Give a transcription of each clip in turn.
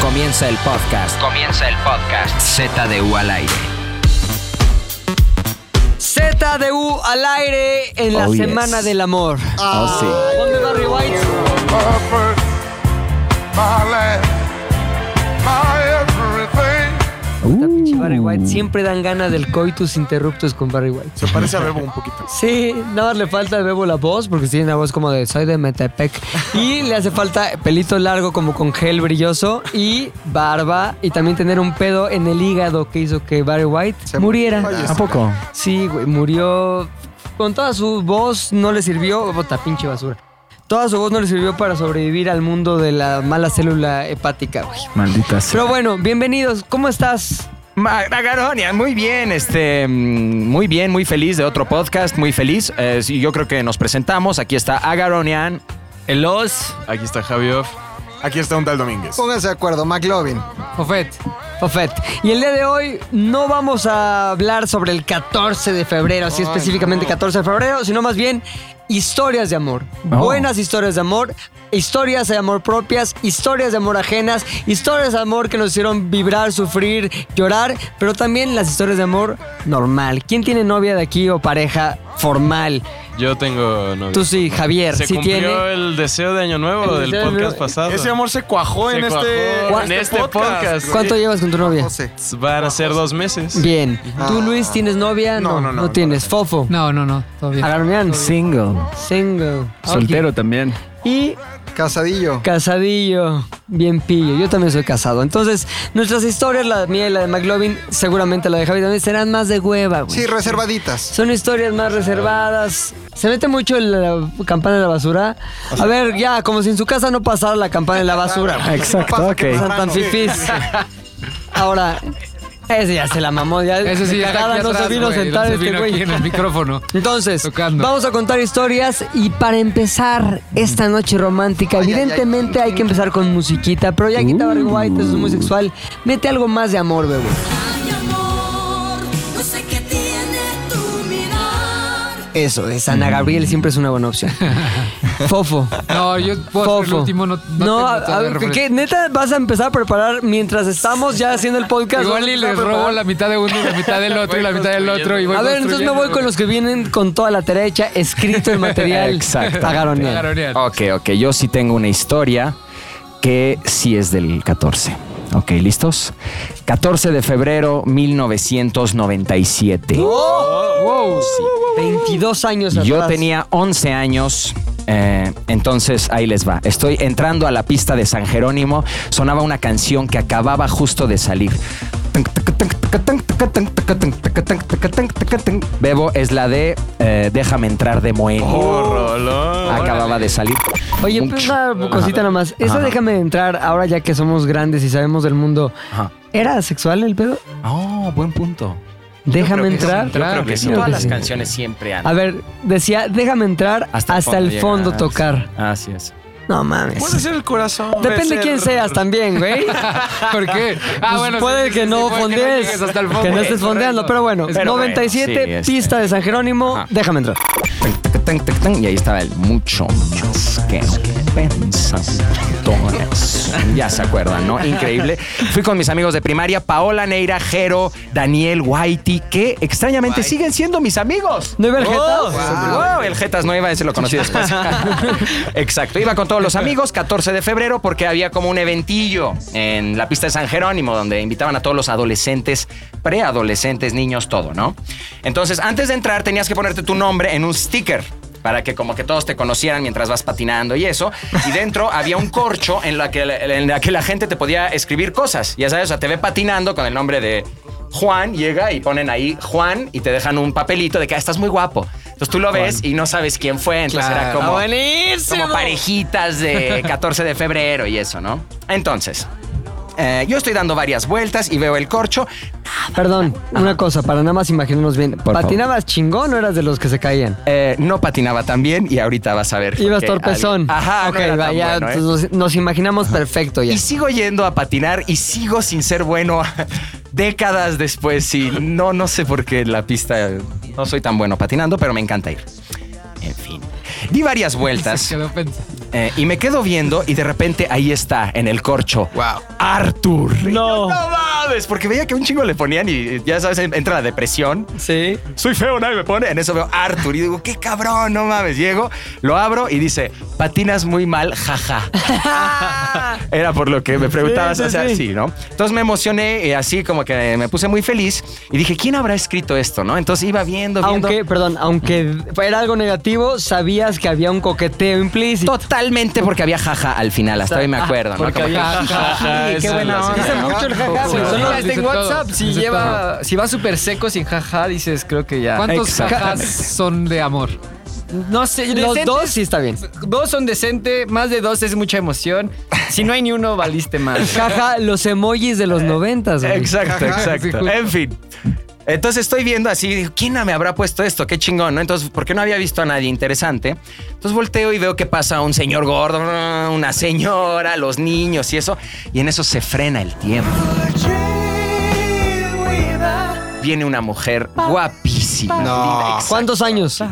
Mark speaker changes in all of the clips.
Speaker 1: Comienza el podcast. Comienza el podcast. ZDU al aire.
Speaker 2: ZDU al aire en la
Speaker 3: Oh, yes.
Speaker 2: Semana del Amor.
Speaker 3: Oh, sí.
Speaker 2: Ponme Barry White.
Speaker 4: purpose, my life, my everything.
Speaker 3: Uh.
Speaker 2: Pinche Barry White. Siempre dan ganas del coitus interruptus con Barry White.
Speaker 5: Se parece a Bebo un poquito.
Speaker 2: Sí, nada más le falta al Bebo la voz, porque tiene una voz como de soy de Metepec. Y le hace falta pelito largo como con gel brilloso y barba. Y también tener un pedo en el hígado que hizo que Barry White muriera.
Speaker 5: Oye,
Speaker 3: ¿A poco?
Speaker 2: Sí, güey, murió. Con toda su voz no le sirvió. Bota, pinche basura. Toda su voz no le sirvió para sobrevivir al mundo de la mala célula hepática, güey.
Speaker 3: Maldita sea.
Speaker 2: Pero bueno, bienvenidos. ¿Cómo estás?
Speaker 6: Magaronia, muy bien, este, mm, muy bien, muy feliz de otro podcast, muy feliz. Eh, sí, yo creo que nos presentamos. Aquí está Agaronian. Elos.
Speaker 5: Aquí está Javier. Aquí está un tal Domínguez.
Speaker 7: Pónganse de acuerdo, McLovin.
Speaker 2: Fofet. Fofet. Y el día de hoy no vamos a hablar sobre el 14 de febrero, así específicamente 14 de febrero, sino más bien historias de amor.
Speaker 3: Oh.
Speaker 2: Buenas historias de amor, historias de amor propias, historias de amor ajenas, historias de amor que nos hicieron vibrar, sufrir, llorar, pero también las historias de amor normal. ¿Quién tiene novia de aquí o pareja formal?
Speaker 8: Yo tengo novia.
Speaker 2: Tú sí, Javier,
Speaker 8: ¿Se
Speaker 2: sí
Speaker 8: cumplió
Speaker 2: tiene.
Speaker 8: el deseo de Año Nuevo
Speaker 2: El
Speaker 8: del
Speaker 2: deseo de Año
Speaker 8: podcast
Speaker 2: Nuevo.
Speaker 8: pasado?
Speaker 5: Ese amor se cuajó
Speaker 8: Se
Speaker 5: en
Speaker 8: cuajó
Speaker 5: este.
Speaker 8: en este podcast.
Speaker 2: ¿Cuánto llevas con tu novia?
Speaker 7: José.
Speaker 8: Van a ser dos meses.
Speaker 2: Bien. ¿Tú, Luis, tienes novia?
Speaker 5: Ah. No, no, no, no
Speaker 2: tienes. Fofo.
Speaker 9: No, no, no, todavía.
Speaker 2: Agarmián.
Speaker 3: Single.
Speaker 2: Single.
Speaker 3: Soltero también.
Speaker 2: Y
Speaker 7: Casadillo.
Speaker 2: casadillo. Bien pillo. Yo también soy casado. Entonces, nuestras historias, la mía y la de McLovin, seguramente la de Javi también, serán más de hueva, güey.
Speaker 7: Sí, reservaditas.
Speaker 2: Son historias más reservadas. Se mete mucho el- la campana de la basura. A ver, ya, como si en su casa no pasara la campana de la basura. güey.
Speaker 3: Exacto,
Speaker 7: pues, Pasa
Speaker 3: ok.
Speaker 7: que
Speaker 2: Son tan fifís. Ahora, ese ya se la mamó. Ya,
Speaker 9: Ese sí, ya
Speaker 2: cada
Speaker 9: aquí
Speaker 2: no
Speaker 9: atrás,
Speaker 2: se vino a
Speaker 9: güey,
Speaker 2: sentar
Speaker 9: no se
Speaker 2: este
Speaker 9: vino
Speaker 2: güey.
Speaker 9: aquí en el micrófono.
Speaker 2: Entonces,
Speaker 9: Tocando.
Speaker 2: vamos a contar historias y para empezar esta noche romántica,
Speaker 7: Ay, ay, ay.
Speaker 2: evidentemente hay que empezar con musiquita, pero ya quita Barry White, eso es muy sexual. Mete algo más de amor, bebé.
Speaker 10: Mi amor, no sé qué tiene tu mirar.
Speaker 2: Eso, de
Speaker 9: Mm.
Speaker 2: Ana Gabriel siempre es una buena opción. Fofo.
Speaker 9: No, yo puedo ser el
Speaker 2: Fofo.
Speaker 9: último, no, no,
Speaker 2: No,
Speaker 9: tengo
Speaker 2: a-
Speaker 9: todavía
Speaker 2: a- ¿qué?
Speaker 9: referencia.
Speaker 2: ¿Neta vas a empezar a preparar mientras estamos ya haciendo el podcast?
Speaker 9: Igual
Speaker 2: ¿Vas a
Speaker 9: y
Speaker 2: empezar a
Speaker 9: les robo
Speaker 2: preparar?
Speaker 9: la mitad de uno y la mitad del otro y la mitad del otro y voy
Speaker 2: A ver, entonces me voy con los que vienen con toda la tarea hecha, escrito el material.
Speaker 6: Exactamente.
Speaker 2: Pagaron bien.
Speaker 9: Agaronian.
Speaker 6: Ok, ok, yo sí tengo una historia que sí es del 14. Ok, ¿listos? 14 de febrero 1997.
Speaker 2: Wow, 22 Oh. años atrás.
Speaker 6: Yo tenía 11 años. eh, entonces ahí les va. Estoy entrando a la pista de San Jerónimo. Sonaba una canción que acababa justo de salir. Bebo es la de eh, Déjame entrar de Moenia.
Speaker 11: Oh,
Speaker 6: Acababa de salir.
Speaker 2: Oye,
Speaker 6: Un-
Speaker 2: pues una cosita
Speaker 6: Ajá.
Speaker 2: nomás. Eso
Speaker 6: Ajá.
Speaker 2: déjame entrar ahora ya que somos grandes y sabemos del mundo.
Speaker 6: Ajá.
Speaker 2: ¿Era sexual el pedo?
Speaker 6: Oh, buen punto.
Speaker 2: Déjame
Speaker 6: Creo que sí,
Speaker 2: entrar.
Speaker 6: yo creo que sí.
Speaker 2: Creo que
Speaker 6: Todas las
Speaker 2: sí.
Speaker 6: canciones siempre han.
Speaker 2: A ver, decía, déjame entrar hasta, el
Speaker 6: llegar.
Speaker 2: fondo tocar.
Speaker 6: Así es.
Speaker 2: No mames.
Speaker 5: Puede ser el corazón.
Speaker 2: Depende
Speaker 5: de
Speaker 2: quién seas también, güey.
Speaker 9: ¿Por qué?
Speaker 6: Ah,
Speaker 9: Ah,
Speaker 2: Pues puede que no fondees,
Speaker 9: llegues hasta el fondo.
Speaker 2: que no estés fondeando, pero bueno,
Speaker 6: Pero bueno,
Speaker 2: 97,
Speaker 6: sí, este-
Speaker 2: pista de San Jerónimo,
Speaker 6: Ajá.
Speaker 2: déjame entrar.
Speaker 6: Y ahí estaba el mucho más que pensadoras. Ya se acuerdan, ¿no? Increíble. Fui con mis amigos de primaria, Paola Neira, Jero, Daniel, Whitey, que extrañamente siguen siendo mis amigos.
Speaker 2: ¿No iba el Jetas?
Speaker 6: Wow, el Jetas Nueva, ese lo conocí después. Exacto. Iba con todos los amigos, 14 de febrero, porque había como un eventillo en la pista de San Jerónimo, donde invitaban a todos los adolescentes, preadolescentes, niños, todo, ¿no? Entonces, antes de entrar, tenías que ponerte tu nombre en un sticker. Para que como que todos te conocieran mientras vas patinando y eso. Y dentro había un corcho en la que, en la, que la gente te podía escribir cosas. Ya sabes, o sea, te ve patinando con el nombre de Juan, llega y ponen ahí Juan y te dejan un papelito de que "Ah, estás muy guapo. Entonces tú lo ves y no sabes quién fue. Entonces era
Speaker 9: Claro.
Speaker 6: como...
Speaker 2: Ah, Buenísimo.
Speaker 6: Como parejitas de 14 de febrero y eso, ¿no? Entonces, eh, yo estoy dando varias vueltas y veo el corcho. Ah,
Speaker 2: Perdón, una cosa, para nada más imaginarnos bien.
Speaker 6: favor.
Speaker 2: ¿Patinabas chingón o eras de los que se caían?
Speaker 6: Eh, no patinaba tan bien y ahorita vas a ver.
Speaker 2: Ibas
Speaker 6: que
Speaker 2: torpezón.
Speaker 6: alguien- Ajá,
Speaker 2: ok,
Speaker 6: no era tan
Speaker 2: va, ya,
Speaker 6: bueno, ¿eh?
Speaker 2: entonces nos, nos imaginamos perfecto ya.
Speaker 6: Y sigo yendo a patinar y sigo sin ser bueno décadas después. Y no, no sé por qué la pista. No soy tan bueno patinando, pero me encanta ir. En fin. Di varias vueltas
Speaker 9: Se quedó pensando.
Speaker 6: eh, y me quedo viendo y de repente ahí está, en el corcho.
Speaker 5: Wow.
Speaker 6: Arthur. Y yo,
Speaker 2: No.
Speaker 6: No mames, porque veía que un chingo le ponían y ya sabes, entra la depresión.
Speaker 2: Sí.
Speaker 6: Soy feo, nadie me pone. En eso veo Arthur y digo, qué cabrón, no mames. Llego, lo abro y dice, patinas muy mal, jaja. Era por lo que me preguntabas,
Speaker 2: Sí, sí,
Speaker 6: o sea,
Speaker 2: sí.
Speaker 6: sí, ¿no? Entonces me emocioné, eh, así como que me puse muy feliz y dije, ¿quién habrá escrito esto, no? Entonces iba viendo, viendo.
Speaker 2: Aunque, perdón, aunque era algo negativo, sabías que había un coqueteo implícito.
Speaker 6: Totalmente porque había jaja al final, hasta hoy me acuerdo, ¿no? Como que,
Speaker 8: había jaja,
Speaker 6: "Ay, qué
Speaker 8: esa
Speaker 6: buena
Speaker 8: es la
Speaker 6: onda",
Speaker 2: Dice
Speaker 8: señal.
Speaker 6: ¿no?
Speaker 2: mucho el jaja, güey.
Speaker 9: Sí.
Speaker 2: Son los-
Speaker 9: Dice
Speaker 12: en
Speaker 9: Oh, todo,
Speaker 12: WhatsApp, si
Speaker 9: dice
Speaker 12: lleva, si va súper seco sin jaja, dices, creo que ya.
Speaker 9: ¿Cuántos
Speaker 6: Exactamente.
Speaker 9: jajas son de amor?
Speaker 12: No sé,
Speaker 2: los
Speaker 12: decentes-
Speaker 2: dos sí está bien.
Speaker 12: Dos son decente, más de dos es mucha emoción. Si no hay ni uno, valiste más.
Speaker 2: Jaja, los emojis de los noventas, güey.
Speaker 6: Eh, Exacto, exacto. En fin. Entonces estoy viendo así, digo, ¿quién me habrá puesto esto? Qué chingón, ¿no? Entonces, porque no había visto a nadie interesante. Entonces volteo y veo que pasa un señor gordo, una señora, los niños y eso. Y en eso se frena el tiempo. Viene una mujer guapísima.
Speaker 7: No.
Speaker 2: ¿Cuántos años?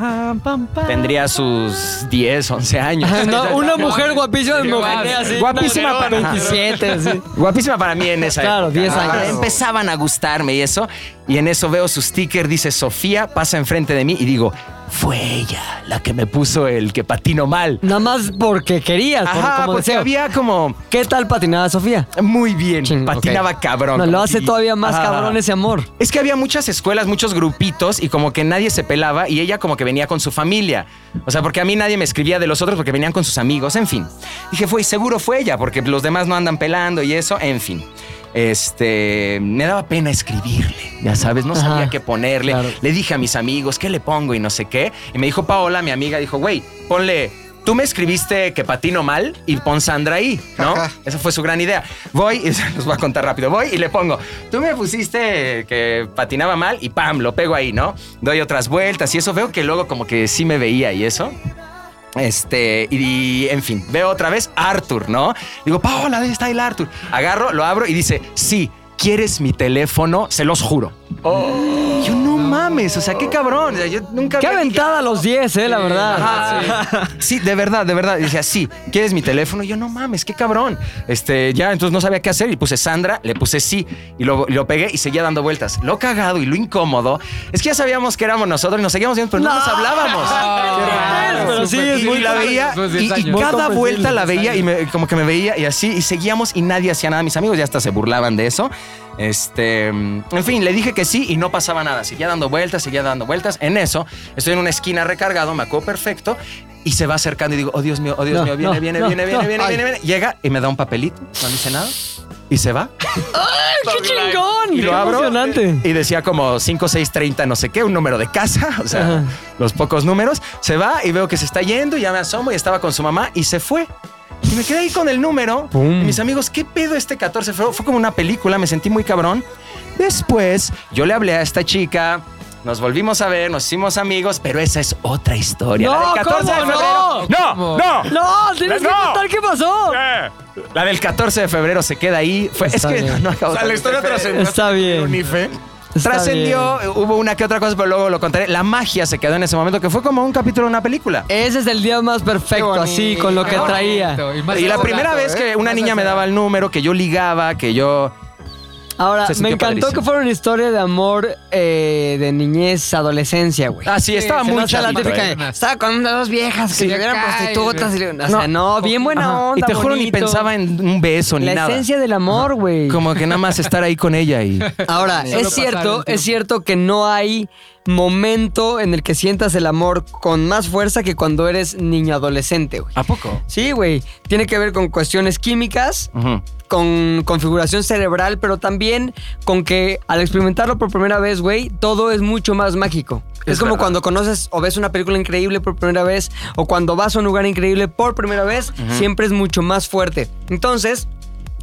Speaker 6: Tendría sus 10, 11 años.
Speaker 2: No, una mujer guapísima me ojetea
Speaker 6: Ah,
Speaker 2: así.
Speaker 6: Guapísima
Speaker 2: Una
Speaker 6: para-
Speaker 2: 27, sí.
Speaker 6: Guapísima para mí en esa
Speaker 2: Claro,
Speaker 6: época.
Speaker 2: 10 años.
Speaker 6: Ah, Empezaban a gustarme y eso. Y en eso veo su sticker, dice Sofía, pasa enfrente de mí y digo, fue ella la que me puso el que patino mal.
Speaker 2: Nada más porque querías, por-
Speaker 6: Ajá,
Speaker 2: como
Speaker 6: porque
Speaker 2: deseo.
Speaker 6: había como
Speaker 2: ¿Qué tal patinada, Sofía?
Speaker 6: muy bien,
Speaker 2: Ching,
Speaker 6: patinaba cabrón.
Speaker 2: No, lo
Speaker 6: como
Speaker 2: hace
Speaker 6: que-
Speaker 2: todavía más
Speaker 6: Ah.
Speaker 2: cabrón ese amor.
Speaker 6: Es que había muchas escuelas, muchos grupitos y como que nadie se pelaba y ella como que venía con su familia. O sea, porque a mí nadie me escribía de los otros porque venían con sus amigos, en fin. Dije, fue, y seguro fue ella porque los demás no andan pelando y eso, en fin. Este, me daba pena escribirle, ya sabes, no sabía
Speaker 2: Ajá,
Speaker 6: qué ponerle.
Speaker 2: claro.
Speaker 6: Le dije a mis amigos, ¿qué le pongo? Y no sé qué. Y me dijo Paola, mi amiga, dijo, güey, ponle, tú me escribiste que patino mal y pon Sandra ahí, ¿no?
Speaker 7: Ajá.
Speaker 6: Esa fue su gran idea. Voy, y se los voy a contar rápido, voy y le pongo, tú me pusiste que patinaba mal y pam, lo pego ahí, ¿no? Doy otras vueltas y eso, veo que luego como que sí me veía y eso. Este, y, y, en fin, veo otra vez Arthur, ¿no? Digo, Paola, ¿dónde está el Arthur? Agarro, lo abro y dice, sí, ¿quieres mi teléfono? Se los juro. Yo no mames, o sea, qué cabrón. O sea, yo nunca
Speaker 2: Qué
Speaker 6: había-
Speaker 2: aventada a los 10, eh, la verdad.
Speaker 6: Ajá. Sí, de verdad, de verdad. Y decía, sí, ¿quieres mi teléfono? Y yo, no mames, qué cabrón. Este, ya, entonces no sabía qué hacer y puse Sandra, le puse sí y lo, y lo pegué y seguía dando vueltas. Lo cagado y lo incómodo es que ya sabíamos que éramos nosotros y nos seguíamos viendo, pero no, nos hablábamos.
Speaker 2: Pero sí, es
Speaker 6: Y
Speaker 2: muy
Speaker 6: la
Speaker 2: tarde,
Speaker 6: veía
Speaker 9: después de
Speaker 6: y,
Speaker 9: 10
Speaker 6: y
Speaker 9: años.
Speaker 6: cada
Speaker 2: Muy
Speaker 6: vuelta la
Speaker 9: comprensible,
Speaker 6: veía y me- como que me veía y así y seguíamos y nadie hacía nada. Mis amigos ya hasta se burlaban de eso. Este, mm, en fin, le dije que sí y no pasaba nada. Seguía dando vueltas, seguía dando vueltas. En eso, estoy en una esquina recargado, me acuerdo perfecto y se va acercando y digo, oh Dios mío, oh Dios
Speaker 2: No,
Speaker 6: mío, viene,
Speaker 2: no,
Speaker 6: viene,
Speaker 2: no,
Speaker 6: viene,
Speaker 2: no.
Speaker 6: viene, viene,
Speaker 2: Ay.
Speaker 6: viene, viene. Llega y me da un papelito, no dice nada y se va.
Speaker 2: ¡Qué chingón!
Speaker 6: Y
Speaker 2: ¡Qué
Speaker 6: lo abro
Speaker 2: emocionante!
Speaker 6: y decía como 5, 6, 30, no sé qué, un número de casa, o sea,
Speaker 2: Ajá.
Speaker 6: los pocos números. Se va y veo que se está yendo, ya me asomo y estaba con su mamá y se fue. Y me quedé ahí con el número. Y mis amigos, ¿qué pedo este 14 de febrero? Fue como una película, me sentí muy cabrón. Después yo le hablé a esta chica, nos volvimos a ver, nos hicimos amigos, pero esa es otra historia.
Speaker 2: No,
Speaker 6: la del 14 de
Speaker 2: ¿cómo
Speaker 6: febrero.
Speaker 9: ¿Cómo?
Speaker 6: No, no,
Speaker 2: ¡No! ¡Tienes que
Speaker 6: ¡No!
Speaker 2: contar qué pasó!
Speaker 6: La del 14 de febrero se queda ahí. Fue, es
Speaker 2: Está
Speaker 6: que
Speaker 2: bien.
Speaker 6: no, no acabo
Speaker 5: O sea,
Speaker 6: de-
Speaker 5: la historia trascendió.
Speaker 2: Está bien.
Speaker 5: Unife.
Speaker 2: Está
Speaker 6: Trascendió, eh, hubo una que otra cosa, pero luego lo contaré. La magia se quedó en ese momento, que fue como un capítulo de una película.
Speaker 2: bien. Ese es el día más perfecto,
Speaker 7: Qué
Speaker 2: así,
Speaker 7: bonito.
Speaker 2: con lo que
Speaker 9: Qué
Speaker 2: traía.
Speaker 9: bonito, más
Speaker 6: Y la
Speaker 9: barato,
Speaker 6: primera vez
Speaker 9: ¿eh?
Speaker 6: que una
Speaker 9: Más
Speaker 6: niña me
Speaker 9: barato.
Speaker 6: daba el número, que yo ligaba, que yo...
Speaker 2: Ahora,
Speaker 6: Se sintió
Speaker 2: me encantó
Speaker 6: padrísimo.
Speaker 2: que fuera una historia de amor eh, de niñez, adolescencia, güey.
Speaker 6: Ah, sí, estaba
Speaker 2: se
Speaker 6: muy
Speaker 2: no sea la
Speaker 6: chavito,
Speaker 2: típica
Speaker 6: ¿eh?
Speaker 2: de, Estaba con unas dos viejas que ya eran
Speaker 9: cae,
Speaker 2: prostitutas. Y,
Speaker 9: güey.
Speaker 2: o sea, no, bien buena
Speaker 6: Ajá.
Speaker 2: onda.
Speaker 6: Y te juro, ni
Speaker 2: bonito.
Speaker 6: pensaba en un beso ni
Speaker 2: La
Speaker 6: nada.
Speaker 2: esencia del amor, güey.
Speaker 6: Como que nada más estar ahí con ella y...
Speaker 2: Ahora,
Speaker 9: Solo
Speaker 2: es
Speaker 9: pasar
Speaker 2: cierto,
Speaker 9: el tiempo.
Speaker 2: es cierto que no hay momento en el que sientas el amor con más fuerza que cuando eres niño adolescente, güey.
Speaker 6: ¿A poco?
Speaker 2: Sí, güey. Tiene que ver con cuestiones químicas,
Speaker 6: Ujú.
Speaker 2: con configuración cerebral, pero también con que al experimentarlo por primera vez, güey, todo es mucho más mágico. Es,
Speaker 6: Es
Speaker 2: como
Speaker 6: verdad.
Speaker 2: cuando conoces o ves una película increíble por primera vez o cuando vas a un lugar increíble por primera vez, siempre es mucho más fuerte. Entonces,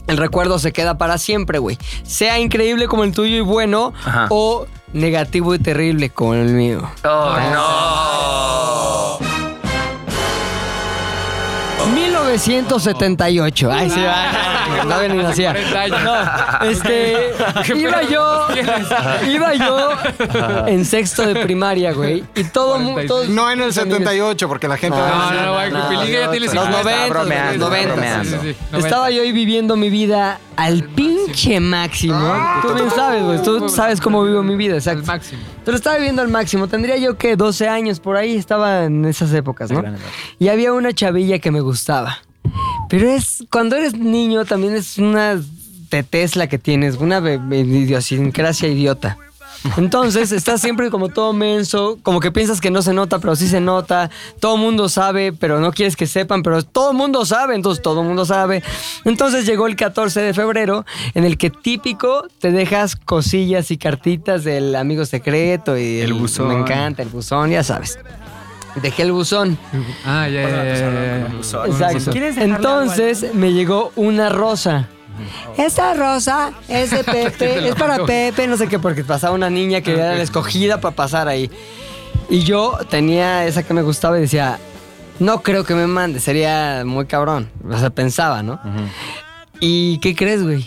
Speaker 2: el recuerdo se queda para siempre, güey. Sea increíble como el tuyo y bueno
Speaker 6: Ajá.
Speaker 2: o negativo y terrible como el mío.
Speaker 6: no.
Speaker 2: 1900 1978. Ay, sí, va. No, ni nacía.
Speaker 9: 40 Ah. años.
Speaker 2: No, este, iba yo, iba yo en sexto de primaria, güey, y todo, mu- todos-
Speaker 7: No en el 78, porque la gente...
Speaker 9: No,
Speaker 7: va a
Speaker 9: no,
Speaker 7: decir,
Speaker 9: no, güey. Cupilinga ya tiene
Speaker 2: Los
Speaker 9: 50.
Speaker 2: noventas,
Speaker 6: bromeando,
Speaker 2: los noventas.
Speaker 6: bromeando.
Speaker 9: Sí, sí, sí,
Speaker 2: Estaba yo ahí viviendo mi vida al pinche máximo. Tú bien sabes, güey. Tú sabes cómo vivo mi vida, exacto.
Speaker 9: Ah. Al máximo.
Speaker 2: Pero estaba viviendo al máximo. Tendría yo que 12 años por ahí. Estaba en esas épocas, ¿no? Y había una chavilla que me gustaba. Pero es. Cuando eres niño también es una tetés la que tienes. Una be- be- idiosincrasia idiota. Entonces estás siempre como todo menso, como que piensas que no se nota, pero sí se nota. Todo mundo sabe, pero no quieres que sepan, pero todo mundo sabe, entonces todo mundo sabe. Entonces llegó el 14 de febrero, en el que típico te dejas cosillas y cartitas del amigo secreto y
Speaker 3: El buzón.
Speaker 2: Me encanta el buzón, ya sabes. Dejé el buzón.
Speaker 9: Ah, ya, ya, ya, ya, ya.
Speaker 2: Exacto. Entonces me llegó una rosa. Esta rosa es de Pepe, es para Pepe, no sé qué, porque pasaba una niña que era la escogida para pasar ahí. Y yo tenía esa que me gustaba y decía, no creo que me mande, sería muy cabrón. O sea, pensaba, ¿no? ¿Y qué crees, güey?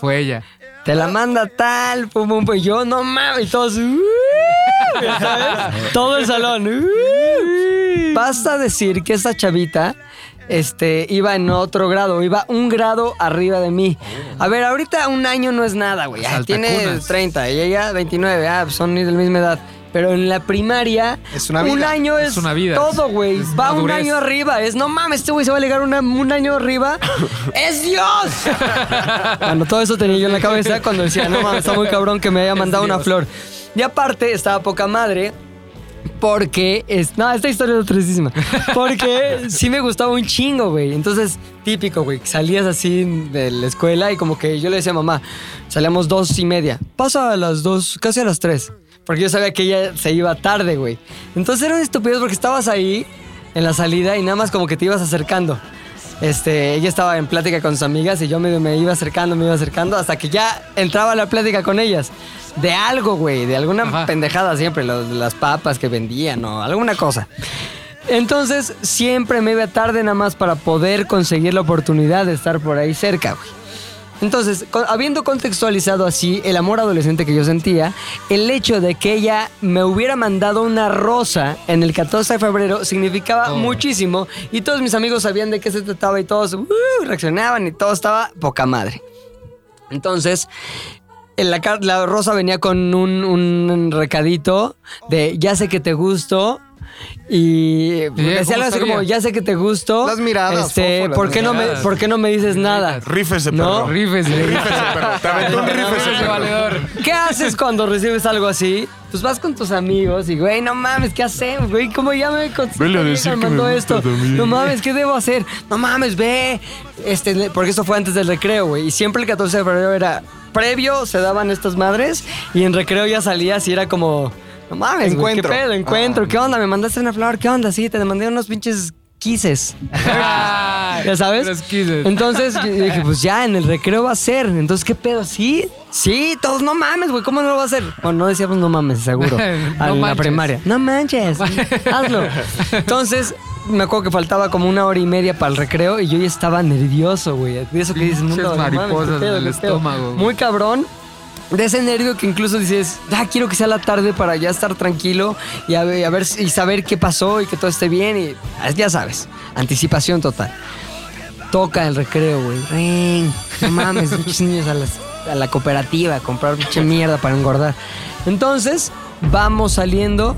Speaker 9: Fue ella.
Speaker 2: Te la manda tal, pum, pum, pum. Y yo, no mames, y todos, "Uh", ya ¿sabes? Todo el salón, "Uh". Basta decir que esta chavita este, iba en otro grado, iba un grado arriba de mí. A ver, ahorita un año no es nada, güey. Ah, Tiene
Speaker 9: Saltacunas.
Speaker 2: 30 y ella 29, ah, pues son de la misma edad. Pero en la primaria,
Speaker 7: Es una
Speaker 2: un
Speaker 7: vida.
Speaker 2: año es,
Speaker 9: Es una vida.
Speaker 2: todo, güey.
Speaker 9: Es
Speaker 2: Va un
Speaker 9: madurez.
Speaker 2: año arriba. Es, no mames, este güey se va a llegar una- un año arriba. ¡Es Dios! Bueno, todo eso tenía yo en la cabeza cuando decía, no mames, está muy cabrón que me haya mandado una flor. Y aparte, estaba poca madre. Porque es. No, esta historia es tristísima. Porque sí me gustaba un chingo, güey. Entonces, típico, güey. que Salías así de la escuela y como que yo le decía a mamá, salíamos dos y media. Pasa a las dos, casi a las tres. Porque yo sabía que ella se iba tarde, güey. Entonces era una estupidez porque estabas ahí en la salida y nada más como que te ibas acercando. Este, ella estaba en plática con sus amigas y yo medio me iba acercando, me iba acercando hasta que ya entraba la plática con ellas. De algo, güey, de alguna
Speaker 9: Ajá.
Speaker 2: pendejada siempre, lo- las papas que vendían o alguna cosa. Entonces siempre me iba tarde nada más para poder conseguir la oportunidad de estar por ahí cerca, güey. Entonces, co- habiendo contextualizado así el amor adolescente que yo sentía, el hecho de que ella me hubiera mandado una rosa en el 14 de febrero significaba
Speaker 7: Oh.
Speaker 2: muchísimo y todos mis amigos sabían de qué se trataba y todos uh, reaccionaban y todo estaba poca madre. Entonces, en la, car- la rosa venía con un, un recadito de ya sé que te gusto. Y decía algo así
Speaker 9: ¿cómo
Speaker 2: como,
Speaker 9: estaría?
Speaker 2: ya sé que te gusto.
Speaker 7: Las miradas,
Speaker 2: Este,
Speaker 7: fofo, las
Speaker 2: ¿por, qué no me,
Speaker 9: miradas.
Speaker 2: ¿Por qué no me dices nada?
Speaker 5: Rifes de
Speaker 2: No.
Speaker 5: perro.
Speaker 9: Rifes.
Speaker 5: Rifes de perro. Te aventó un rifes de
Speaker 9: Rifes de
Speaker 5: perro.
Speaker 9: valedor.
Speaker 2: ¿Qué haces cuando recibes algo así? Pues vas con tus amigos y, güey, no mames, ¿qué hacemos, güey? ¿Cómo ya me contestó?
Speaker 5: Vele a decir que me
Speaker 2: mandó
Speaker 5: gusta
Speaker 2: esto?
Speaker 5: también.
Speaker 2: No mames, ¿qué debo hacer? No mames, ve. Este, le- porque esto fue antes del recreo, güey. Y siempre el 14 de febrero era previo, se daban estas madres y en recreo ya salías y era como, no mames, güey, ¿qué
Speaker 7: Encuentro.
Speaker 2: pedo? Encuentro, ¿qué onda? ¿Me mandaste una flor? ¿Qué onda? Sí, te mandé unos pinches quises. ¿Ya sabes?
Speaker 9: Los quises.
Speaker 2: Entonces yo dije, pues ya, en el recreo va a ser. Entonces, ¿qué pedo? ¿Sí? Sí, todos no mames, güey, ¿cómo no lo va a hacer? Bueno, no decíamos no mames, seguro.
Speaker 9: No
Speaker 2: a la
Speaker 9: manches.
Speaker 2: primaria. No manches, hazlo. Entonces, me acuerdo que faltaba como una hora y media para el recreo y yo ya estaba nervioso, güey. De eso que dices,
Speaker 9: Pinches
Speaker 2: mundo, no mames, qué
Speaker 9: mariposas
Speaker 2: pedo,
Speaker 9: en el
Speaker 2: qué pedo.
Speaker 9: estómago, güey.
Speaker 2: Muy cabrón. De ese nervio que incluso dices, ah, quiero que sea la tarde para ya estar tranquilo y, a ver, a ver- y saber qué pasó y que todo esté bien. Y ah, ya sabes, anticipación total. Toca el recreo, güey. Ren, no mames, muchos niños a, las- a la cooperativa a comprar mucha mierda para engordar. Entonces, vamos saliendo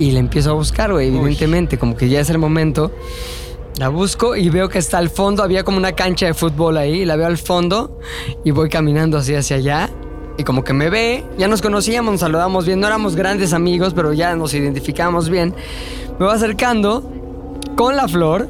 Speaker 2: y le empiezo a buscar, güey, evidentemente, como que ya es el momento. La busco y veo que está al fondo, había como una cancha de fútbol ahí, la veo al fondo y voy caminando así hacia allá. Y como que me ve, ya nos conocíamos, nos saludábamos bien, no éramos grandes amigos, pero ya nos identificábamos bien. Me va acercando con la flor.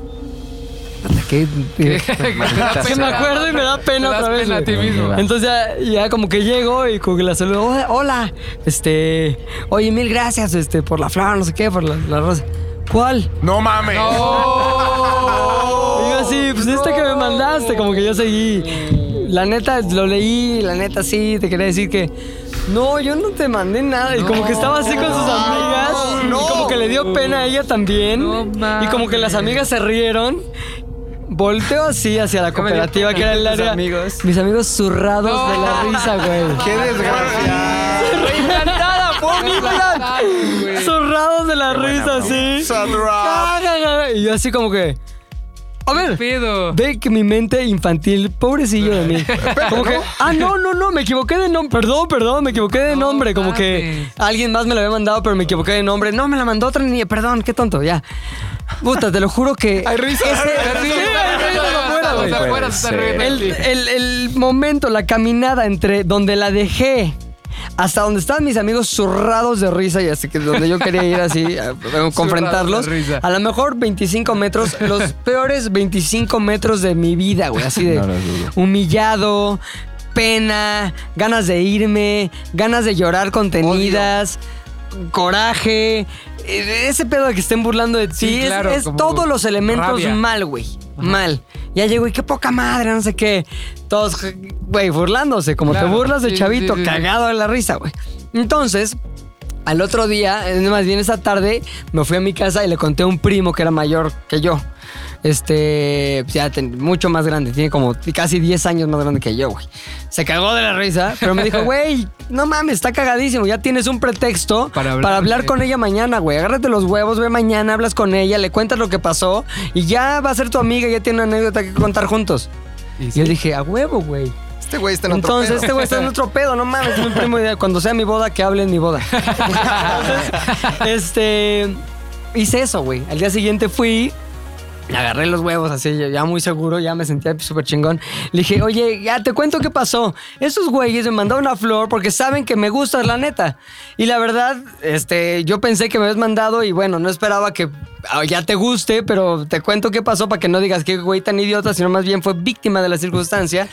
Speaker 2: Puta, ¿Qué? Sí, me acuerdo y me da pena
Speaker 9: Te das
Speaker 2: otra vez.
Speaker 9: pena a
Speaker 2: güey.
Speaker 9: ti mismo.
Speaker 2: Entonces ya, ya como que llego y como que la saludo. "Hola, Hola, este, oye, mil gracias este, por la flor, no sé qué, por la, la rosa. ¿Cuál?
Speaker 5: No mames.
Speaker 2: Y yo así, pues esta que me mandaste, como que yo seguí. La neta, lo leí, la neta sí, te quería decir que. No, yo no te mandé nada. Y como que estaba así con sus amigas. Y como que le dio pena a ella también.
Speaker 9: No
Speaker 2: y como que las
Speaker 9: mames.
Speaker 2: amigas se rieron. volteo así hacia la
Speaker 12: ¿Cómo dijo?
Speaker 2: cooperativa que era el
Speaker 12: Tus
Speaker 2: área.
Speaker 12: amigos.
Speaker 2: Mis amigos zurrados de la risa, güey.
Speaker 7: Qué desgracia.
Speaker 2: Encantada, fue mi plan. Zurrados de la risa, sí. Ja, ja, ja. Y yo así como que. A ver,
Speaker 9: Pedo.
Speaker 2: ve que mi mente infantil, pobrecillo de mí. Como que, ah, no, no, no, me equivoqué de nombre. Perdón, perdón, me equivoqué de
Speaker 9: No
Speaker 2: nombre. Como que
Speaker 9: mames.
Speaker 2: alguien más me la había mandado, pero me equivoqué de nombre. No, me la mandó otra niña, perdón, qué tonto, ya. Puta, te lo juro que. Hay risa. Sí, hay risas afuera, güey.
Speaker 9: Está afuera,
Speaker 6: Puede
Speaker 9: está riendo.
Speaker 2: El, el- el momento, la caminada entre donde la dejé hasta donde estaban mis amigos zurrados de risa y hasta que donde yo quería ir así a, a confrontarlos.
Speaker 9: de risa.
Speaker 2: A lo mejor 25 metros, los peores 25 metros de mi vida, güey. Así de
Speaker 3: No lo dudo.
Speaker 2: humillado, pena, ganas de irme, ganas de llorar contenidas, coraje. eh, Ese pedo de que estén burlando de ti
Speaker 9: Sí,
Speaker 2: es-
Speaker 9: claro,
Speaker 2: es,
Speaker 9: como
Speaker 2: todos los elementos
Speaker 9: rabia.
Speaker 2: mal, güey. Mal. Ya llegó y qué poca madre, no sé qué. Todos, güey, burlándose, como te
Speaker 9: Claro,
Speaker 2: burlas de
Speaker 9: sí,
Speaker 2: chavito,
Speaker 9: sí, sí, sí.
Speaker 2: cagado de la risa, güey. Entonces, al otro día, eh, más bien esa tarde, me fui a mi casa y le conté a un primo que era mayor que yo. Este, pues ya ten- mucho más grande, tiene como casi 10 años más grande que yo, güey. Se cagó de la risa, pero me dijo, güey, no mames, está cagadísimo, ya tienes un pretexto
Speaker 9: Para
Speaker 2: para
Speaker 9: hablar
Speaker 2: hablar,
Speaker 9: de-
Speaker 2: con ella mañana, güey. Agárrate los huevos, ve mañana, hablas con ella, le cuentas lo que pasó y ya va a ser tu amiga, ya tiene una anécdota que contar juntos.
Speaker 9: Y
Speaker 2: Y
Speaker 9: sí.
Speaker 2: yo dije, a huevo, güey.
Speaker 7: Este güey está en otro
Speaker 2: Entonces,
Speaker 7: pedo.
Speaker 2: este güey está en otro pedo, no mames, es mi primo idea. Cuando sea mi boda, que hable en mi boda. Entonces, este. Hice eso, güey. Al día siguiente fui. me Agarré los huevos así, yo ya muy seguro, ya me sentía súper chingón. Le dije, oye, ya te cuento qué pasó. Esos güeyes me mandaron una flor porque saben que me gustas, la neta. Y la verdad, este, yo pensé que me habías mandado y bueno, no esperaba que ah, ya te guste, pero te cuento qué pasó para que no digas que güey tan idiota, sino más bien fue víctima de la circunstancia.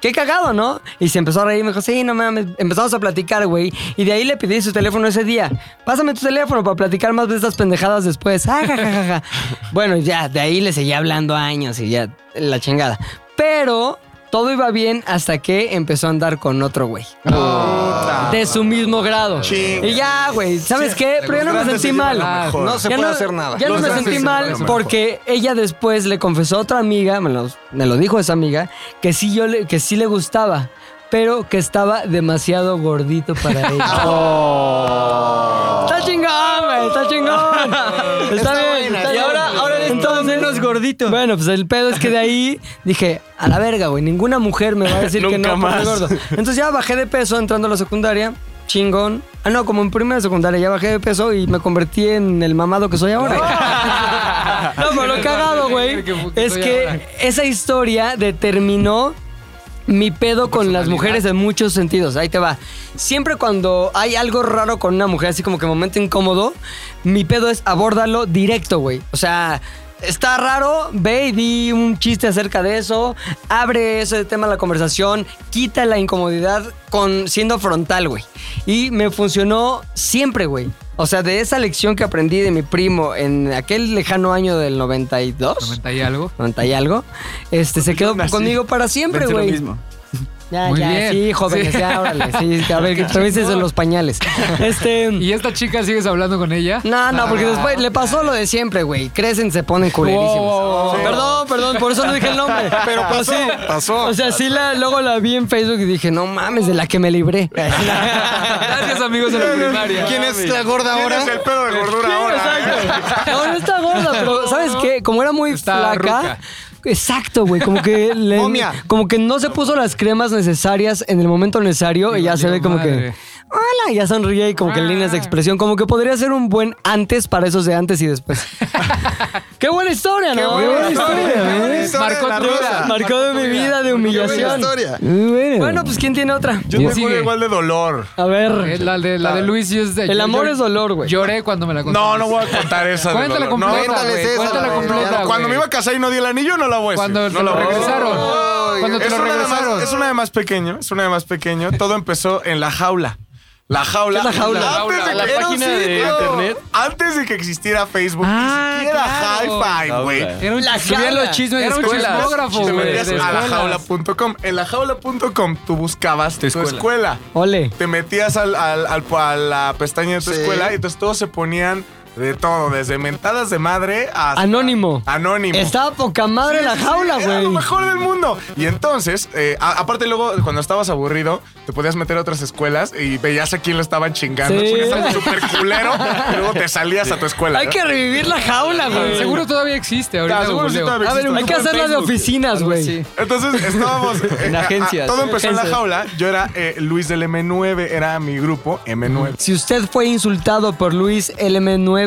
Speaker 2: Qué cagado, ¿no? Y se empezó a reír, me dijo, sí, no mames. Empezamos a platicar, güey. Y de ahí le pedí su teléfono ese día. Pásame tu teléfono para platicar más de estas pendejadas después. Ah, ja, ja, ja, ja. Bueno, ya, de ahí le seguía hablando años y ya, la chingada. Pero todo iba bien hasta que empezó a andar con otro güey. De su mismo grado.
Speaker 5: Chinga.
Speaker 2: Y ya, güey, ¿sabes qué? Pero ya no me
Speaker 7: grandes
Speaker 2: sentí
Speaker 7: se
Speaker 2: mal.
Speaker 7: llevan lo mejor. No se
Speaker 2: Ya
Speaker 7: puede hacer nada.
Speaker 2: Ya no
Speaker 7: Los
Speaker 2: me
Speaker 7: grandes
Speaker 2: sentí
Speaker 7: se llevan
Speaker 2: mal
Speaker 7: lo mejor.
Speaker 2: porque ella después le confesó a otra amiga, me lo, me lo dijo esa amiga, que sí, yo le, que sí le gustaba, pero que estaba demasiado gordito para ella. Está chingón, güey, está chingón. Está, bien.
Speaker 7: buena,
Speaker 2: está
Speaker 7: está
Speaker 2: bien.
Speaker 7: buena.
Speaker 2: entonces menos gordito. Bueno, pues el pedo es que de ahí dije, a la verga, güey, ninguna mujer me va a decir que no por ser gordo. Entonces ya bajé de peso entrando a la secundaria. Chingón. Ah, no, como en primera secundaria ya bajé de peso y me convertí en el mamado que soy ahora. No, pero lo cagado, güey, es que esa historia determinó mi pedo con las mujeres en muchos sentidos. Ahí te va. Siempre cuando hay algo raro con una mujer, así como que momento incómodo, mi pedo es abórdalo directo, güey. O sea, está raro, ve y di un chiste acerca de eso, abre ese tema a la conversación, quita la incomodidad con siendo frontal, güey. Y me funcionó siempre, güey. O sea, de esa lección que aprendí de mi primo en aquel lejano año del 92,
Speaker 9: 90 y algo.
Speaker 2: 90 y algo, este se quedó conmigo para siempre,
Speaker 3: Pensé lo
Speaker 2: güey.
Speaker 3: mismo.
Speaker 2: Ya,
Speaker 9: Muy
Speaker 2: ya,
Speaker 9: bien.
Speaker 2: sí, jóvenes,
Speaker 9: Sí.
Speaker 2: ya, órale. Sí, a ver, que travieses en los pañales. Este.
Speaker 9: ¿Y esta chica sigues hablando con ella?
Speaker 2: No, no, porque después le pasó lo de siempre, güey. Crecen, se ponen culerísimos.
Speaker 9: Wow.
Speaker 2: Sí. Perdón, perdón, por eso no dije el nombre. Pero pasó,
Speaker 7: pasó.
Speaker 2: O sea, sí, la, luego la vi en Facebook y dije, no mames, de la que me libré.
Speaker 9: Gracias, amigos de la primaria.
Speaker 7: ¿Quién es la gorda
Speaker 5: ¿Quién
Speaker 7: ahora?
Speaker 5: es el pedo de gordura ahora?
Speaker 2: Exacto. No, no está gorda, pero ¿sabes qué? Como era muy
Speaker 9: Está
Speaker 2: flaca.
Speaker 9: ruca.
Speaker 2: Exacto, güey. Como que le-
Speaker 7: Momia.
Speaker 2: como que no se puso las cremas necesarias en el momento necesario y ya se ve
Speaker 9: valió
Speaker 2: como
Speaker 9: madre. Ah.
Speaker 2: que. ¡Hola! y Ya sonríe y como que líneas de expresión. Como que podría ser un buen antes para esos de antes y después. ¡Qué buena historia, no! ¡Qué buena, historia!
Speaker 7: qué buena
Speaker 2: ¿eh?
Speaker 7: historia
Speaker 9: Marcó
Speaker 7: de la
Speaker 9: tu vida.
Speaker 7: rosa.
Speaker 2: Marcó de mi vida de humillación.
Speaker 7: historia.
Speaker 2: Bueno. pues ¿quién tiene otra?
Speaker 5: Yo
Speaker 9: ¿Quién
Speaker 5: tengo
Speaker 9: sigue?
Speaker 5: una igual de dolor.
Speaker 2: A ver.
Speaker 9: Es La de, la de Luis y es de...
Speaker 2: El
Speaker 9: yo
Speaker 2: amor
Speaker 9: llor-
Speaker 2: es dolor, güey.
Speaker 9: Lloré cuando me la contaste.
Speaker 5: No, no voy a contar esa de
Speaker 9: pues, Cuéntala
Speaker 5: dolor. No,
Speaker 9: completa,
Speaker 5: no,
Speaker 7: cuéntales
Speaker 9: güey.
Speaker 7: esa,
Speaker 9: Cuéntala
Speaker 7: güey.
Speaker 9: completa,
Speaker 7: No,
Speaker 5: Cuando me iba a casar y no di el anillo, no la voy a decir.
Speaker 9: Cuando
Speaker 5: no
Speaker 9: te
Speaker 5: la
Speaker 9: lo
Speaker 5: voy a decir.
Speaker 9: regresaron.
Speaker 7: Ay,
Speaker 9: Cuando te
Speaker 5: es,
Speaker 9: lo
Speaker 5: una de
Speaker 9: regresaron.
Speaker 5: más, es una de más pequeño, es una de más pequeño. Todo empezó en la jaula. La jaula.
Speaker 2: ¿Qué es la jaula?
Speaker 5: Antes de que
Speaker 8: La
Speaker 5: era un
Speaker 8: página de
Speaker 5: sitio.
Speaker 8: internet.
Speaker 5: Antes de que existiera Facebook,
Speaker 9: Ah,
Speaker 5: ni siquiera
Speaker 9: claro.
Speaker 5: Hi-Fi, güey.
Speaker 9: Era un,
Speaker 2: La
Speaker 9: subían los
Speaker 2: jaula.
Speaker 9: chismes de
Speaker 5: Era un
Speaker 9: escuelas.
Speaker 5: chismógrafo,
Speaker 9: Te
Speaker 5: Te
Speaker 9: metías
Speaker 5: metías
Speaker 9: de
Speaker 5: a
Speaker 9: escuelas.
Speaker 5: lajaula.com. En lajaula.com tú buscabas tu escuela.
Speaker 2: Ole.
Speaker 5: Te metías al, al- al- a la pestaña de tu
Speaker 7: Sí.
Speaker 5: escuela y entonces todos se ponían De todo, desde mentadas de madre hasta...
Speaker 2: Anónimo.
Speaker 5: Anónimo.
Speaker 2: Estaba poca madre
Speaker 5: Sí,
Speaker 2: la
Speaker 5: sí,
Speaker 2: jaula,
Speaker 5: Era lo
Speaker 2: güey.
Speaker 5: mejor del mundo. Y entonces, eh, a- aparte luego, cuando estabas aburrido, te podías meter a otras escuelas y veías a quién lo estaban chingando.
Speaker 2: Sí.
Speaker 5: Porque estabas súper culero y luego te salías a tu escuela.
Speaker 2: Hay
Speaker 5: ¿no?
Speaker 2: que revivir la jaula, güey.
Speaker 9: Seguro todavía existe ahorita.
Speaker 5: Claro, seguro sí
Speaker 9: googleo.
Speaker 5: todavía
Speaker 9: A ver,
Speaker 5: existe.
Speaker 9: un
Speaker 2: Hay que
Speaker 9: grupo en
Speaker 2: hacerla de
Speaker 9: Facebook.
Speaker 2: oficinas,
Speaker 9: Algo
Speaker 2: güey.
Speaker 9: así.
Speaker 5: Entonces estábamos en
Speaker 8: agencias.
Speaker 5: todo empezó en la
Speaker 2: Agencias.
Speaker 5: jaula. Yo era eh, Luis del M9, era mi grupo M9.
Speaker 2: Si usted fue insultado por Luis LM9,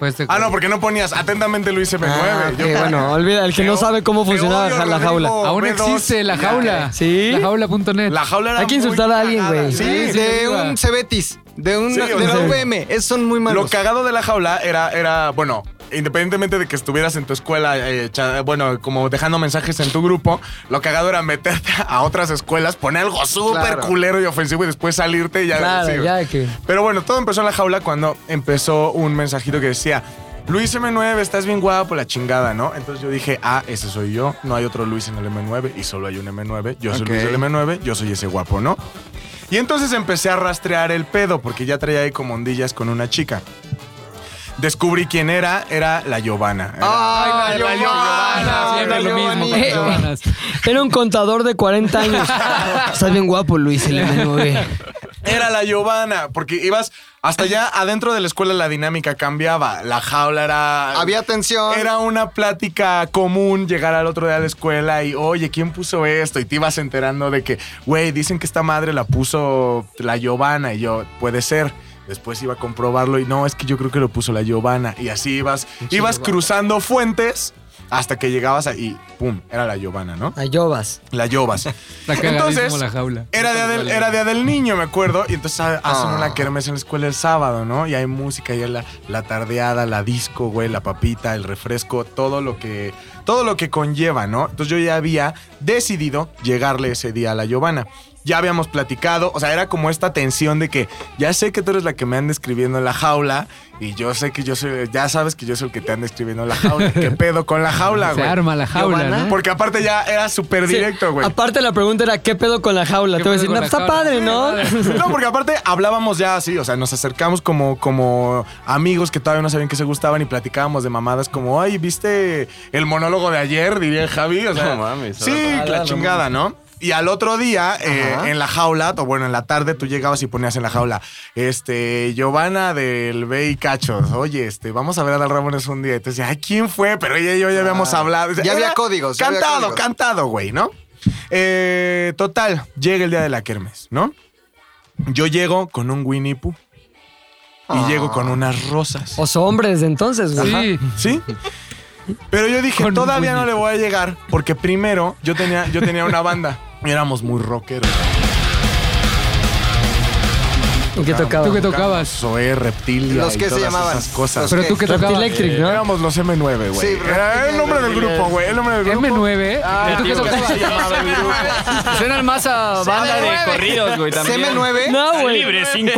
Speaker 9: Pues te-
Speaker 5: Ah, no, porque no ponías atentamente Luis M9.
Speaker 2: Ah,
Speaker 5: Yo-
Speaker 2: ok, bueno, olvida, el que
Speaker 5: Te
Speaker 2: no
Speaker 5: o-
Speaker 2: sabe cómo
Speaker 5: te
Speaker 2: funcionaba
Speaker 5: odio,
Speaker 2: la jaula.
Speaker 5: Rodrigo
Speaker 9: Aún
Speaker 5: B2.
Speaker 9: existe la
Speaker 5: Ya,
Speaker 9: jaula.
Speaker 2: ¿Sí?
Speaker 9: La jaula.net.
Speaker 5: La jaula era
Speaker 2: Hay que
Speaker 5: muy
Speaker 2: insultar a alguien,
Speaker 5: cagada.
Speaker 2: güey.
Speaker 5: Sí,
Speaker 9: Sí, sí.
Speaker 7: de
Speaker 9: arriba.
Speaker 7: un Cebetis, de, un,
Speaker 5: Sí, o
Speaker 7: de
Speaker 5: sea,
Speaker 7: la VM. Esos son muy
Speaker 5: Lo
Speaker 7: malos.
Speaker 5: cagado de la jaula era, era bueno, independientemente de que estuvieras en tu escuela, eh, cha- bueno, como dejando mensajes en tu grupo, lo cagado era meterte a otras escuelas, poner algo súper
Speaker 7: Claro.
Speaker 5: culero y ofensivo y después salirte y ya.
Speaker 2: Claro,
Speaker 5: sí, güey.
Speaker 2: ya que-
Speaker 5: Pero bueno, todo empezó en la jaula cuando empezó un mensajito que decía. Luis M9, estás bien guapo, la chingada, ¿no? Entonces yo dije, ah, ese soy yo, no hay otro Luis en el M9 y solo hay un M9, yo soy
Speaker 7: Ok.
Speaker 5: Luis del M9, yo soy ese guapo, ¿no? Y entonces empecé a rastrear el pedo, porque ya traía ahí como ondillas con una chica. Descubrí quién era, era la Giovanna.
Speaker 7: Ah.
Speaker 5: Era-
Speaker 7: Ay, la
Speaker 5: Ah,
Speaker 7: Giovanna. la
Speaker 9: Siempre lo mismo. con
Speaker 7: Giovanita.
Speaker 9: Giovanas.
Speaker 2: Era un contador de 40 años. Estás bien guapo, Luis LM9.
Speaker 5: Era la Giovanna, porque ibas hasta allá adentro de la escuela la dinámica cambiaba. La jaula era.
Speaker 7: Había tensión.
Speaker 5: Era una plática común llegar al otro día de la escuela y, oye, ¿quién puso esto? Y te ibas enterando de que, güey, dicen que esta madre la puso la Giovanna. Y yo, puede ser. Después iba a comprobarlo y no, es que yo creo que lo puso la Giovanna. Y así ibas, ibas cruzando fuentes hasta que llegabas ahí. ¡Pum! Era la Giovanna, ¿no?
Speaker 2: Ayobas.
Speaker 5: La Giovas.
Speaker 9: Está cagadísimo
Speaker 5: Entonces,
Speaker 9: la jaula.
Speaker 5: Era día, del, era día del niño, me acuerdo. Y entonces ha- hacen una kermés en la escuela el sábado, ¿no? Y hay música, y hay la, la tardeada, la disco, güey, la papita, el refresco, todo lo que. Todo lo que conlleva, ¿no? Entonces yo ya había decidido llegarle ese día a la Giovanna. Ya habíamos platicado, o sea, era como esta tensión de que ya sé que tú eres la que me anda escribiendo en la jaula y yo sé que yo soy, ya sabes que yo soy el que te anda escribiendo en la jaula. ¿Qué pedo con la jaula,
Speaker 9: Se
Speaker 5: güey?
Speaker 9: arma la jaula, ¿no?
Speaker 5: Porque aparte ya era súper directo, güey.
Speaker 2: Aparte, la pregunta era: ¿qué pedo con la jaula?
Speaker 9: ¿Qué
Speaker 2: Te voy a decir:
Speaker 9: pedo
Speaker 2: no,
Speaker 9: con la
Speaker 2: está
Speaker 9: jaula?
Speaker 2: padre, ¿no?
Speaker 5: No, porque aparte hablábamos ya así, o sea, nos acercamos como, como amigos que todavía no sabían que se gustaban y platicábamos de mamadas como, ay, ¿viste el monólogo de ayer? Diría el Javi, o sea.
Speaker 8: No mames,
Speaker 5: Sí,
Speaker 8: ahora-
Speaker 5: la chingada, ¿no? Y al otro día, eh, en la jaula, o bueno, en la tarde, tú llegabas y ponías en la jaula, este, Giovanna del B y Cachos, oye, este, vamos a ver a Dal Ramones un día. Entonces, ay, ¿quién fue? Pero ella y yo ya habíamos hablado. O sea,
Speaker 7: Ah. Ya había
Speaker 5: era
Speaker 7: códigos, ya había
Speaker 5: Cantado,
Speaker 7: códigos.
Speaker 5: cantado, güey, ¿no? Eh, total, llega el día de la kermes, ¿no? Yo llego con un Winnie Pooh y
Speaker 7: Ah.
Speaker 5: llego con unas rosas.
Speaker 2: O hombres desde entonces, güey.
Speaker 9: Sí.
Speaker 5: ¿Sí? Pero yo dije,
Speaker 9: Con un
Speaker 5: todavía no
Speaker 9: Winnie
Speaker 5: le voy a llegar porque primero yo tenía, yo tenía una banda y éramos muy rockeros.
Speaker 2: ¿Y qué tocaba?
Speaker 9: ¿Tú qué tocabas?
Speaker 5: Soy reptilia.
Speaker 7: Los
Speaker 5: y
Speaker 7: que se
Speaker 5: todas
Speaker 7: llamaban.
Speaker 5: esas cosas.
Speaker 9: Pero tú qué
Speaker 2: Reptil
Speaker 9: tocabas.
Speaker 2: Electric, ¿no?
Speaker 5: Éramos los M9, güey.
Speaker 7: Sí,
Speaker 5: Era el nombre del
Speaker 7: reptiles.
Speaker 5: grupo, güey. El nombre del grupo.
Speaker 9: M9. ¿eh?
Speaker 2: Ah,
Speaker 9: ¿Tú qué
Speaker 5: digo que se
Speaker 9: tocabas?
Speaker 5: llamaba el grupo.
Speaker 12: Suenan más a banda de corridos, güey, también.
Speaker 7: CM9.
Speaker 2: No, güey.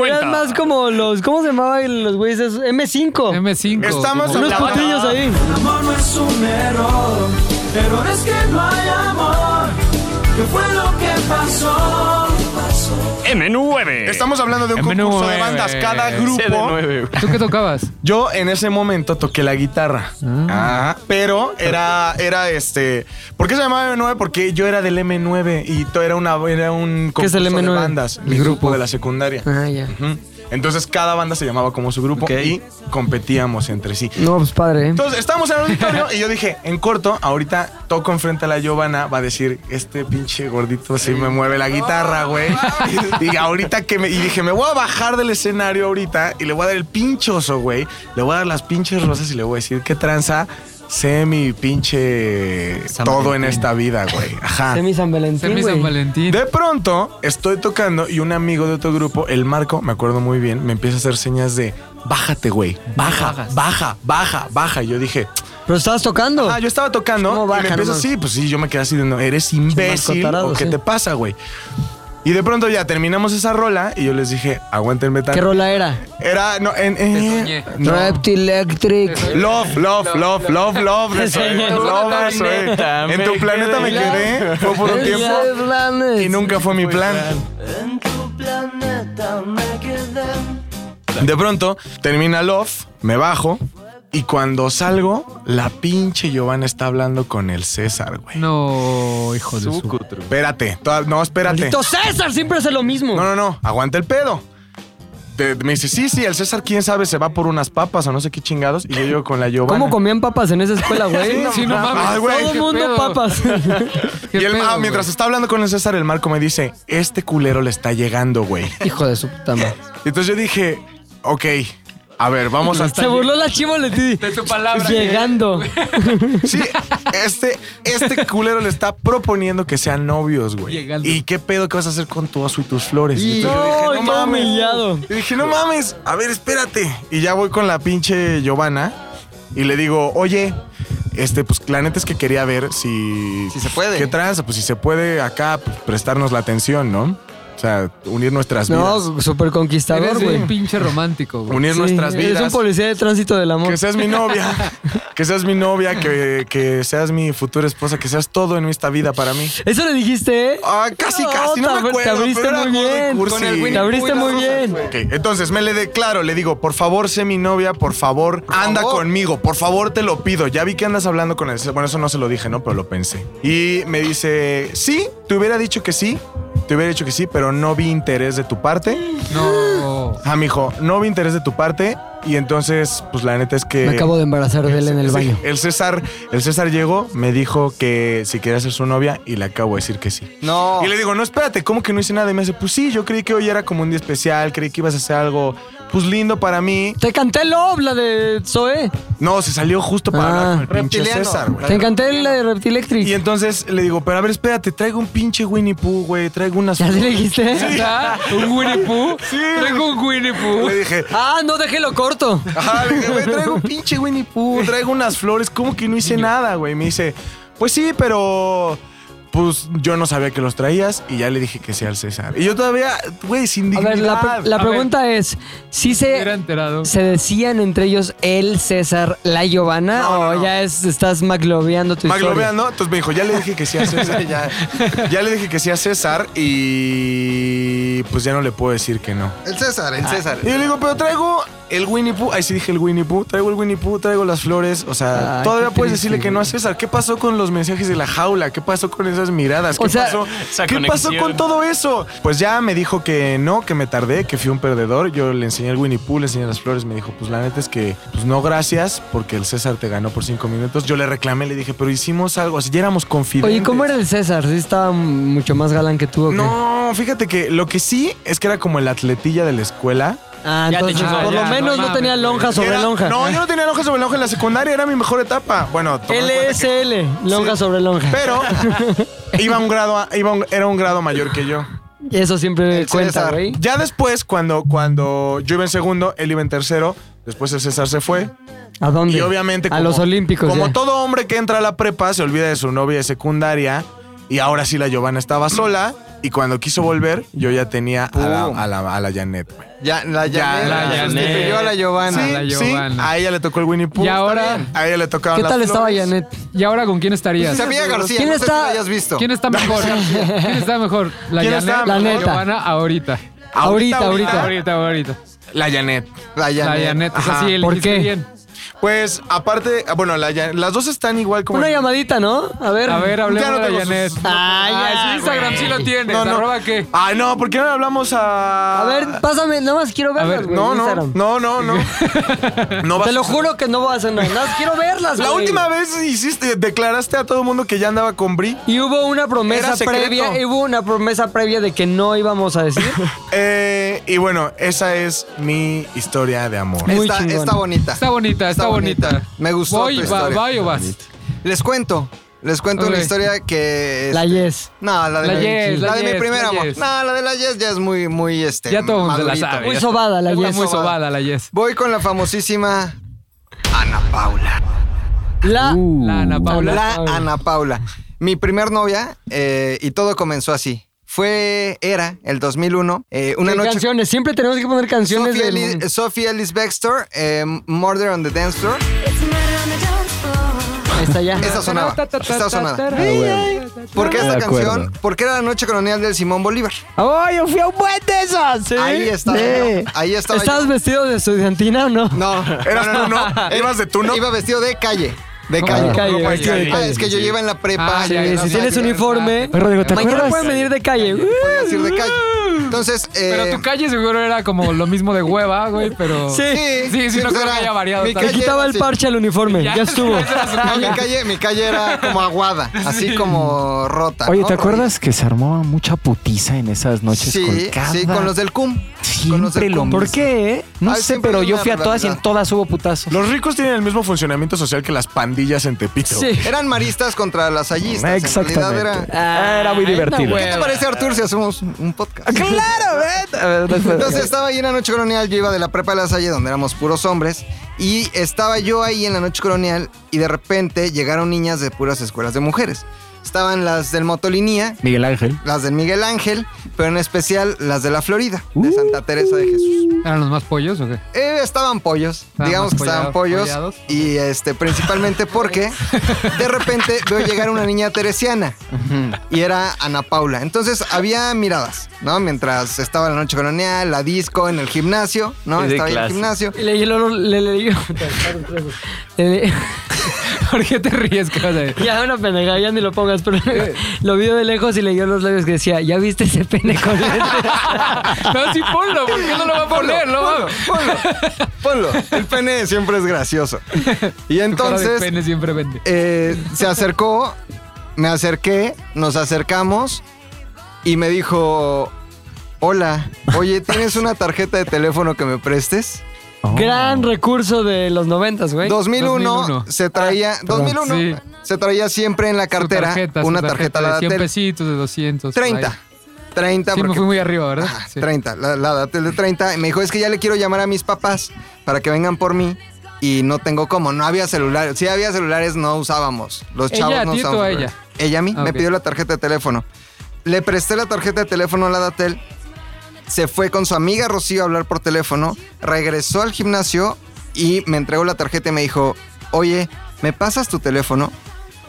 Speaker 2: Eran más como los. ¿Cómo se llamaban los güeyes? esos? M5.
Speaker 9: M5.
Speaker 5: Estamos
Speaker 9: como-
Speaker 5: en
Speaker 2: Unos
Speaker 5: la
Speaker 2: putillos ahí.
Speaker 10: amor no es un error, error es que no hay amor. ¿Qué fue lo que pasó?
Speaker 8: M9.
Speaker 5: Estamos hablando de un
Speaker 8: M9.
Speaker 5: concurso de bandas. Cada grupo.
Speaker 8: CD9,
Speaker 9: ¿Tú qué tocabas?
Speaker 5: Yo en ese momento toqué la guitarra.
Speaker 2: Ah.
Speaker 5: Ajá. Pero era, era este. ¿Por qué se llamaba M9? Porque yo era del M9 y todo era una era un
Speaker 2: ¿Qué es el
Speaker 5: concurso de
Speaker 2: M9?
Speaker 5: bandas. Mi grupo de la secundaria.
Speaker 2: Ah, ya.
Speaker 5: Ujú. Entonces cada banda se llamaba como su grupo
Speaker 8: Ok.
Speaker 5: y competíamos entre sí.
Speaker 2: No, pues padre, ¿eh?
Speaker 5: Entonces, estábamos en el auditorio y yo dije, en corto, ahorita toco enfrente a la Giovanna, va a decir, este pinche gordito sí me mueve la guitarra, güey. y ahorita que me... Y dije, me voy a bajar del escenario ahorita y le voy a dar el pinchoso, güey. Le voy a dar las pinches rosas y le voy a decir, qué tranza, sé mi pinche todo en esta vida, güey. Ajá.
Speaker 2: Semi San Valentín.
Speaker 9: Semi San
Speaker 2: güey.
Speaker 9: Valentín.
Speaker 5: De pronto estoy tocando y un amigo de otro grupo, el Marco, me acuerdo muy bien, me empieza a hacer señas de bájate, güey, baja, baja, baja, baja. Y yo dije,
Speaker 2: Pero estabas tocando.
Speaker 5: ah, yo estaba tocando
Speaker 2: ¿Cómo
Speaker 5: y
Speaker 2: baja,
Speaker 5: me empieza
Speaker 2: no?
Speaker 5: así, pues sí, yo me quedé así de no, eres imbécil,
Speaker 2: Marco tarado,
Speaker 5: ¿o qué
Speaker 2: sí.
Speaker 5: te pasa, güey? Y de pronto ya terminamos esa rola y yo les dije, aguántenme
Speaker 2: ¿Qué
Speaker 5: tanto.
Speaker 2: rola era?
Speaker 5: Era, no, en,
Speaker 9: soñé.
Speaker 5: eh, no.
Speaker 2: Reptil Electric.
Speaker 5: Love, love, love, love, love, de Zoé,
Speaker 2: soñé.
Speaker 5: love, de Zoé. En tu planeta me quedé, fue por un tiempo y nunca fue mi plan. De pronto, termina Love, me bajo. Y cuando salgo, la pinche Giovanna está hablando con el César, güey.
Speaker 9: No, hijo de su.
Speaker 5: Espérate, toda- no, espérate.
Speaker 2: Maldito César siempre hace lo mismo.
Speaker 5: No, no, no, aguanta el pedo. Te- me dice, sí, sí, el César, quién sabe, se va por unas papas o no sé qué chingados. Y yo llego con la Giovanna.
Speaker 2: ¿Cómo comían papas en esa escuela, güey?
Speaker 9: Sí, no mames.
Speaker 5: Ay, güey,
Speaker 2: Todo
Speaker 9: qué
Speaker 2: el mundo
Speaker 9: pedo.
Speaker 2: papas.
Speaker 5: Y el, ah, mientras está hablando con el César, el Marco me dice, este culero le está llegando, güey.
Speaker 2: Hijo de su puta madre.
Speaker 5: Entonces yo dije, ok, a ver, vamos a...
Speaker 2: Se burló la chivoletí. De tu palabra. Pues Llegando.
Speaker 5: Sí, este, este culero le está proponiendo que sean novios, güey.
Speaker 9: Llegando.
Speaker 5: ¿Y qué pedo que vas a hacer con tu oso y tus flores?
Speaker 2: Y-
Speaker 5: Entonces yo
Speaker 2: No, qué humillado.
Speaker 5: Y dije, no mames, a ver, espérate. Y ya voy con la pinche Giovanna y le digo, oye, este, pues la neta es que quería ver si...
Speaker 7: Si se puede.
Speaker 5: ¿Qué tranza? Pues si se puede acá pues, prestarnos la atención, ¿no? O sea, unir nuestras vidas.
Speaker 2: No, súper conquistador,
Speaker 9: Eres
Speaker 2: güey.
Speaker 9: un pinche romántico, güey.
Speaker 5: Unir
Speaker 2: Sí,
Speaker 5: nuestras
Speaker 2: Eres un
Speaker 5: vidas.
Speaker 2: policía de tránsito del amor.
Speaker 5: Que seas mi novia, que seas mi novia, que, que seas mi futura esposa, que seas todo en esta vida para mí.
Speaker 2: Eso le dijiste, ¿eh?
Speaker 5: Ah, casi,
Speaker 2: No,
Speaker 5: casi,
Speaker 2: te
Speaker 5: no, me
Speaker 2: abri- te
Speaker 5: acuerdo.
Speaker 2: abriste
Speaker 5: pero era
Speaker 2: muy
Speaker 5: gordo y
Speaker 2: bien.
Speaker 5: cursi.
Speaker 2: Con el Winnie Te abriste Pooh y muy las bien. cosas,
Speaker 5: Ok, entonces me le declaro, le digo, por favor, sé mi novia, por favor, anda conmigo, por favor, te lo pido. Ya vi que andas hablando con él. Bueno, eso no se lo dije, ¿no? Pero lo pensé. Y me dice, sí, te hubiera dicho que sí, te hubiera dicho que sí, pero no vi interés de tu parte.
Speaker 9: No.
Speaker 5: Ah, mijo, no vi interés de tu parte. Y entonces, pues la neta es que.
Speaker 2: Me acabo de embarazar de él en el
Speaker 5: Sí,
Speaker 2: baño.
Speaker 5: el César, el César llegó, me dijo que si quería ser su novia y le acabo de decir que sí.
Speaker 7: No.
Speaker 5: Y le digo, no, espérate, ¿cómo que no hice nada? Y me dice, pues sí, yo creí que hoy era como un día especial, creí que ibas a hacer algo, pues lindo para mí.
Speaker 2: Te canté el obla de Zoe.
Speaker 5: No, se salió justo para
Speaker 2: Ah.
Speaker 5: hablar con el pinche
Speaker 7: Reptiliano.
Speaker 5: César, güey.
Speaker 2: Te encanté el de Reptilectric.
Speaker 5: Y entonces le digo, pero a ver, espérate, traigo un pinche Winnie Pooh, güey, traigo unas...
Speaker 2: ¿Ya sí le dijiste?
Speaker 9: ¿Está? ¿Un Winnie Pooh? Sí. Traigo un Winnie Pooh.
Speaker 5: Le dije,
Speaker 2: Ah, no, déjelo corto.
Speaker 5: Ajá, le dije, güey, traigo un pinche Winnie Pooh, traigo unas flores, ¿cómo que no hice nada, güey? Me dice, pues sí, pero pues yo no sabía que los traías y ya le dije que sea al César. Y yo todavía, güey, sin
Speaker 2: A
Speaker 5: dignidad.
Speaker 2: ver, la, pre- la
Speaker 9: A ver.
Speaker 2: pregunta es, ¿sí
Speaker 9: Me hubiera
Speaker 2: se,
Speaker 9: enterado.
Speaker 2: se decían entre ellos el César, la Giovanna
Speaker 5: No, no,
Speaker 2: o
Speaker 5: no.
Speaker 2: ya es, estás maglobeando tu
Speaker 5: Maglovea,
Speaker 2: historia?
Speaker 5: ¿no? Entonces me dijo, ya le dije que sí a César, ya, ya le dije que sí a César y pues ya no le puedo decir que no.
Speaker 7: El César, el César.
Speaker 5: Y yo le digo, pero traigo el Winnie Pooh, ahí sí dije el Winnie Pooh, traigo el Winnie Pooh, traigo las flores, o sea,
Speaker 2: Ay,
Speaker 5: todavía
Speaker 2: qué
Speaker 5: puedes
Speaker 2: triste,
Speaker 5: decirle que no a
Speaker 2: güey.
Speaker 5: César. ¿Qué pasó con los mensajes de la jaula? ¿Qué pasó con esas miradas?
Speaker 2: O
Speaker 5: ¿Qué,
Speaker 2: sea,
Speaker 5: pasó?
Speaker 8: esa
Speaker 5: ¿Qué pasó
Speaker 8: conexión.
Speaker 5: con todo eso? Pues ya me dijo que no, que me tardé, que fui un perdedor. Yo le enseñé el Winnie Pooh, le enseñé las flores, me dijo, pues la neta es que, pues no, gracias, porque el César te ganó por cinco minutos. Yo le reclamé, le dije, pero hicimos algo, así ya éramos confidentes.
Speaker 2: Oye, ¿cómo era el César? ¿Sí estaba mucho más galán que tú o qué?
Speaker 5: No, fíjate que lo que sí es que era como el atletilla de la escuela.
Speaker 2: Ah,
Speaker 12: Ya te
Speaker 2: entonces
Speaker 12: chingó.
Speaker 2: por
Speaker 9: Ah,
Speaker 2: lo
Speaker 9: ya,
Speaker 2: menos
Speaker 9: no
Speaker 2: no,
Speaker 9: mames,
Speaker 2: tenía
Speaker 9: güey.
Speaker 2: lonja sobre
Speaker 5: Era-
Speaker 2: lonja.
Speaker 5: No, yo no tenía lonja sobre lonja en la secundaria, era mi mejor etapa. Bueno, tomando en cuenta que-
Speaker 2: LSL, lonja
Speaker 5: Sí.
Speaker 2: sobre lonja.
Speaker 5: pero iba un grado, a- iba un- era un grado mayor que yo.
Speaker 2: Y Eso siempre
Speaker 7: El
Speaker 2: cuenta,
Speaker 7: César.
Speaker 2: güey.
Speaker 5: Ya después, cuando, cuando yo iba en segundo, él iba en tercero. Después el César se fue.
Speaker 2: ¿A dónde?
Speaker 5: Y obviamente.
Speaker 2: A los Olímpicos.
Speaker 5: Como
Speaker 2: ya.
Speaker 5: todo hombre que entra a la prepa, se olvida de su novia de secundaria. Y ahora sí, la Giovanna estaba sola. Y cuando quiso volver, yo ya tenía a la,
Speaker 7: Pum.
Speaker 5: a la- a la Janet, güey.
Speaker 7: Ya, la Janet.
Speaker 9: la
Speaker 7: la
Speaker 9: Janet.
Speaker 7: sustituyó a la Giovanna.
Speaker 9: Sí. la Giovanna.
Speaker 5: a ella le tocó el Winnie Pooh.
Speaker 9: Y
Speaker 5: está
Speaker 9: ahora-
Speaker 5: bien. A ella le tocaron
Speaker 2: ¿Qué
Speaker 5: las
Speaker 2: tal estaba
Speaker 5: flores.
Speaker 2: Janet?
Speaker 9: ¿Y ahora con quién
Speaker 5: Pues,
Speaker 9: estarías?
Speaker 7: Sabía García,
Speaker 2: ¿Quién
Speaker 7: no sé si
Speaker 2: está-
Speaker 7: la hayas visto.
Speaker 9: ¿Quién está mejor? ¿Quién está mejor? ¿La
Speaker 5: ¿Quién
Speaker 9: Janet?
Speaker 5: está
Speaker 9: o
Speaker 2: mejor?
Speaker 9: Giovanna ahorita.
Speaker 2: Ahorita, ahorita.
Speaker 9: Ahorita, ahorita.
Speaker 5: La Janet.
Speaker 7: La
Speaker 9: La
Speaker 7: Janet.
Speaker 9: Janet. O sea,
Speaker 5: Ajá.
Speaker 9: sí,
Speaker 2: ¿Por
Speaker 9: elegiste
Speaker 2: qué?
Speaker 9: bien.
Speaker 5: Pues aparte, ah, bueno, la Jan- las dos están igual como.
Speaker 2: Una llamadita, ¿no? A ver.
Speaker 9: A ver, hablemos
Speaker 5: Ya no
Speaker 9: de
Speaker 5: tengo
Speaker 9: la Janet.
Speaker 5: sus-
Speaker 2: Ah,
Speaker 9: Ah,
Speaker 2: ya,
Speaker 9: su Instagram
Speaker 2: güey.
Speaker 9: sí lo tienes.
Speaker 5: No, no.
Speaker 9: ¿Arroba qué?
Speaker 5: Ah, no, ¿por qué no le hablamos a.
Speaker 2: A ver, pásame, nada más quiero verlas,
Speaker 9: ver,
Speaker 2: güey.
Speaker 5: No,
Speaker 2: en
Speaker 5: no,
Speaker 2: Instagram.
Speaker 5: no, no, no. No vas-
Speaker 2: Te lo juro que no voy a hacer nada. Nada más quiero verlas,
Speaker 5: La
Speaker 2: güey.
Speaker 5: última vez hiciste, declaraste a todo el mundo que ya andaba con Bri.
Speaker 2: Y hubo una promesa
Speaker 5: Era secreto.
Speaker 2: previa, y hubo una promesa previa de que no íbamos a decir.
Speaker 5: Eh, y bueno, esa es mi historia de amor.
Speaker 2: Muy
Speaker 7: Está,
Speaker 2: chingón.
Speaker 7: está bonita.
Speaker 9: Está bonita, está,
Speaker 7: Está
Speaker 9: bonita.
Speaker 7: bonita. Me gustó
Speaker 9: Voy,
Speaker 7: tu
Speaker 9: va,
Speaker 7: historia.
Speaker 9: ¿Voy o vas?
Speaker 7: Les cuento. Les cuento
Speaker 9: Ok.
Speaker 7: una historia que.
Speaker 2: La Yes.
Speaker 7: No, la de
Speaker 9: La
Speaker 7: la,
Speaker 9: Yes, la
Speaker 7: la de mi
Speaker 9: Yes,
Speaker 7: primer
Speaker 9: la
Speaker 7: amor.
Speaker 9: Yes.
Speaker 7: No, la de la Yes ya es muy, muy este.
Speaker 9: Ya todo el mundo la
Speaker 7: madurito.
Speaker 9: sabe.
Speaker 2: Muy sobada la
Speaker 9: Está
Speaker 2: Yes.
Speaker 9: muy
Speaker 7: sobada.
Speaker 9: sobada la Yes.
Speaker 7: Voy con la famosísima Ana Paula.
Speaker 2: La.
Speaker 9: Uh, La Ana Paula.
Speaker 7: La
Speaker 2: Paula.
Speaker 7: Ana Paula. Mi primer novia, eh, y todo comenzó así. Fue, era, el 2001, eh, una
Speaker 2: ¿Qué
Speaker 7: noche.
Speaker 2: canciones. Siempre tenemos que poner canciones
Speaker 7: Sophie
Speaker 2: del
Speaker 7: Ellis, em,
Speaker 2: momento.
Speaker 7: Sophie Ellis Bextor, eh, Murder on the Dance Floor.
Speaker 2: Está ya.
Speaker 7: Esa sonaba. Esta sonaba.
Speaker 9: Ah,
Speaker 7: ¿Por qué esta
Speaker 2: De acuerdo.
Speaker 7: canción? Porque era la noche colonial del Simón Bolívar.
Speaker 2: ¡Oh, yo fui a un buen de esos! ¿sí?
Speaker 7: Ahí estaba
Speaker 2: Sí.
Speaker 7: yo, ahí estaba
Speaker 2: ¿Estabas vestido de estudiantina o no?
Speaker 7: No.
Speaker 5: ¿Eras tú, no? ¿Ibas de tú, no?
Speaker 7: Iba vestido de calle. De
Speaker 2: Ah,
Speaker 7: calle.
Speaker 2: de calle,
Speaker 7: Ropa
Speaker 2: vestido de
Speaker 7: Ah,
Speaker 2: calle,
Speaker 7: es que yo
Speaker 2: sí.
Speaker 7: lleva en la prepa.
Speaker 2: Sí,
Speaker 7: yo no
Speaker 2: si tienes
Speaker 7: sabía.
Speaker 2: uniforme,
Speaker 9: Rodrigo, ¿te
Speaker 2: mañana
Speaker 9: acuerdas?
Speaker 2: pueden venir de calle. Uh,
Speaker 7: Podías ir de calle. Entonces, eh,
Speaker 9: Pero tu calle seguro era como lo mismo de hueva, güey, pero...
Speaker 2: Sí.
Speaker 9: Sí, sí, no
Speaker 7: pues
Speaker 9: creo que
Speaker 7: era-
Speaker 9: haya variado.
Speaker 7: mi
Speaker 9: tanto.
Speaker 2: Le
Speaker 7: calle
Speaker 2: quitaba el
Speaker 7: era así.
Speaker 2: parche al uniforme. Ya,
Speaker 9: Ya,
Speaker 2: estuvo.
Speaker 9: esa es
Speaker 7: No, mi calle, mi calle era como aguada, así como rota.
Speaker 3: Oye,
Speaker 7: ¿no?
Speaker 3: ¿te acuerdas que se armaba mucha putiza en esas noches
Speaker 7: Sí,
Speaker 3: con cada...
Speaker 7: sí, con los del CUM. con los
Speaker 3: Siempre
Speaker 7: del
Speaker 3: lo
Speaker 7: cum.
Speaker 3: mismo. eh?
Speaker 2: ¿Por qué?
Speaker 3: No
Speaker 7: Ay,
Speaker 3: sé,
Speaker 7: siempre
Speaker 3: pero
Speaker 7: hay
Speaker 3: yo
Speaker 7: una
Speaker 3: fui a todas y en
Speaker 7: rivalidad.
Speaker 3: todas hubo putazos.
Speaker 5: Los ricos tienen el mismo funcionamiento social que las pandillas en Tepito.
Speaker 2: Sí.
Speaker 7: Eran maristas contra las allistas. en realidad
Speaker 3: Exactamente.
Speaker 7: era-
Speaker 3: Ah, era muy
Speaker 9: Ay, no,
Speaker 3: divertido.
Speaker 9: güey.
Speaker 7: ¿Qué te parece, Artur, si hacemos un podcast?
Speaker 3: ¡Claro, güey! A ver, después-
Speaker 7: Entonces estaba ahí en la noche colonial, yo iba de la prepa de la Salle, donde éramos puros hombres, y estaba yo ahí en la noche colonial y de repente llegaron niñas de puras escuelas de mujeres. Estaban las del Motolinía,
Speaker 3: Miguel Ángel.
Speaker 7: las del Miguel Ángel, pero en especial las de la Florida, de Santa Teresa de Jesús.
Speaker 9: ¿Eran los más pollos o qué?
Speaker 7: Eh, estaban pollos,
Speaker 9: Estaban
Speaker 7: digamos
Speaker 9: más
Speaker 7: que estaban
Speaker 9: pollados,
Speaker 7: pollos,
Speaker 9: pollados.
Speaker 7: y este principalmente porque de repente veo llegar una niña teresiana y era Ana Paula. Entonces había miradas, ¿no? Mientras estaba la noche colonial, la disco, en el gimnasio, ¿no?
Speaker 3: Sí, de
Speaker 7: Estaba en el
Speaker 3: clase.
Speaker 7: gimnasio.
Speaker 2: Y Le le- le- le- le- le- le-
Speaker 9: ¿Por qué te ríes, cosa?
Speaker 2: Ya una pendeja, ya ni lo pongas, pero lo vio de lejos y leyó los labios que decía, ¿ya viste ese pene con lentes?"
Speaker 9: No, sí, ponlo, ¿por qué no lo va a poner? No, mames.
Speaker 7: Ponlo, ponlo. El pene siempre es gracioso. Y
Speaker 9: Tu cara de
Speaker 7: entonces
Speaker 9: pene siempre vende.
Speaker 7: eh, se acercó, me acerqué, nos acercamos y me dijo, hola, oye, ¿tienes una tarjeta de teléfono que me prestes?
Speaker 2: Oh. Gran recurso de los noventas, güey.
Speaker 7: 2001,
Speaker 9: 2001.
Speaker 7: se traía, 2001
Speaker 9: Ah, Sí.
Speaker 7: se traía siempre en la
Speaker 9: Su
Speaker 7: cartera
Speaker 9: tarjeta, su
Speaker 7: una tarjeta,
Speaker 9: de 100
Speaker 7: la de
Speaker 9: pesitos, de 200. por ahí.
Speaker 7: 30. 30
Speaker 9: Sí, me
Speaker 7: porque-
Speaker 9: fui muy arriba, ¿verdad?
Speaker 7: Ajá,
Speaker 9: Sí.
Speaker 7: 30, la, la Datel de 30. Y me dijo, es que ya le quiero llamar a mis papás para que vengan por mí. Y no tengo cómo, no había celular. Si había celulares, no usábamos. Los
Speaker 9: ¿Ella
Speaker 7: chavos
Speaker 9: a
Speaker 7: no
Speaker 9: ti o tú
Speaker 7: usábamos.
Speaker 9: a
Speaker 7: celulares. Ella a mí,
Speaker 9: Ah,
Speaker 7: me
Speaker 9: ok.
Speaker 7: pidió la tarjeta de teléfono. Le presté la tarjeta de teléfono a la Datel. Se fue con su amiga Rocío a hablar por teléfono. Regresó al gimnasio y me entregó la tarjeta y me dijo, oye, ¿me pasas tu teléfono?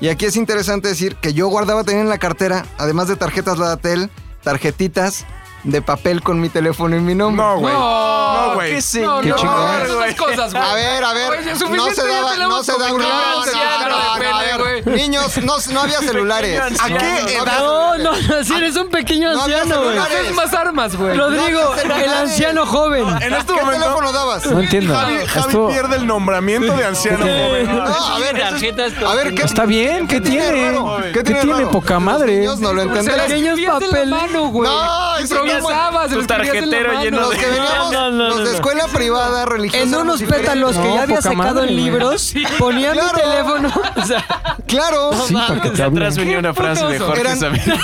Speaker 7: Y aquí es interesante decir que yo guardaba también en la cartera, además de tarjetas Ladatel, tarjetitas de papel con mi teléfono y mi nombre.
Speaker 5: No, güey.
Speaker 9: No,
Speaker 5: No, güey.
Speaker 9: qué
Speaker 5: sí.
Speaker 9: No,
Speaker 3: Qué
Speaker 9: no,
Speaker 3: chingón.
Speaker 9: no, esas cosas, güey.
Speaker 7: A ver, a ver,
Speaker 9: Oye,
Speaker 7: no
Speaker 9: suficiente,
Speaker 7: se
Speaker 9: ya
Speaker 7: daba,
Speaker 9: te la
Speaker 7: no
Speaker 9: hemos
Speaker 7: se daba, no,
Speaker 9: burlado,
Speaker 7: no,
Speaker 9: anciano
Speaker 7: no,
Speaker 9: de
Speaker 7: no, a
Speaker 9: pene,
Speaker 7: ver,
Speaker 9: güey.
Speaker 7: niños, no, no había celulares.
Speaker 5: ¿A qué
Speaker 7: No había
Speaker 5: edad?
Speaker 2: No, no, si eres un pequeño
Speaker 7: No había
Speaker 2: anciano, güey.
Speaker 7: celulares.
Speaker 9: Tienes más armas, güey.
Speaker 2: Rodrigo,
Speaker 7: había celulares.
Speaker 2: el
Speaker 9: eh.
Speaker 2: anciano joven.
Speaker 5: En este
Speaker 7: ¿Qué
Speaker 5: momento,
Speaker 7: teléfono dabas?
Speaker 3: No entiendo.
Speaker 5: Javi, Javi
Speaker 3: Esto-
Speaker 5: pierde el nombramiento de anciano joven.
Speaker 7: No, a ver, eso es- a ver, ¿qué
Speaker 3: Está bien, ¿qué tiene?
Speaker 7: raro?
Speaker 3: ¿Qué tiene?
Speaker 7: raro?
Speaker 3: Poca
Speaker 7: Los
Speaker 3: madre.
Speaker 7: niños no lo entenderán.
Speaker 2: Pequeños
Speaker 9: Pies de la
Speaker 2: papeles.
Speaker 9: mano, güey.
Speaker 7: No, eso no,
Speaker 9: Improvisabas,
Speaker 8: Tu
Speaker 9: los querías en la
Speaker 8: tarjetero
Speaker 9: mano.
Speaker 8: lleno
Speaker 7: Los que
Speaker 2: No,
Speaker 7: veníamos,
Speaker 2: no, no,
Speaker 7: los de
Speaker 2: no.
Speaker 7: escuela privada, religiosa.
Speaker 2: En unos
Speaker 7: diferente.
Speaker 2: pétalos que
Speaker 3: No,
Speaker 2: ya había
Speaker 3: poca
Speaker 2: sacado
Speaker 3: madre,
Speaker 2: en
Speaker 3: güey.
Speaker 2: libros, ponía
Speaker 7: Claro.
Speaker 2: mi teléfono. O sea,
Speaker 7: Claro.
Speaker 3: Sí,
Speaker 2: Ah,
Speaker 3: para que te
Speaker 8: De atrás
Speaker 3: hablen.
Speaker 8: venía una frase de Jorge
Speaker 7: Eran
Speaker 8: Sabina.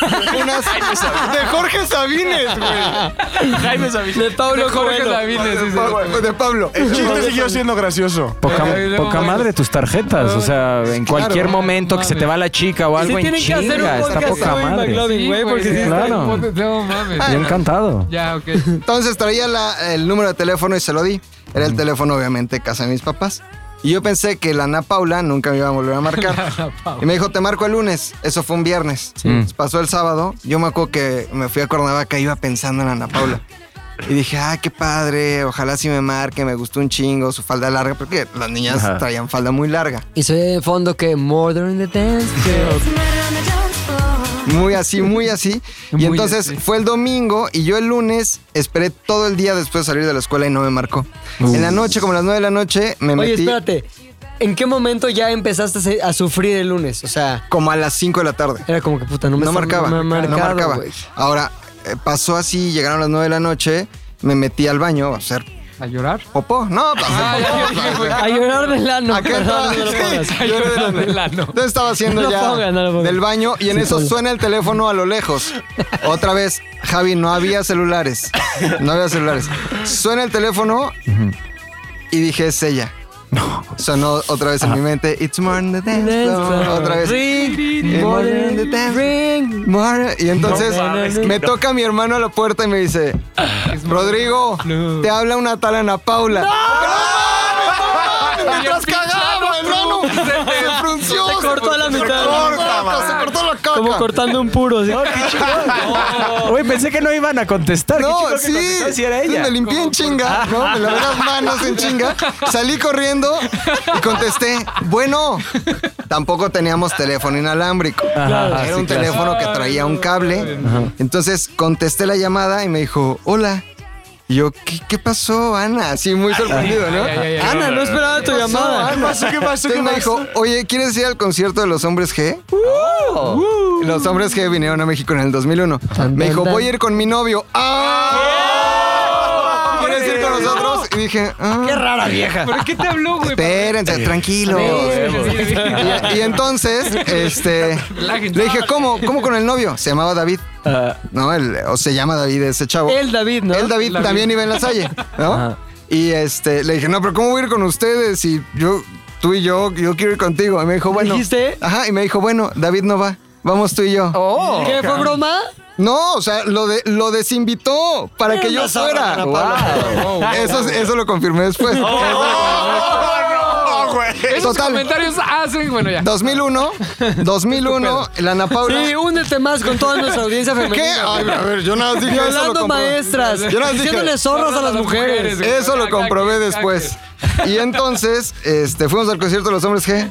Speaker 7: unas de Jorge Sabines, güey.
Speaker 8: Jaime Sabina.
Speaker 2: de Pablo
Speaker 9: Jorge
Speaker 2: Coelho.
Speaker 9: Sabines, sí, sí.
Speaker 7: Pa- De Pablo.
Speaker 5: El chiste siguió siendo gracioso.
Speaker 3: Poca,
Speaker 9: Ay, no,
Speaker 3: poca
Speaker 9: mames.
Speaker 3: madre tus tarjetas, o sea, en cualquier momento que se te va la chica o
Speaker 2: Sí
Speaker 3: algo en
Speaker 2: tienen que hacer un
Speaker 3: chinga, está
Speaker 2: podcast
Speaker 3: poca
Speaker 2: tú y
Speaker 3: madre.
Speaker 2: McLovin, güey, porque sí.
Speaker 3: claro.
Speaker 9: No mames.
Speaker 3: Yo encantado.
Speaker 9: Ya, ok.
Speaker 7: Entonces traía la- el número de teléfono y se lo di. Era el teléfono, obviamente, casa de mis papás. Y yo pensé que la Ana Paula nunca me iba a volver a marcar. y me dijo, te marco el lunes. Eso fue un viernes. Pasó el sábado. Yo me acuerdo que me fui a Cuernavaca iba pensando en Ana Paula. Y dije, ah, qué padre, ojalá sí me marque, me gustó un chingo, su falda larga, porque las niñas
Speaker 3: Ajá.
Speaker 7: traían falda muy larga.
Speaker 2: Y soy de fondo que Murder in the Dance Club.
Speaker 7: Muy así, muy así. Y
Speaker 9: Muy
Speaker 7: entonces
Speaker 9: así.
Speaker 7: fue el domingo y yo el lunes esperé todo el día después de salir de la escuela y no me marcó. En la noche, como a las 9 de la noche, me
Speaker 2: Oye,
Speaker 7: metí
Speaker 2: espérate. ¿En qué momento ya empezaste a se- a sufrir el lunes? O sea,
Speaker 7: como a las 5 de la tarde.
Speaker 2: era como que puta, no me
Speaker 7: No
Speaker 2: está-
Speaker 7: marcaba.
Speaker 2: me ha marcado,
Speaker 7: no marcaba.
Speaker 2: güey.
Speaker 7: Ahora, eh, pasó así, llegaron las 9 de la noche, me metí al baño a hacer
Speaker 9: ¿A llorar?
Speaker 7: popó. No, para hacer
Speaker 9: Ah, ya,
Speaker 7: popó,
Speaker 9: ya, ya,
Speaker 7: para-
Speaker 9: ya.
Speaker 2: A llorar de lano,
Speaker 7: ¿A qué
Speaker 2: perdón,
Speaker 7: no?
Speaker 2: no lo
Speaker 7: Sí.
Speaker 2: pongas.
Speaker 9: A llorar del ano.
Speaker 7: Entonces estaba haciendo
Speaker 2: No lo
Speaker 7: ya
Speaker 2: pongas, no lo pongas.
Speaker 7: del baño y en eso suena el teléfono a lo lejos. Otra vez, Javi, no había celulares. No había celulares. Suena el teléfono y dije, es ella. Sonó otra vez en mi mente. It's more than the dance floor". Otra vez.
Speaker 2: Ring,
Speaker 7: Eh,
Speaker 2: modern,
Speaker 7: modern dance.
Speaker 2: ring.
Speaker 7: More- Y entonces
Speaker 8: No mames,
Speaker 7: me
Speaker 8: no.
Speaker 7: toca mi hermano a la puerta y me dice, Rodrigo,
Speaker 9: No.
Speaker 7: te habla una tal Ana Paula.
Speaker 9: Mientras
Speaker 7: cagaba, hermano.
Speaker 9: Se
Speaker 7: Se frunció, se Ah.
Speaker 2: como cortando un puro. así.
Speaker 6: Güey, pensé que no iban a contestar.
Speaker 7: No,
Speaker 6: Qué chido que
Speaker 7: sí.
Speaker 6: contestó si era ella.
Speaker 7: Me limpié en chinga, ¿no? Me lavé las manos en chinga. Salí corriendo y contesté, bueno, tampoco teníamos teléfono inalámbrico.
Speaker 6: Claro.
Speaker 7: Era
Speaker 6: Ah,
Speaker 7: un
Speaker 6: sí, claro.
Speaker 7: teléfono que traía un cable. Entonces contesté la llamada y me dijo, hola. Y yo, ¿qué, qué pasó, Ana? Así muy sorprendido, ¿no?
Speaker 9: Ay, ay, ay,
Speaker 2: Ana, no esperaba tu
Speaker 7: ¿Qué pasó,
Speaker 2: llamada.
Speaker 7: Ana? Entonces me dijo, oye, ¿quieres ir al concierto de los hombres G? Oh. Los hombres G vinieron a México en el 2001.
Speaker 2: Tan,
Speaker 7: Me
Speaker 2: tan,
Speaker 7: dijo,
Speaker 2: tan.
Speaker 7: voy a ir con mi novio. ¡Ah! ¿Quieres ir con nosotros? Y dije, ah,
Speaker 2: Qué rara vieja.
Speaker 9: ¿Por qué te habló, güey?
Speaker 7: espérense, tranquilo. Y, y entonces, este, le dije, ¿cómo? ¿Cómo con el novio? Se llamaba David. No, el- o se llama David ese chavo.
Speaker 2: El David, ¿no?
Speaker 7: Él, Oh. David, también iba en la salle, ¿no? Y este, le dije, no, pero ¿cómo voy a ir con ustedes? Y yo, tú y yo, yo quiero ir contigo. Y me dijo, bueno.
Speaker 2: ¿Dijiste? Oh.
Speaker 7: Ajá, y me dijo, bueno, David no va. Vamos tú y yo.
Speaker 2: ¿Qué fue broma?
Speaker 7: No, o sea, lo, de, lo desinvitó para que yo fuera. Eso, es- eso lo confirmé después. Eh,
Speaker 5: ¡Oh, no, güey!
Speaker 9: Esos
Speaker 7: Total.
Speaker 9: comentarios hacen, bueno, ya.
Speaker 7: 2001, 2001, la Ana Paula.
Speaker 2: Sí, únete más con toda nuestra audiencia
Speaker 7: ¿Qué?
Speaker 2: femenina.
Speaker 7: Ay, a ver, yo nada más dije eso. Lo
Speaker 2: Violando
Speaker 7: comprobé.
Speaker 2: maestras,
Speaker 7: Yo nada más dije-
Speaker 2: diciéndole zorras a las mujeres.
Speaker 9: güey.
Speaker 7: Eso lo
Speaker 9: Cada
Speaker 7: comprobé
Speaker 9: quien, cada
Speaker 7: después.
Speaker 9: quien.
Speaker 7: Y entonces, este, fuimos al concierto de los hombres G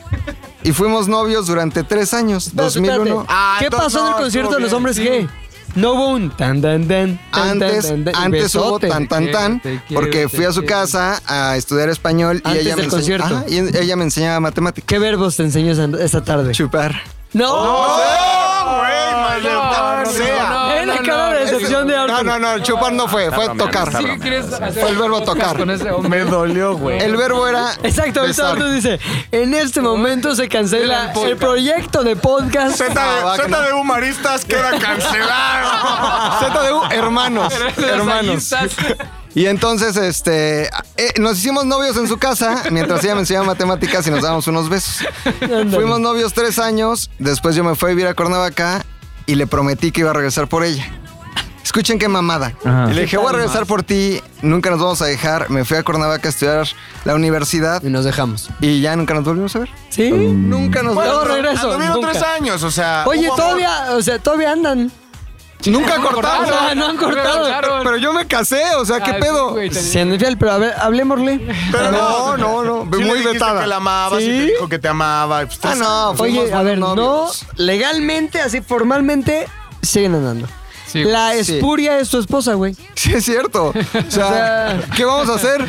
Speaker 7: y fuimos novios durante tres años,
Speaker 2: Espérate,
Speaker 7: 2001.
Speaker 2: espérate.
Speaker 5: Ah,
Speaker 2: ¿Qué
Speaker 5: entonces
Speaker 2: pasó en el
Speaker 5: no,
Speaker 2: concierto de
Speaker 5: estuvo
Speaker 2: los
Speaker 5: bien,
Speaker 2: hombres
Speaker 5: sí.
Speaker 2: G? No hubo un tan tan tan. tan,
Speaker 7: Antes,
Speaker 2: tan, tan, tan, y
Speaker 7: antes hubo
Speaker 2: besote.
Speaker 7: tan tan tan, porque fui a su casa a estudiar español y
Speaker 2: Antes
Speaker 7: ella, me
Speaker 2: del
Speaker 7: enseñ-
Speaker 2: concierto.
Speaker 7: Ajá, y ella me enseñaba matemáticas.
Speaker 2: ¿Qué verbos te enseñó esa- esta tarde?
Speaker 7: Chupar.
Speaker 2: No.
Speaker 5: ¡Oh, güey! ¡Maldita
Speaker 9: no,
Speaker 5: sea!
Speaker 9: no,
Speaker 2: Era la cara de decepción de
Speaker 7: Oh, No,
Speaker 2: Arthur.
Speaker 7: no, no, chupar Ah, no fue, fue
Speaker 6: bromeando,
Speaker 7: tocar.
Speaker 6: está bromeando.
Speaker 9: ¿Qué quieres hacer?
Speaker 7: Fue el verbo tocar.
Speaker 9: Con ese hombre.
Speaker 5: dolió, güey.
Speaker 7: El verbo era.
Speaker 2: Exacto, ahorita
Speaker 7: besar.
Speaker 2: Arthur dice, en este momento se cancela el proyecto de podcast.
Speaker 7: Ah, va, que no.
Speaker 5: Z de humaristas queda cancelado.
Speaker 7: ZDU, hermanos. hermanos. Y entonces, este, eh, nos hicimos novios en su casa mientras ella me enseñaba matemáticas y nos dábamos unos besos.
Speaker 2: Ándale.
Speaker 7: Fuimos novios tres años, después yo me fui a vivir a Cuernavaca y le prometí que iba a regresar por ella. Escuchen qué mamada.
Speaker 3: Ajá.
Speaker 7: Y le dije, voy a regresar por ti, nunca nos vamos a dejar. Me fui a Cuernavaca a estudiar la universidad
Speaker 2: Y nos dejamos.
Speaker 7: y ya nunca nos volvimos a ver.
Speaker 2: ¿Sí?
Speaker 7: Nunca nos
Speaker 2: Bueno,
Speaker 7: volvimos a ver.
Speaker 2: regreso,
Speaker 5: Anduvieron
Speaker 2: nunca.
Speaker 5: tres años, o sea.
Speaker 2: Oye,
Speaker 5: hubo amor.
Speaker 2: todavía, o sea, todavía andan.
Speaker 7: Nunca
Speaker 2: O
Speaker 5: Ah,
Speaker 7: cortaron.
Speaker 2: sea, no han cortado.
Speaker 9: Claro.
Speaker 7: Pero yo me casé, o sea, ¿qué
Speaker 9: Ah, sí,
Speaker 7: pedo?
Speaker 9: güey, también.
Speaker 2: Se han fiel, pero a ver, hablemosle.
Speaker 5: Pero
Speaker 7: No, no, no.
Speaker 5: Sí le
Speaker 7: Muy
Speaker 5: dijiste
Speaker 7: vetada.
Speaker 5: que la amabas y te
Speaker 2: ¿Sí?
Speaker 5: dijo que te amaba. y pues,
Speaker 7: Ah,
Speaker 5: tres
Speaker 7: no, fuimos
Speaker 2: Oye, a
Speaker 7: buenos
Speaker 2: ver,
Speaker 7: novios.
Speaker 2: no, legalmente, así formalmente, siguen andando.
Speaker 9: Sí, güey.
Speaker 2: La
Speaker 7: Sí.
Speaker 2: espuria es tu esposa, güey.
Speaker 7: Sí, es cierto. O sea, ¿qué vamos a hacer?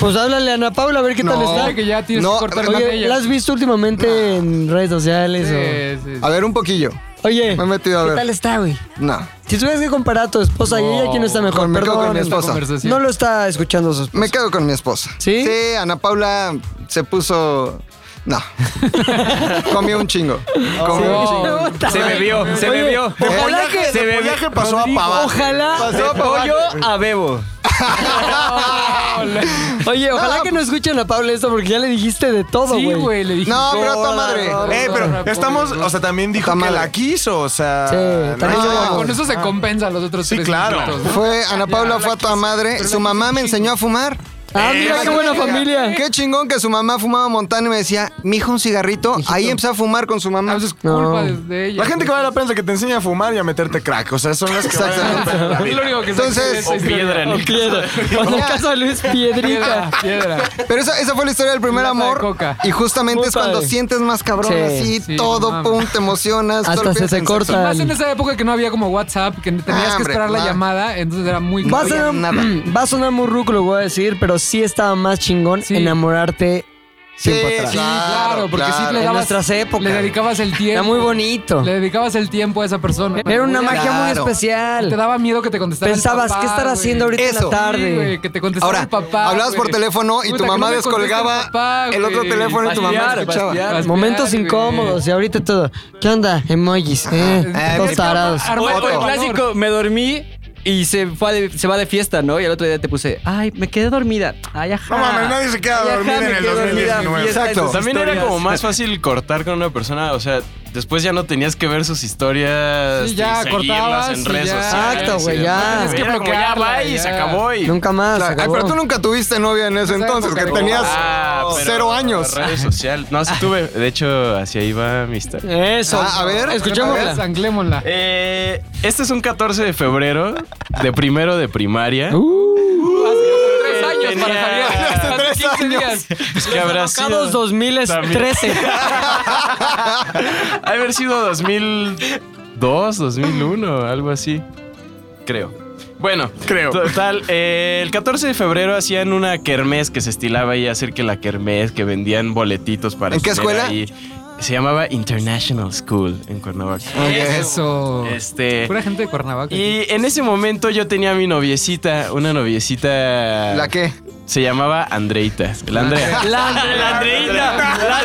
Speaker 2: Pues háblale a Ana Paula a ver qué tal
Speaker 7: No.
Speaker 2: está.
Speaker 9: Dile que ya tienes
Speaker 7: No,
Speaker 9: que cortar con
Speaker 2: Oye,
Speaker 9: ella.
Speaker 2: ¿la has visto últimamente en redes sociales? o-
Speaker 9: Sí, sí, sí.
Speaker 7: A ver, un poquillo.
Speaker 2: Oye,
Speaker 7: Me he metido a
Speaker 2: ¿qué
Speaker 7: ver.
Speaker 2: tal está, güey?
Speaker 7: No.
Speaker 2: Si tuvieras que comparar a tu esposa y ella, ¿quién está mejor?
Speaker 7: Con- me quedo
Speaker 2: Perdón,
Speaker 7: con mi
Speaker 9: Esta
Speaker 7: esposa.
Speaker 9: conversación.
Speaker 2: No lo está escuchando su esposa.
Speaker 7: Me quedo con mi esposa.
Speaker 2: ¿Sí?
Speaker 7: Sí, Ana Paula se puso. No. Comió un chingo. Comió un chingo.
Speaker 6: Se me vio, se me vio.
Speaker 2: Ojalá
Speaker 5: años.
Speaker 2: que...
Speaker 5: De
Speaker 6: ve-
Speaker 5: pues, follaje pasó a pavada.
Speaker 2: Ojalá...
Speaker 6: De pollo a bebo.
Speaker 2: Oye, ojalá
Speaker 7: pues
Speaker 2: que no escuchen a Paula esto porque ya le dijiste de todo,
Speaker 9: Sí,
Speaker 2: güey.
Speaker 9: güey, le dije.
Speaker 7: No, pero está madre.
Speaker 5: Eh, pero estamos, o sea, también dijo
Speaker 7: Está
Speaker 5: que
Speaker 7: mal.
Speaker 5: la quiso, o sea.
Speaker 2: Sí, también
Speaker 7: yo-
Speaker 9: Ah, con eso se compensa los otros
Speaker 5: Sí,
Speaker 9: tres
Speaker 5: claro.
Speaker 9: minutos, ¿no?
Speaker 7: Fue Ana Paula fue a toda madre. Su mamá me enseñó a fumar.
Speaker 2: Ah,
Speaker 7: Eh,
Speaker 2: mira qué buena familia.
Speaker 7: Qué chingón que su mamá fumaba montana y me decía, mijo, un cigarrito. Ahí empecé a fumar con su
Speaker 9: Ah,
Speaker 7: mamá.
Speaker 9: pues es culpa
Speaker 2: No.
Speaker 9: de- de ella.
Speaker 5: La gente que vale la pena es la que te enseña a fumar y a meterte crack. O sea, son las que valen
Speaker 7: Exactamente.
Speaker 5: la pena.
Speaker 9: Es lo único que sé
Speaker 7: Entonces-
Speaker 9: que es esa
Speaker 7: O
Speaker 9: historia.
Speaker 2: O piedra. O en el caso de Luis, piedrita.
Speaker 9: Piedra, piedra.
Speaker 7: Pero esa, esa fue la historia del primer
Speaker 9: Lata de
Speaker 7: amor.
Speaker 9: coca.
Speaker 7: Y justamente
Speaker 2: Muy
Speaker 7: es cuando
Speaker 2: padre.
Speaker 7: sientes más cabrón
Speaker 2: Sí,
Speaker 7: así,
Speaker 9: sí,
Speaker 7: todo,
Speaker 9: mames.
Speaker 7: pum, te emocionas.
Speaker 2: Hasta
Speaker 7: todo
Speaker 2: se
Speaker 7: piensas
Speaker 2: te
Speaker 7: en
Speaker 2: corta.
Speaker 7: sexo.
Speaker 9: Más en esa época que no había como WhatsApp, que tenías
Speaker 7: Ah,
Speaker 9: que
Speaker 7: hombre,
Speaker 9: esperar la
Speaker 7: nada.
Speaker 9: llamada, entonces era muy
Speaker 2: Va a,
Speaker 7: había
Speaker 2: sonar,
Speaker 7: nada.
Speaker 2: va a sonar muy ruco, lo voy a decir, pero sí estaba más chingón
Speaker 9: Sí.
Speaker 2: enamorarte
Speaker 7: Sí,
Speaker 2: tiempo atrás.
Speaker 9: Sí, claro, porque sí le
Speaker 2: En
Speaker 9: dabas
Speaker 2: nuestras épocas.
Speaker 9: le dedicabas el tiempo.
Speaker 2: Era muy bonito.
Speaker 9: Le dedicabas el tiempo a esa persona.
Speaker 2: Era una
Speaker 9: Muy
Speaker 2: magia muy
Speaker 7: Claro.
Speaker 9: Te
Speaker 2: especial.
Speaker 9: daba miedo que te contestara el
Speaker 2: Pensabas,
Speaker 9: papá,
Speaker 2: ¿qué estará
Speaker 9: güey?
Speaker 2: haciendo ahorita en la
Speaker 7: Eso.
Speaker 9: Sí,
Speaker 2: tarde?
Speaker 9: güey, que te contestaba
Speaker 7: Ahora,
Speaker 9: el papá.
Speaker 7: hablabas por
Speaker 9: güey.
Speaker 7: teléfono y
Speaker 9: Puta,
Speaker 7: tu
Speaker 9: que
Speaker 7: mamá
Speaker 9: no me contesta
Speaker 7: descolgaba
Speaker 9: el papá,
Speaker 7: el otro
Speaker 9: güey.
Speaker 7: teléfono y tu mamá
Speaker 6: Fastidiar,
Speaker 7: escuchaba.
Speaker 6: fastidiar.
Speaker 9: Vas
Speaker 2: Momentos
Speaker 9: peor, güey.
Speaker 2: incómodos y ahorita todo. ¿Qué onda? Emojis, eh.
Speaker 7: Ah,
Speaker 2: todos
Speaker 7: es-
Speaker 2: tarados.
Speaker 9: Armó
Speaker 13: O el, o el
Speaker 9: otro.
Speaker 13: clásico, me dormí y se, fue de- se va de fiesta, ¿no? Y al otro día te puse, ay, me quedé dormida. Ay, ajá.
Speaker 5: No mames, nadie se queda
Speaker 13: Ay, ajá,
Speaker 5: dormido en
Speaker 13: me
Speaker 5: el
Speaker 13: quedé dormida. Fiesta
Speaker 5: 2019.
Speaker 13: en sus
Speaker 5: Exacto.
Speaker 13: historias. También era como
Speaker 3: más fácil cortar con una persona, o sea,
Speaker 11: Después ya no tenías que ver sus historias
Speaker 2: Sí, ya,
Speaker 11: y seguirlas
Speaker 2: cortabas y
Speaker 11: en redes
Speaker 2: ya.
Speaker 11: sociales.
Speaker 2: Exacto, güey,
Speaker 11: Y
Speaker 2: ya.
Speaker 11: demás.
Speaker 2: Tienes que
Speaker 11: Era como ya
Speaker 2: bloquearla,
Speaker 11: va y se
Speaker 2: ya.
Speaker 11: acabó. Y...
Speaker 2: Nunca más.
Speaker 7: Claro.
Speaker 2: se
Speaker 7: Ay,
Speaker 2: acabó.
Speaker 7: pero tú nunca tuviste novia en ese
Speaker 2: Esa
Speaker 7: entonces,
Speaker 2: época
Speaker 7: que
Speaker 2: de
Speaker 7: tenías
Speaker 11: Ah, pero
Speaker 7: cero años.
Speaker 11: Redes sociales. No, sí tuve. De hecho, hacia ahí va mi historia.
Speaker 2: Eso.
Speaker 7: Ah, a ver,
Speaker 2: escuchémosla.
Speaker 7: a ver.
Speaker 9: Sanglémosla.
Speaker 11: Eh, este es un 14 de febrero, de primero de primaria.
Speaker 2: Uh.
Speaker 9: Tres años para Javier. Hace 15 días.
Speaker 11: Pues, ¿Qué habrá sido?
Speaker 2: Tocados 2013.
Speaker 11: Ha de haber sido 2002, 2001, algo así. Creo. Bueno, creo. Total, eh, el 14 de febrero hacían una kermés que se estilaba ahí hacer que la kermés, que vendían boletitos para.
Speaker 7: ¿En qué
Speaker 11: tener
Speaker 7: escuela?
Speaker 11: ahí. Se llamaba International School en Cuernavaca.
Speaker 9: Eso.
Speaker 11: Este.
Speaker 9: Pura gente de Cuernavaca.
Speaker 11: Y en ese momento yo tenía a mi noviecita, una noviecita.
Speaker 7: ¿La qué?
Speaker 11: Se llamaba Andreita. La Andrea.
Speaker 2: La Andreita.
Speaker 11: La Andreita.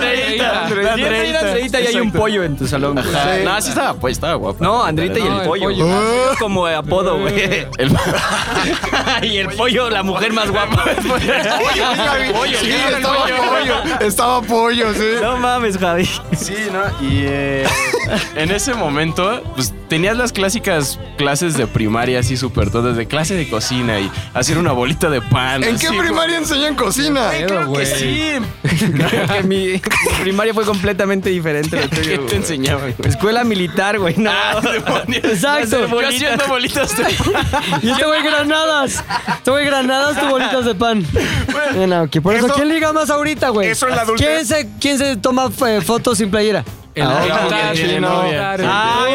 Speaker 11: La
Speaker 12: Andreita, Andreita y hay un pollo en tu salón. güey.
Speaker 11: Ajá. No, sí estaba, pues, estaba guapo.
Speaker 12: No, Andreita y
Speaker 9: No,
Speaker 12: el
Speaker 9: el
Speaker 12: pollo.
Speaker 9: pollo.
Speaker 12: Es Como apodo, güey.
Speaker 11: El-
Speaker 12: y el pollo, la mujer más guapa.
Speaker 11: Pollo,
Speaker 7: Sí,
Speaker 11: el
Speaker 7: estaba
Speaker 11: pollo.
Speaker 7: pollo. Estaba pollo, sí.
Speaker 12: No mames, Javi.
Speaker 11: Sí, ¿no? Y eh, en ese momento, pues tenías las clásicas clases de primaria así súper todas, de clase de cocina y hacer una bolita de pan.
Speaker 7: ¿En qué
Speaker 11: así,
Speaker 7: primaria enseñan cocina?
Speaker 11: güey. Creo que sí.
Speaker 12: que mi, mi primaria fue completamente diferente. de lo tuyo,
Speaker 11: ¿Qué
Speaker 12: güey. Ah,
Speaker 11: te enseñaba? güey?
Speaker 12: Escuela militar, güey. No.
Speaker 11: Hacer
Speaker 2: Exacto.
Speaker 11: bolitas. Yo haciendo bolitas de pan.
Speaker 2: Y este güey granadas. Este güey granadas, tu bolitas de pan. Bueno, ok, Por eso,
Speaker 5: eso-
Speaker 2: ¿quién liga más ahorita, güey?
Speaker 5: eso en la adultez.
Speaker 2: ¿Quién se, quién se toma eh, fotos sin playera?
Speaker 9: El
Speaker 2: Ah,
Speaker 9: altar,
Speaker 11: tiene
Speaker 9: el
Speaker 11: novia.
Speaker 9: altar,
Speaker 11: Ah,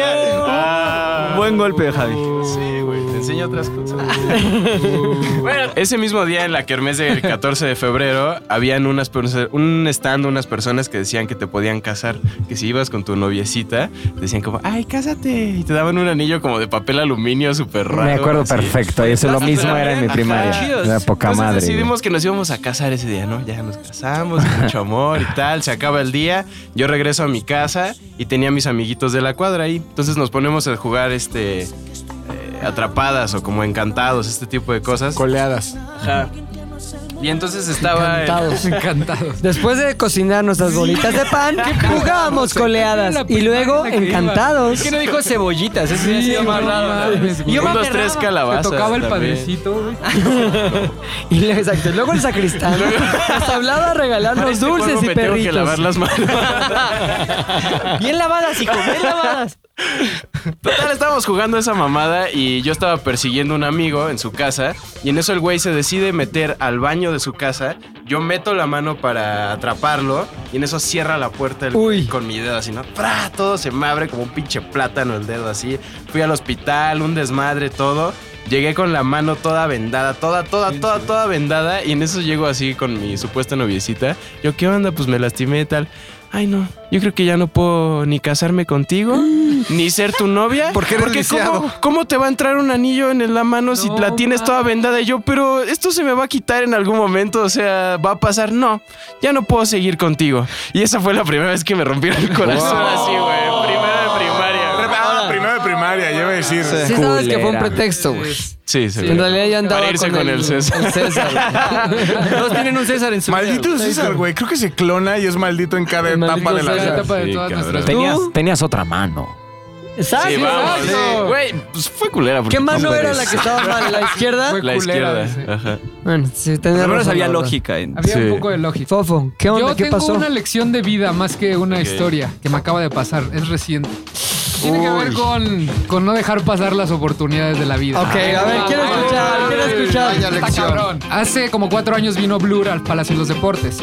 Speaker 12: Un Ah. Buen golpe de Javi.
Speaker 11: Sí, güey, te enseño otras cosas. Uh. bueno, ese mismo día en la kermés del 14 de febrero, habían unas perso- un stand, unas personas que decían que te podían casar, que si ibas con tu noviecita, decían como, ay, cásate. Y te daban un anillo como de papel aluminio súper raro.
Speaker 3: Me acuerdo
Speaker 11: así.
Speaker 3: perfecto. Eso lo
Speaker 11: Ajá,
Speaker 3: mismo era en mi
Speaker 11: ajá,
Speaker 3: primaria.
Speaker 11: chidos.
Speaker 3: Era poca
Speaker 11: Entonces
Speaker 3: madre. güey.
Speaker 11: decidimos que nos íbamos a casar ese día, ¿no? Ya nos casamos, mucho amor y tal. Se acaba el día. Yo regreso a mi casa y tenía a mis amiguitos de la cuadra ahí. Entonces nos ponemos a jugar este. eh, atrapadas o como encantados, este tipo de cosas.
Speaker 5: Coleadas.
Speaker 11: Ajá. Y entonces estaba.
Speaker 2: Encantados.
Speaker 9: Encantado.
Speaker 2: Después de cocinar nuestras bolitas de pan, jugábamos coleadas
Speaker 9: La
Speaker 2: y luego
Speaker 9: primaria que iba.
Speaker 2: encantados.
Speaker 12: ¿Qué no dijo cebollitas? Eso
Speaker 9: Sí,
Speaker 12: sí, sido más
Speaker 9: güey,
Speaker 12: raro.
Speaker 9: mames, güey.
Speaker 12: Yo me
Speaker 11: Un, dos,
Speaker 12: aferraba.
Speaker 11: tres calabazas.
Speaker 9: Te tocaba el
Speaker 11: también.
Speaker 9: padrecito, güey.
Speaker 2: Y luego, exacto, luego el sacristán nos hablaba de
Speaker 11: Para
Speaker 2: regalarnos
Speaker 11: este
Speaker 2: dulces
Speaker 11: juego
Speaker 2: y
Speaker 11: me
Speaker 2: perritos.
Speaker 11: tengo que lavar las manos.
Speaker 12: Bien lavadas, hijo, bien lavadas.
Speaker 11: Total, estábamos jugando esa mamada y yo estaba persiguiendo a un amigo en su casa y en eso el güey se decide meter al baño de su casa. Yo meto la mano para atraparlo y en eso cierra la puerta el güey
Speaker 2: Uy.
Speaker 11: con mi dedo así, ¿no? ¡Pra! Todo se me abre como un pinche plátano el dedo así. Fui al hospital, un desmadre, todo. Llegué con la mano toda vendada, toda, toda, toda, toda vendada y en eso llego así con mi supuesta noviecita. Yo, ¿qué onda? Pues me lastimé tal. Ay, no. Yo creo que ya no puedo ni casarme contigo, ni ser tu novia.
Speaker 7: Porque eres
Speaker 11: ¿cómo,
Speaker 7: lisiado.
Speaker 11: ¿Cómo te va a entrar un anillo en la mano si
Speaker 9: No,
Speaker 11: la tienes
Speaker 9: ma.
Speaker 11: toda vendada? Y yo, pero esto se me va a quitar en algún momento. O sea, Ah, va a pasar. No, ya no puedo seguir contigo. Y esa fue la primera vez que me rompieron el corazón así, güey. Primero de primaria. güey.
Speaker 5: Ah, primero de primaria, yo iba a decir.
Speaker 2: Sí sabes que fue un
Speaker 3: Culera.
Speaker 2: pretexto, güey.
Speaker 11: Sí, sí.
Speaker 2: En realidad ya andaba
Speaker 11: Para irse con, el, César.
Speaker 2: el César.
Speaker 12: Todos tienen un César en su
Speaker 5: Maldito César, güey. Creo que se clona y es maldito en cada
Speaker 2: El
Speaker 5: etapa
Speaker 2: maldito
Speaker 5: de la
Speaker 9: La
Speaker 2: César.
Speaker 5: vida.
Speaker 9: etapa de
Speaker 11: Sí,
Speaker 9: todas
Speaker 11: cabrón.
Speaker 9: nuestras
Speaker 3: Tenías,
Speaker 2: ¿Tú?
Speaker 3: tenías otra mano.
Speaker 2: Exacto.
Speaker 11: Sí, vamos.
Speaker 2: exacto.
Speaker 11: Güey, pues fue culera. porque
Speaker 2: ¿Qué mano
Speaker 11: no
Speaker 2: era
Speaker 11: puedes.
Speaker 2: la que estaba mal? ¿La izquierda?
Speaker 9: Fue
Speaker 11: La izquierda.
Speaker 9: culera, dice.
Speaker 11: Ajá.
Speaker 2: Bueno, sí, tenía
Speaker 12: Al menos
Speaker 2: razón,
Speaker 12: había
Speaker 2: la verdad.
Speaker 12: lógica. En...
Speaker 9: Había
Speaker 11: Sí.
Speaker 9: un poco de lógica.
Speaker 2: Fofo, ¿qué onda?
Speaker 9: Yo
Speaker 2: ¿Qué
Speaker 9: tengo
Speaker 2: pasó?
Speaker 9: una lección de vida más que una
Speaker 11: Ok.
Speaker 9: historia que me acaba de pasar. Es reciente. Tiene que ver con, con no dejar pasar las oportunidades de la vida.
Speaker 2: Ok, a ver, quiero escuchar, quiero escuchar.
Speaker 7: Vaya
Speaker 9: Está
Speaker 7: lección.
Speaker 9: cabrón. Hace como cuatro años vino Blur al Palacio de los Deportes.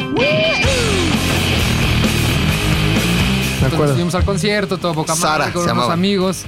Speaker 9: Entonces fuimos al concierto, todo boca
Speaker 7: Sara,
Speaker 9: madre, con
Speaker 7: se
Speaker 9: unos
Speaker 7: llamaba.
Speaker 9: amigos.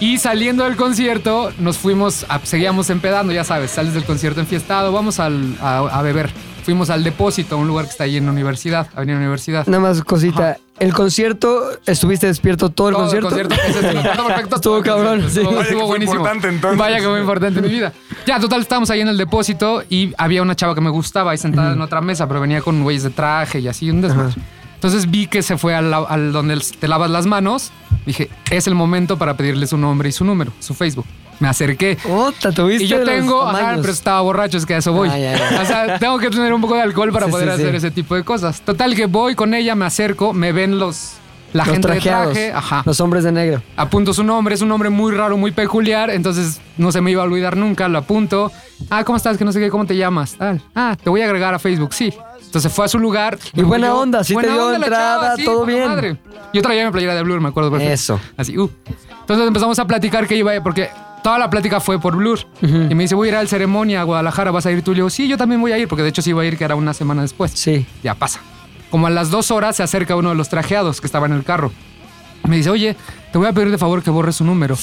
Speaker 9: y saliendo del concierto, nos fuimos, a- seguíamos empedando, ya sabes, sales del concierto enfiestado, vamos al- a, a beber. Fuimos al depósito, un lugar que está ahí en la universidad, Avenida Universidad.
Speaker 2: Nada más cosita. El concierto, ¿estuviste despierto todo el
Speaker 9: Todo el
Speaker 2: concierto?
Speaker 9: concierto, ese es el concierto perfecto.
Speaker 2: Estuvo cabrón, sí.
Speaker 9: Estuvo,
Speaker 5: Vaya que
Speaker 9: estuvo
Speaker 5: fue
Speaker 9: buenísimo.
Speaker 5: importante, entonces.
Speaker 9: Vaya que muy importante en mi vida. Ya, total, estábamos ahí en el depósito y había una chava que me gustaba ahí sentada en otra mesa, pero venía con güeyes de traje y así, un desmadre. Entonces vi que se fue al, la- al donde te lavas las manos. Dije, es el momento para pedirle su nombre y su número, su Facebook. Me acerqué.
Speaker 2: Ota, Oh, tuviste
Speaker 9: Y yo
Speaker 2: los
Speaker 9: tengo, ajá,
Speaker 2: tamaños.
Speaker 9: pero estaba borracho, es que a eso voy.
Speaker 2: Ah, ya, ya.
Speaker 9: O sea, tengo que tener un poco de alcohol para
Speaker 2: Sí,
Speaker 9: poder
Speaker 2: sí, sí.
Speaker 9: hacer ese tipo de cosas. Total que voy con ella, me acerco, me ven los la
Speaker 2: Los
Speaker 9: gente de
Speaker 2: trajeados,
Speaker 9: traje, ajá.
Speaker 2: Los hombres de negro.
Speaker 9: Apunto su nombre, es un nombre muy raro, muy peculiar, entonces no se me iba a olvidar nunca, lo apunto. Ah, ¿cómo estás? Que no sé qué, ¿cómo te llamas? Tal. Ah, te voy a agregar a Facebook, sí. Entonces fue a su lugar.
Speaker 2: Y buena onda, sí te dio
Speaker 9: la
Speaker 2: entrada, todo
Speaker 9: poca
Speaker 2: bien.
Speaker 9: Yo traía mi playera de Blur, me acuerdo perfecto.
Speaker 2: Eso.
Speaker 9: Así, uh. Entonces empezamos a platicar que iba a ir, porque toda la plática fue por Blur. Y me dice, voy a ir al ceremonia a Guadalajara, ¿vas a ir tú? Le digo, sí, yo también voy a ir, porque de hecho sí iba a ir, que era una semana después.
Speaker 2: Sí.
Speaker 9: Ya pasa. Como a las dos horas se acerca uno de los trajeados que estaba en el carro. Me dice, oye, te voy a pedir de favor que borres su número.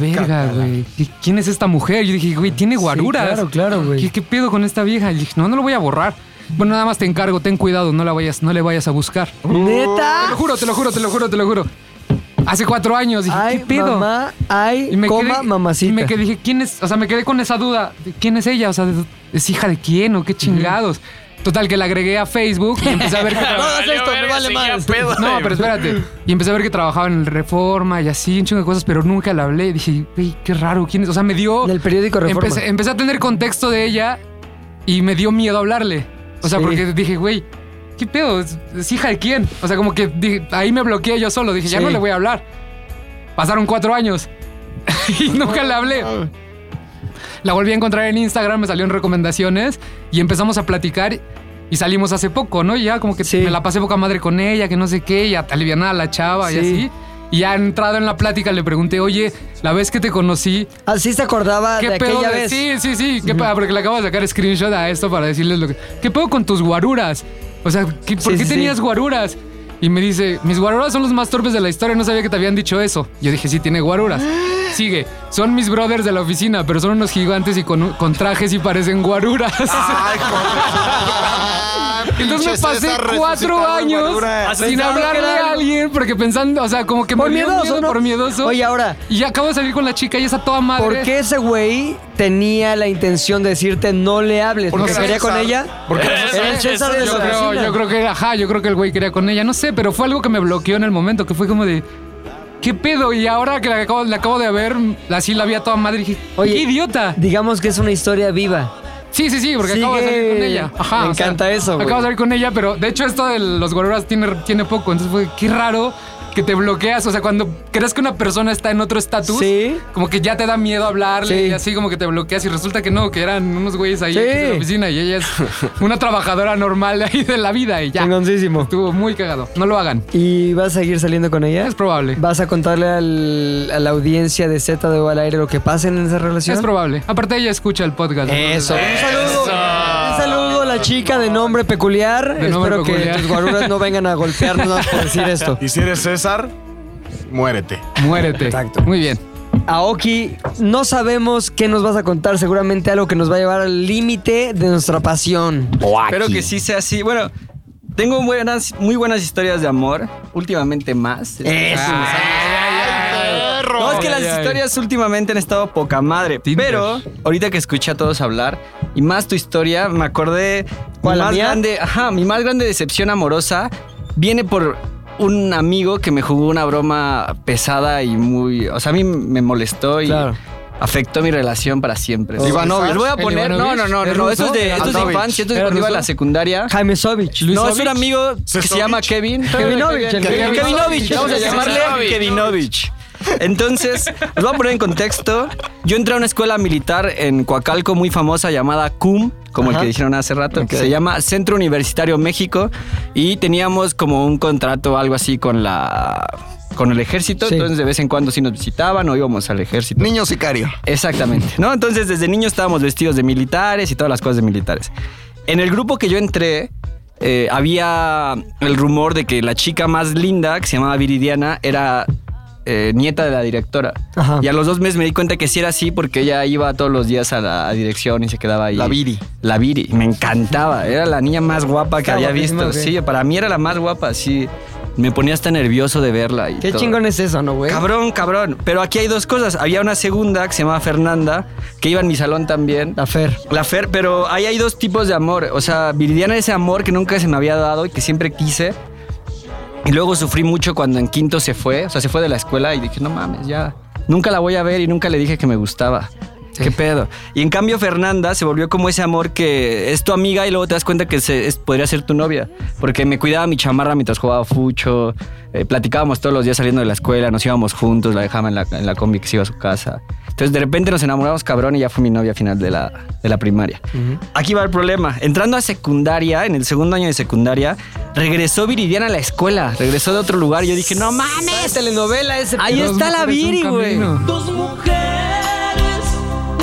Speaker 9: Y dije, Verga, güey. ¿qué- ¿Quién es esta mujer? Yo dije, güey, tiene guaruras.
Speaker 2: claro, claro, güey.
Speaker 9: ¿Qué, qué pedo con esta vieja? Y dije, no, no lo voy a borrar. Bueno, nada más te encargo, ten cuidado, no la vayas, no le vayas a buscar.
Speaker 2: ¿Neta?
Speaker 9: Te lo juro, te lo juro, te lo juro, te lo juro. Hace cuatro años dije,
Speaker 2: Ay,
Speaker 9: ¿qué pedo?
Speaker 2: mamá, ay,
Speaker 9: Y me
Speaker 2: coma,
Speaker 9: quedé-
Speaker 2: mamacita.
Speaker 9: Y me quedé, dije, ¿quién es? O sea, me quedé con esa duda. de ¿Quién es ella? O sea, de- ¿es hija de quién o qué chingados? Total, que la agregué a Facebook y empecé a ver que
Speaker 2: No hagas
Speaker 9: trabajaba.
Speaker 2: esto, me vale más.
Speaker 9: No, pero espérate. Y empecé a ver que trabajaba en el Reforma y así, un chingo de cosas, pero nunca la hablé. Dije, güey, qué raro, ¿quién es? O sea, me dio.
Speaker 2: Del periódico Reforma.
Speaker 9: Empecé, empecé a tener contexto de ella y me dio miedo hablarle. O sea,
Speaker 2: Sí.
Speaker 9: porque dije, güey, ¿qué pedo? ¿Es, es hija de quién? O sea, como que dije- ahí me bloqueé yo solo. Dije, ya
Speaker 2: Sí.
Speaker 9: no le voy a hablar. Pasaron cuatro años y nunca le hablé.
Speaker 2: Ah,
Speaker 9: La volví a encontrar en Instagram, me salió en recomendaciones y empezamos a platicar y salimos hace poco, ¿no? Y ya como que me la pasé poca madre con ella, que no sé qué, y a- alivianada a la chava y
Speaker 2: Sí.
Speaker 9: así. Y ya entrado en la plática le pregunté, oye, la vez que te conocí,
Speaker 2: Así Ah, se acordaba
Speaker 9: ¿Qué
Speaker 2: de
Speaker 9: pedo?
Speaker 2: aquella
Speaker 9: de-
Speaker 2: vez.
Speaker 9: Sí, sí, sí. ¿Qué pedo? Porque le acabo de sacar screenshot a esto para decirles lo que. ¿Qué pedo con tus guaruras? O sea, ¿qué- ¿por
Speaker 2: Sí,
Speaker 9: qué
Speaker 2: sí,
Speaker 9: tenías
Speaker 2: sí.
Speaker 9: guaruras? Y me dice, mis guaruras son los más torpes de la historia, no sabía que te habían dicho eso. Yo dije, sí, tiene guaruras. Sigue, son mis brothers de la oficina, pero son unos gigantes y con, con trajes y parecen guaruras. Entonces me
Speaker 10: pinche
Speaker 9: pasé
Speaker 10: César
Speaker 9: cuatro
Speaker 10: resucitado de
Speaker 9: años
Speaker 10: guaruras.
Speaker 9: sin
Speaker 10: Pensando que
Speaker 9: hablarle
Speaker 10: era-
Speaker 9: a alguien, porque pensando, o sea, como que
Speaker 2: Por
Speaker 9: me dio
Speaker 2: miedoso,
Speaker 9: miedo,
Speaker 2: ¿no?
Speaker 9: por miedoso.
Speaker 2: Oye, ahora-
Speaker 9: Y acabo de salir con la chica y esa toda madre.
Speaker 2: ¿Por qué ese güey tenía la intención de decirte no le hables? ¿Porque quería con ella? era el César de
Speaker 9: yo
Speaker 2: la
Speaker 9: creo,
Speaker 2: oficina.
Speaker 9: yo creo que, ajá, yo creo que el güey quería con ella. No sé, pero fue algo que me bloqueó en el momento, que fue como de. ¿Qué pedo? Y ahora que la acabo, la acabo de ver, así la vi a toda madre y dije,
Speaker 2: Oye,
Speaker 9: ¡qué idiota!
Speaker 2: Digamos que es una historia viva.
Speaker 9: Sí, sí, sí, porque acabo de
Speaker 2: Sigue.
Speaker 9: salir con ella. Ajá,
Speaker 2: Me
Speaker 9: o sea,
Speaker 2: encanta eso, güey.
Speaker 9: Acabo de salir con ella, pero de hecho esto de los guaruras tiene, tiene poco. Entonces fue, qué raro que te bloqueas. O sea, cuando crees que una persona está en otro estatus, como que ya te da miedo hablarle
Speaker 2: Sí.
Speaker 9: y así como que te bloqueas y resulta que no, que eran unos güeyes ahí
Speaker 2: Sí.
Speaker 9: en la oficina y ella es una trabajadora normal de ahí de la vida y ya.
Speaker 2: Chingoncísimo.
Speaker 9: Estuvo muy cagado. No lo hagan.
Speaker 2: ¿Y vas a seguir saliendo con ella? Es
Speaker 9: probable.
Speaker 2: ¿Vas a contarle al- a la audiencia de Z de O al aire lo que pasa en esa relación?
Speaker 9: Es probable. Aparte ella escucha el podcast.
Speaker 2: Eh,
Speaker 9: Eso.
Speaker 2: Un saludo. Un saludo a la chica de nombre peculiar.
Speaker 9: De nombre
Speaker 2: Espero
Speaker 9: peculiar.
Speaker 2: que tus guaruras no vengan a golpearnos nada más por decir esto.
Speaker 5: Y si eres César, muérete.
Speaker 9: Muérete. Exacto. Muy bien.
Speaker 2: Aoki, no sabemos qué nos vas a contar. Seguramente algo que nos va a llevar al límite de nuestra pasión.
Speaker 12: Espero que sí sea así. Bueno, tengo buenas, muy buenas historias de amor. Últimamente más. No, es que las
Speaker 13: Ay, ay.
Speaker 12: historias últimamente han estado poca madre. Pero ahorita que escuché a todos hablar y más tu historia, me acordé.
Speaker 2: ¿Cuál,
Speaker 12: mi
Speaker 2: la
Speaker 12: más
Speaker 2: mía?
Speaker 12: grande, ajá, mi más grande decepción amorosa viene por un amigo que me jugó una broma pesada y muy. O sea, a mí me molestó y. Afectó mi relación para siempre.
Speaker 2: Oh.
Speaker 12: Ivanovich. Les voy a
Speaker 2: ¿El
Speaker 12: poner. No,
Speaker 2: Ivanovich?
Speaker 12: no, no, no,
Speaker 2: ¿El
Speaker 12: no, Esto
Speaker 2: ruso?
Speaker 12: es de, esto es de
Speaker 2: Antovich.
Speaker 12: infancia. Esto es de
Speaker 2: ¿Era
Speaker 12: cuando iba a
Speaker 2: ruso?
Speaker 12: la secundaria.
Speaker 2: Jaime Sovich.
Speaker 12: No, es un amigo que se llama Kevin.
Speaker 2: Kevinovich, el Kevinovich.
Speaker 12: Kevin- Kevinovich. Vamos a llamarle
Speaker 2: Kevinovich.
Speaker 12: Kevinovich. Entonces, os voy a poner en contexto. Yo entré a una escuela militar en Coacalco muy famosa llamada CUM, como el
Speaker 13: Ajá.
Speaker 12: que dijeron hace rato, que
Speaker 13: Ok.
Speaker 12: se llama Centro Universitario México. Y teníamos como un contrato o algo así con la con el ejército, entonces de vez en cuando sí nos visitaban o íbamos al ejército.
Speaker 7: Niño sicario.
Speaker 12: Exactamente, ¿no? Entonces desde niños estábamos vestidos de militares y todas las cosas de militares. En el grupo que yo entré, eh, había el rumor de que la chica más linda, que se llamaba Viridiana, era eh, nieta de la directora.
Speaker 2: Ajá.
Speaker 12: Y a los dos meses me di cuenta que sí era así porque ella iba todos los días a la dirección y se quedaba ahí. La Viri. La Viri. Me encantaba. Era la niña más guapa que
Speaker 2: Estaba
Speaker 12: había
Speaker 2: guapísima,
Speaker 12: visto.
Speaker 2: ok.
Speaker 12: Sí, para mí era la más guapa, sí. Me ponía hasta nervioso de verla. Y
Speaker 2: Qué
Speaker 12: todo.
Speaker 2: chingón es eso, ¿no, güey?
Speaker 12: Cabrón, cabrón. Pero aquí hay dos cosas. Había una segunda que se llamaba Fernanda, que iba en mi salón también. La
Speaker 2: Fer.
Speaker 12: La Fer, pero ahí hay dos tipos de amor. O sea, Viridiana ese amor que nunca se me había dado y que siempre quise. Y luego sufrí mucho cuando en quinto se fue. O sea, se fue de la escuela y dije, no mames, ya. Nunca la voy a ver y nunca le dije que me gustaba. ¿Qué pedo? Y en cambio, Fernanda se volvió como ese amor que es tu amiga y luego te das cuenta que se- es- podría ser tu novia. Porque me cuidaba mi chamarra mientras jugaba fucho. eh, platicábamos todos los días saliendo de la escuela, nos íbamos juntos, la dejaba en la, en la combi que se iba a su casa. Entonces, de repente nos enamoramos cabrón y ya fue mi novia final de la, de la primaria. Aquí va el problema. Entrando a secundaria, en el segundo año de secundaria, regresó Viridiana a la escuela. Regresó de otro lugar. Y yo dije, no mames.
Speaker 2: telenovela ese.
Speaker 12: Ahí
Speaker 2: Dos
Speaker 12: está la
Speaker 2: mujeres, un
Speaker 12: Viri, güey.
Speaker 2: camino.
Speaker 10: Dos mujeres,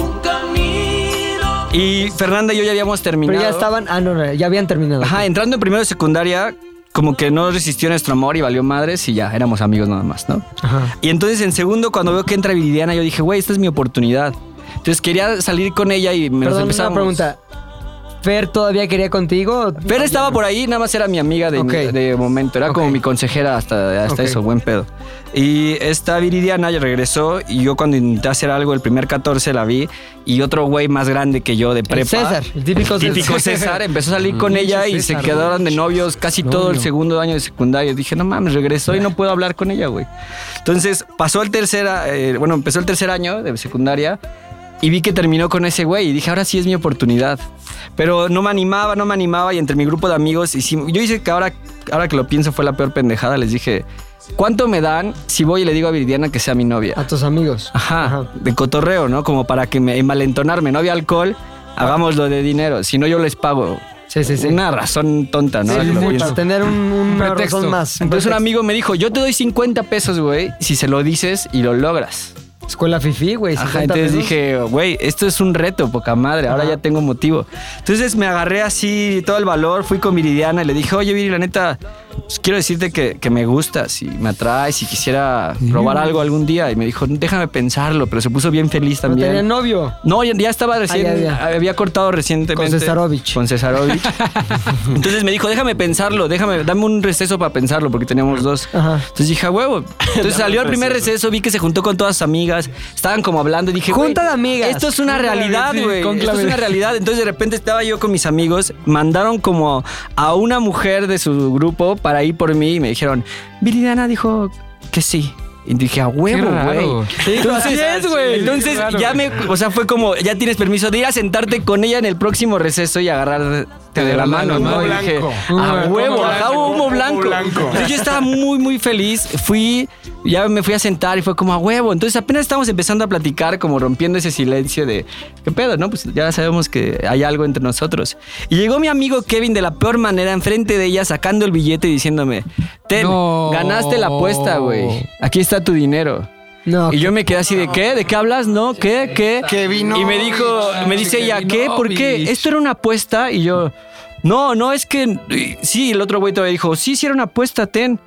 Speaker 10: un camino.
Speaker 12: Y Fernanda y yo ya habíamos terminado.
Speaker 2: Pero ya estaban. Ah, no, no, ya habían terminado.
Speaker 12: Ajá, entrando en primero de secundaria, como que no resistió nuestro amor y valió madres y ya, éramos amigos nada más, ¿no?
Speaker 2: Ajá.
Speaker 12: Y entonces en segundo, cuando veo que entra Viridiana, yo dije, güey, esta es mi oportunidad. Entonces quería salir con ella y me
Speaker 2: Perdón,
Speaker 12: nos
Speaker 2: una
Speaker 12: empezamos.
Speaker 2: pregunta. ¿Fer todavía quería contigo?
Speaker 12: Fer estaba por ahí, nada más era mi amiga de, de momento, era como mi consejera hasta, hasta
Speaker 2: Ok.
Speaker 12: eso, buen pedo. Y esta Viridiana ya regresó y yo cuando intenté hacer algo el primer 14 la vi y otro güey más grande que yo de prepa.
Speaker 2: César, el típico César.
Speaker 12: típico César, empezó a salir con ella y
Speaker 2: César,
Speaker 12: se quedaron de novios casi todo el
Speaker 2: Novio.
Speaker 12: segundo año de secundaria. Dije, no mames, regresó y no puedo hablar con ella, güey. Entonces pasó el tercer, eh, bueno, empezó el tercer año de secundaria y vi que terminó con ese güey y dije, ahora sí es mi oportunidad. Pero no me animaba, no me animaba y entre mi grupo de amigos, y si- yo hice que ahora, ahora que lo pienso fue la peor pendejada, les dije, ¿cuánto me dan si voy y le digo a Viridiana que sea mi novia?
Speaker 2: A tus amigos.
Speaker 12: Ajá, de cotorreo, ¿no? Como para que me envalentonarme, no había alcohol, hagámoslo de dinero, si no yo les pago.
Speaker 2: Sí, sí, sí.
Speaker 12: Una razón tonta,
Speaker 2: Sí,
Speaker 12: ¿no? Ahora que lo
Speaker 2: sí,
Speaker 12: pienso.
Speaker 2: para tener un, un razón más. un
Speaker 12: Entonces un
Speaker 2: pretexto.
Speaker 12: amigo me dijo, yo te doy 50 pesos, güey, si se lo dices y lo logras.
Speaker 2: Escuela fifí, güey.
Speaker 12: Ajá,
Speaker 2: 50
Speaker 12: entonces
Speaker 2: pesos.
Speaker 12: dije, güey, esto es un reto, poca madre, ahora ya tengo motivo. Entonces me agarré así todo el valor, fui con Viridiana y le dije, oye, Viri, la neta, pues, quiero decirte que, que me gustas y me atraes y quisiera probar algo algún día. Y me dijo, déjame pensarlo, pero se puso bien feliz
Speaker 2: Pero
Speaker 12: también.
Speaker 2: tenía novio.
Speaker 12: No, ya, ya estaba recién.
Speaker 2: Ah, ya,
Speaker 12: Había cortado recientemente.
Speaker 2: Con Cesarovich.
Speaker 12: Con Cesarovich. Entonces me dijo, déjame pensarlo, déjame, dame un receso para pensarlo, porque teníamos dos. Entonces dije, "A huevo. Entonces salió el primer receso, vi que se juntó con todas sus amigas, estaban como hablando y dije,
Speaker 2: Junta
Speaker 12: "Güey,
Speaker 2: de amigas".
Speaker 12: Esto es una
Speaker 2: Junta de
Speaker 12: realidad,
Speaker 2: amigas, sí,
Speaker 12: güey. Esto
Speaker 2: cónclave.
Speaker 12: es una realidad. Entonces de repente estaba yo con mis amigos, mandaron como a una mujer de su grupo para ir por mí y me dijeron, Viridiana dijo que sí. Y dije, a huevo,
Speaker 13: raro.
Speaker 12: güey.
Speaker 13: Sí, así es, güey.
Speaker 12: Entonces
Speaker 13: Qué raro,
Speaker 12: ya me,
Speaker 13: güey.
Speaker 12: o sea, fue como, ya tienes permiso de ir a sentarte con ella en el próximo receso y agarrarte de la mano,
Speaker 13: Humo
Speaker 12: ¿no? Y dije,
Speaker 13: blanco.
Speaker 12: a
Speaker 13: Humo
Speaker 12: huevo, ajá,
Speaker 13: blanco,
Speaker 12: humo
Speaker 13: humo
Speaker 12: blanco.
Speaker 13: blanco.
Speaker 12: Entonces, yo estaba muy, muy feliz. Fui, ya me fui a sentar y fue como a huevo. Entonces apenas estábamos empezando a platicar, como rompiendo ese silencio de, ¿qué pedo, no? Pues ya sabemos que hay algo entre nosotros. Y llegó mi amigo Kevin de la peor manera, enfrente de ella, sacando el billete y diciéndome, Ten,
Speaker 13: No.
Speaker 12: ganaste la apuesta, güey. Aquí está tu dinero. y yo me quedé así de qué, de qué hablas, no, qué, qué.
Speaker 7: Kevinovich.
Speaker 12: Y me dijo, me dice ella, ¿qué? ¿Por qué?
Speaker 7: Kevinovich.
Speaker 12: Esto era una apuesta y yo, no, no, es que y- sí, el otro güey todavía dijo, sí, sí era una apuesta, ten.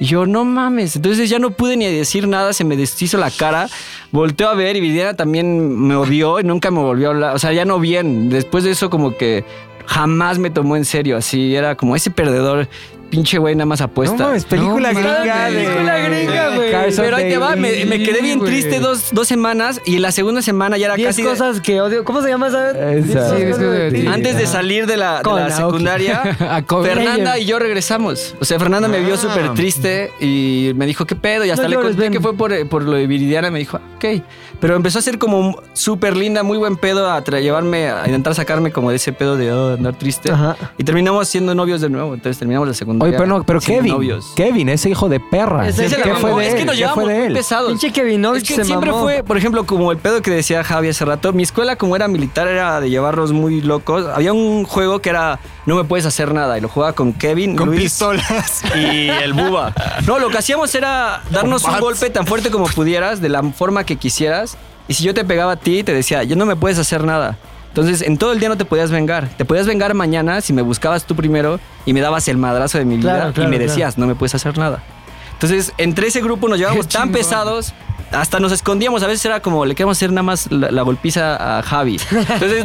Speaker 12: Y yo, no mames. Entonces ya no pude ni decir nada, se me deshizo la cara. Volteo a ver y Vidiana también me odió y nunca me volvió a hablar. O sea, ya no bien. Después de eso, como que jamás me tomó en serio. Así era como ese perdedor, pinche güey, nada más apuesta.
Speaker 3: No mames, película gringa de-
Speaker 12: Película gringa,
Speaker 3: de
Speaker 12: güey.
Speaker 3: Carson
Speaker 12: Pero ahí te va, me,
Speaker 3: Daly,
Speaker 12: me quedé bien
Speaker 3: güey.
Speaker 12: triste dos, dos semanas y la segunda semana ya era
Speaker 2: Diez
Speaker 12: casi. de-
Speaker 2: cosas que odio. ¿Cómo se llama esa?
Speaker 12: Esa.
Speaker 2: Diez
Speaker 12: Sí,
Speaker 2: cosas que odio ti.
Speaker 12: Antes de
Speaker 2: Ajá.
Speaker 12: salir de la, de
Speaker 2: Con
Speaker 12: la
Speaker 2: Aoki.
Speaker 12: secundaria,
Speaker 2: A Kobe.
Speaker 12: Fernanda y yo regresamos. O sea, Fernanda me vio
Speaker 2: Ah.
Speaker 12: súper triste y me dijo, ¿qué pedo? Y hasta
Speaker 2: No
Speaker 12: le
Speaker 2: llores,
Speaker 12: conté que fue por, eh, por lo de Viridiana. Me dijo, "Ah, ok. Pero empezó a ser como súper linda, muy buen pedo, a tra- llevarme, a intentar sacarme como de ese pedo de oh, andar triste. Y terminamos siendo novios de nuevo. Entonces terminamos la secundaria.
Speaker 3: Oye, pero no, pero
Speaker 12: siendo
Speaker 3: Kevin.
Speaker 12: Novios.
Speaker 3: Kevin, ese hijo de perra.
Speaker 12: Ese se la
Speaker 3: ¿Qué
Speaker 12: mamó.
Speaker 3: fue de
Speaker 12: es
Speaker 3: él?
Speaker 12: que nos
Speaker 3: ¿Qué
Speaker 12: llevamos
Speaker 3: fue de
Speaker 12: muy
Speaker 3: él?
Speaker 12: pesados.
Speaker 2: Pinche Kevinovich
Speaker 12: Es que
Speaker 2: se
Speaker 12: siempre
Speaker 2: mamó.
Speaker 12: fue, por ejemplo, como el pedo que decía Javi hace rato, mi escuela como era militar era de llevarlos muy locos. Había un juego que era no me puedes hacer nada y lo jugaba con Kevin,
Speaker 7: Con
Speaker 12: Luis
Speaker 7: pistolas.
Speaker 12: y el Buba. No, lo que hacíamos era darnos un golpe tan fuerte como pudieras, de la forma que quisieras. Y si yo te pegaba a ti, te decía, yo no me puedes hacer nada. Entonces, en todo el día no te podías vengar. Te podías vengar mañana si me buscabas tú primero y me dabas el madrazo de mi vida
Speaker 13: Claro, claro,
Speaker 12: y me
Speaker 13: claro.
Speaker 12: decías, no me puedes hacer nada. Entonces, entre ese grupo nos llevábamos tan pesados, hasta nos escondíamos. A veces era como, le queremos hacer nada más la, la golpiza a Javi. Entonces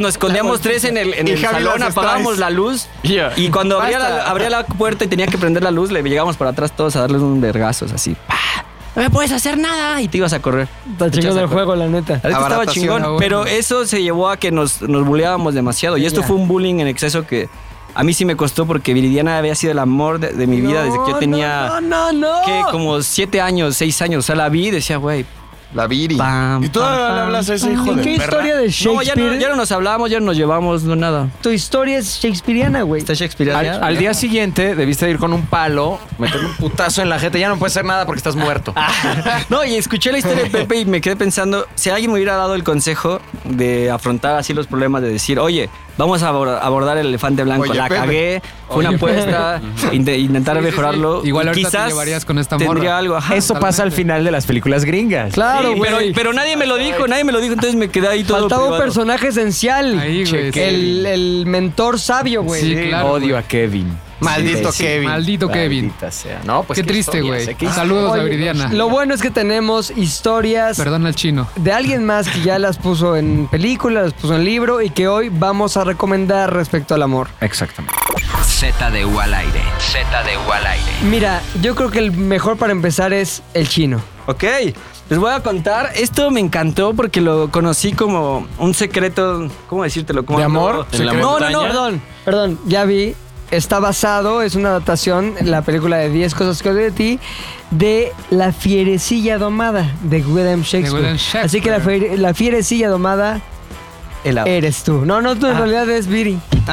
Speaker 12: nos escondíamos tres en el, en
Speaker 13: Y
Speaker 12: el
Speaker 13: Javi
Speaker 12: salón,
Speaker 13: las
Speaker 12: apagábamos
Speaker 13: estáis.
Speaker 12: la luz.
Speaker 13: Yeah.
Speaker 12: Y cuando abría la,
Speaker 13: Basta.
Speaker 12: abría la puerta y tenía que prender la luz, le llegábamos para atrás todos a darles un vergazos así. ¡pa! No me puedes hacer nada. Y te ibas a correr.
Speaker 2: Está
Speaker 12: Te echas
Speaker 2: chingón
Speaker 12: a
Speaker 2: el
Speaker 12: correr.
Speaker 2: juego, la neta.
Speaker 12: La neta estaba chingón,
Speaker 2: ah,
Speaker 12: pero eso se llevó a que nos, nos bulleábamos demasiado. Y esto
Speaker 2: Ya.
Speaker 12: fue un bullying en exceso que a mí sí me costó porque Viridiana había sido el amor de, de mi vida desde que yo tenía
Speaker 2: No, no, no.
Speaker 12: ¿qué? como siete años, seis años. O sea, la vi y decía, güey,
Speaker 7: La Viri.
Speaker 5: ¿Y
Speaker 2: Ah.
Speaker 5: todavía le hablas a ese hijo de perra?
Speaker 12: No, ya no, ya no nos hablábamos, ya no nos llevamos, no nada.
Speaker 2: Tu historia es shakespeariana, güey.
Speaker 12: Está shakespeariana.
Speaker 6: Al, al día siguiente debiste ir con un palo, meterle un putazo en la gente. Ya no puedes hacer nada porque estás muerto. Ah.
Speaker 12: No, y escuché la historia de Pepe y me quedé pensando, si alguien me hubiera dado el consejo de afrontar así los problemas, de decir, oye, vamos a abor- abordar el elefante blanco,
Speaker 9: Oye,
Speaker 12: la
Speaker 9: Pepe.
Speaker 12: cagué, fue una
Speaker 9: Oye,
Speaker 12: apuesta,
Speaker 9: Pepe.
Speaker 12: inte- intentar
Speaker 9: Sí, sí, sí.
Speaker 12: mejorarlo.
Speaker 9: Igual
Speaker 12: y
Speaker 9: ahorita te
Speaker 12: quizás
Speaker 9: llevarías con esta
Speaker 12: tendría
Speaker 9: morra.
Speaker 12: algo, ajá,
Speaker 3: Eso pasa al final de las películas gringas.
Speaker 12: Sí, pero, pero nadie me lo dijo, nadie me lo dijo, entonces me quedé ahí todo
Speaker 2: Faltaba un
Speaker 12: privado.
Speaker 2: personaje esencial.
Speaker 12: güey, sí.
Speaker 2: el, el mentor sabio, güey.
Speaker 3: Odio a Kevin.
Speaker 2: Maldito
Speaker 3: Sí,
Speaker 2: Kevin.
Speaker 9: Maldito Kevin.
Speaker 6: Maldita sea. No, pues
Speaker 9: Qué triste,
Speaker 6: historias,
Speaker 9: güey.
Speaker 6: ¿eh? Qué
Speaker 9: Saludos
Speaker 2: Oye,
Speaker 9: a Viridiana.
Speaker 2: Lo bueno es que tenemos historias
Speaker 9: Perdón al chino.
Speaker 2: de alguien más que ya las puso en película, las puso en libro y que hoy vamos a recomendar respecto al amor.
Speaker 6: Exactamente.
Speaker 1: ZDU al aire. ZDU al aire.
Speaker 2: Mira, yo creo que el mejor para empezar es el chino.
Speaker 12: Ok, les voy a contar. Esto me encantó porque lo conocí como un secreto. ¿Cómo decírtelo? Como
Speaker 2: ¿De
Speaker 12: algo-
Speaker 2: amor?
Speaker 12: No, no, no,
Speaker 2: Perdón, perdón, ya vi. Está basado, es una adaptación en la película de 10 cosas que odio de ti, de La fierecilla domada de William Shakespeare.
Speaker 9: William Shakespeare.
Speaker 2: Así que la, fiere- la fierecilla domada eres tú. No, no, tú en realidad es Viri.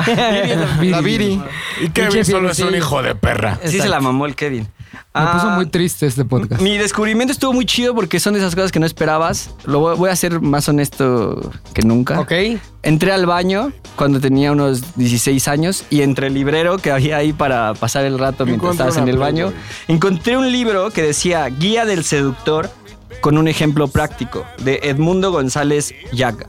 Speaker 12: La Viri.
Speaker 5: Y Kevin
Speaker 12: Pinche
Speaker 5: solo es un
Speaker 12: fierecillo.
Speaker 5: hijo de perra.
Speaker 12: Sí, se la mamó el Kevin. Ah,
Speaker 9: Me puso muy triste este podcast.
Speaker 12: Mi descubrimiento estuvo muy chido porque son de esas cosas que no esperabas. Lo voy, voy a ser más honesto que nunca.
Speaker 2: Ok.
Speaker 12: Entré al baño cuando tenía unos 16 años y entre el librero que había ahí para pasar el rato mientras
Speaker 13: Encontré
Speaker 12: estabas en
Speaker 13: una
Speaker 12: el
Speaker 13: pluma,
Speaker 12: baño, encontré un libro que decía Guía del Seductor con un ejemplo práctico de Edmundo González Yaga.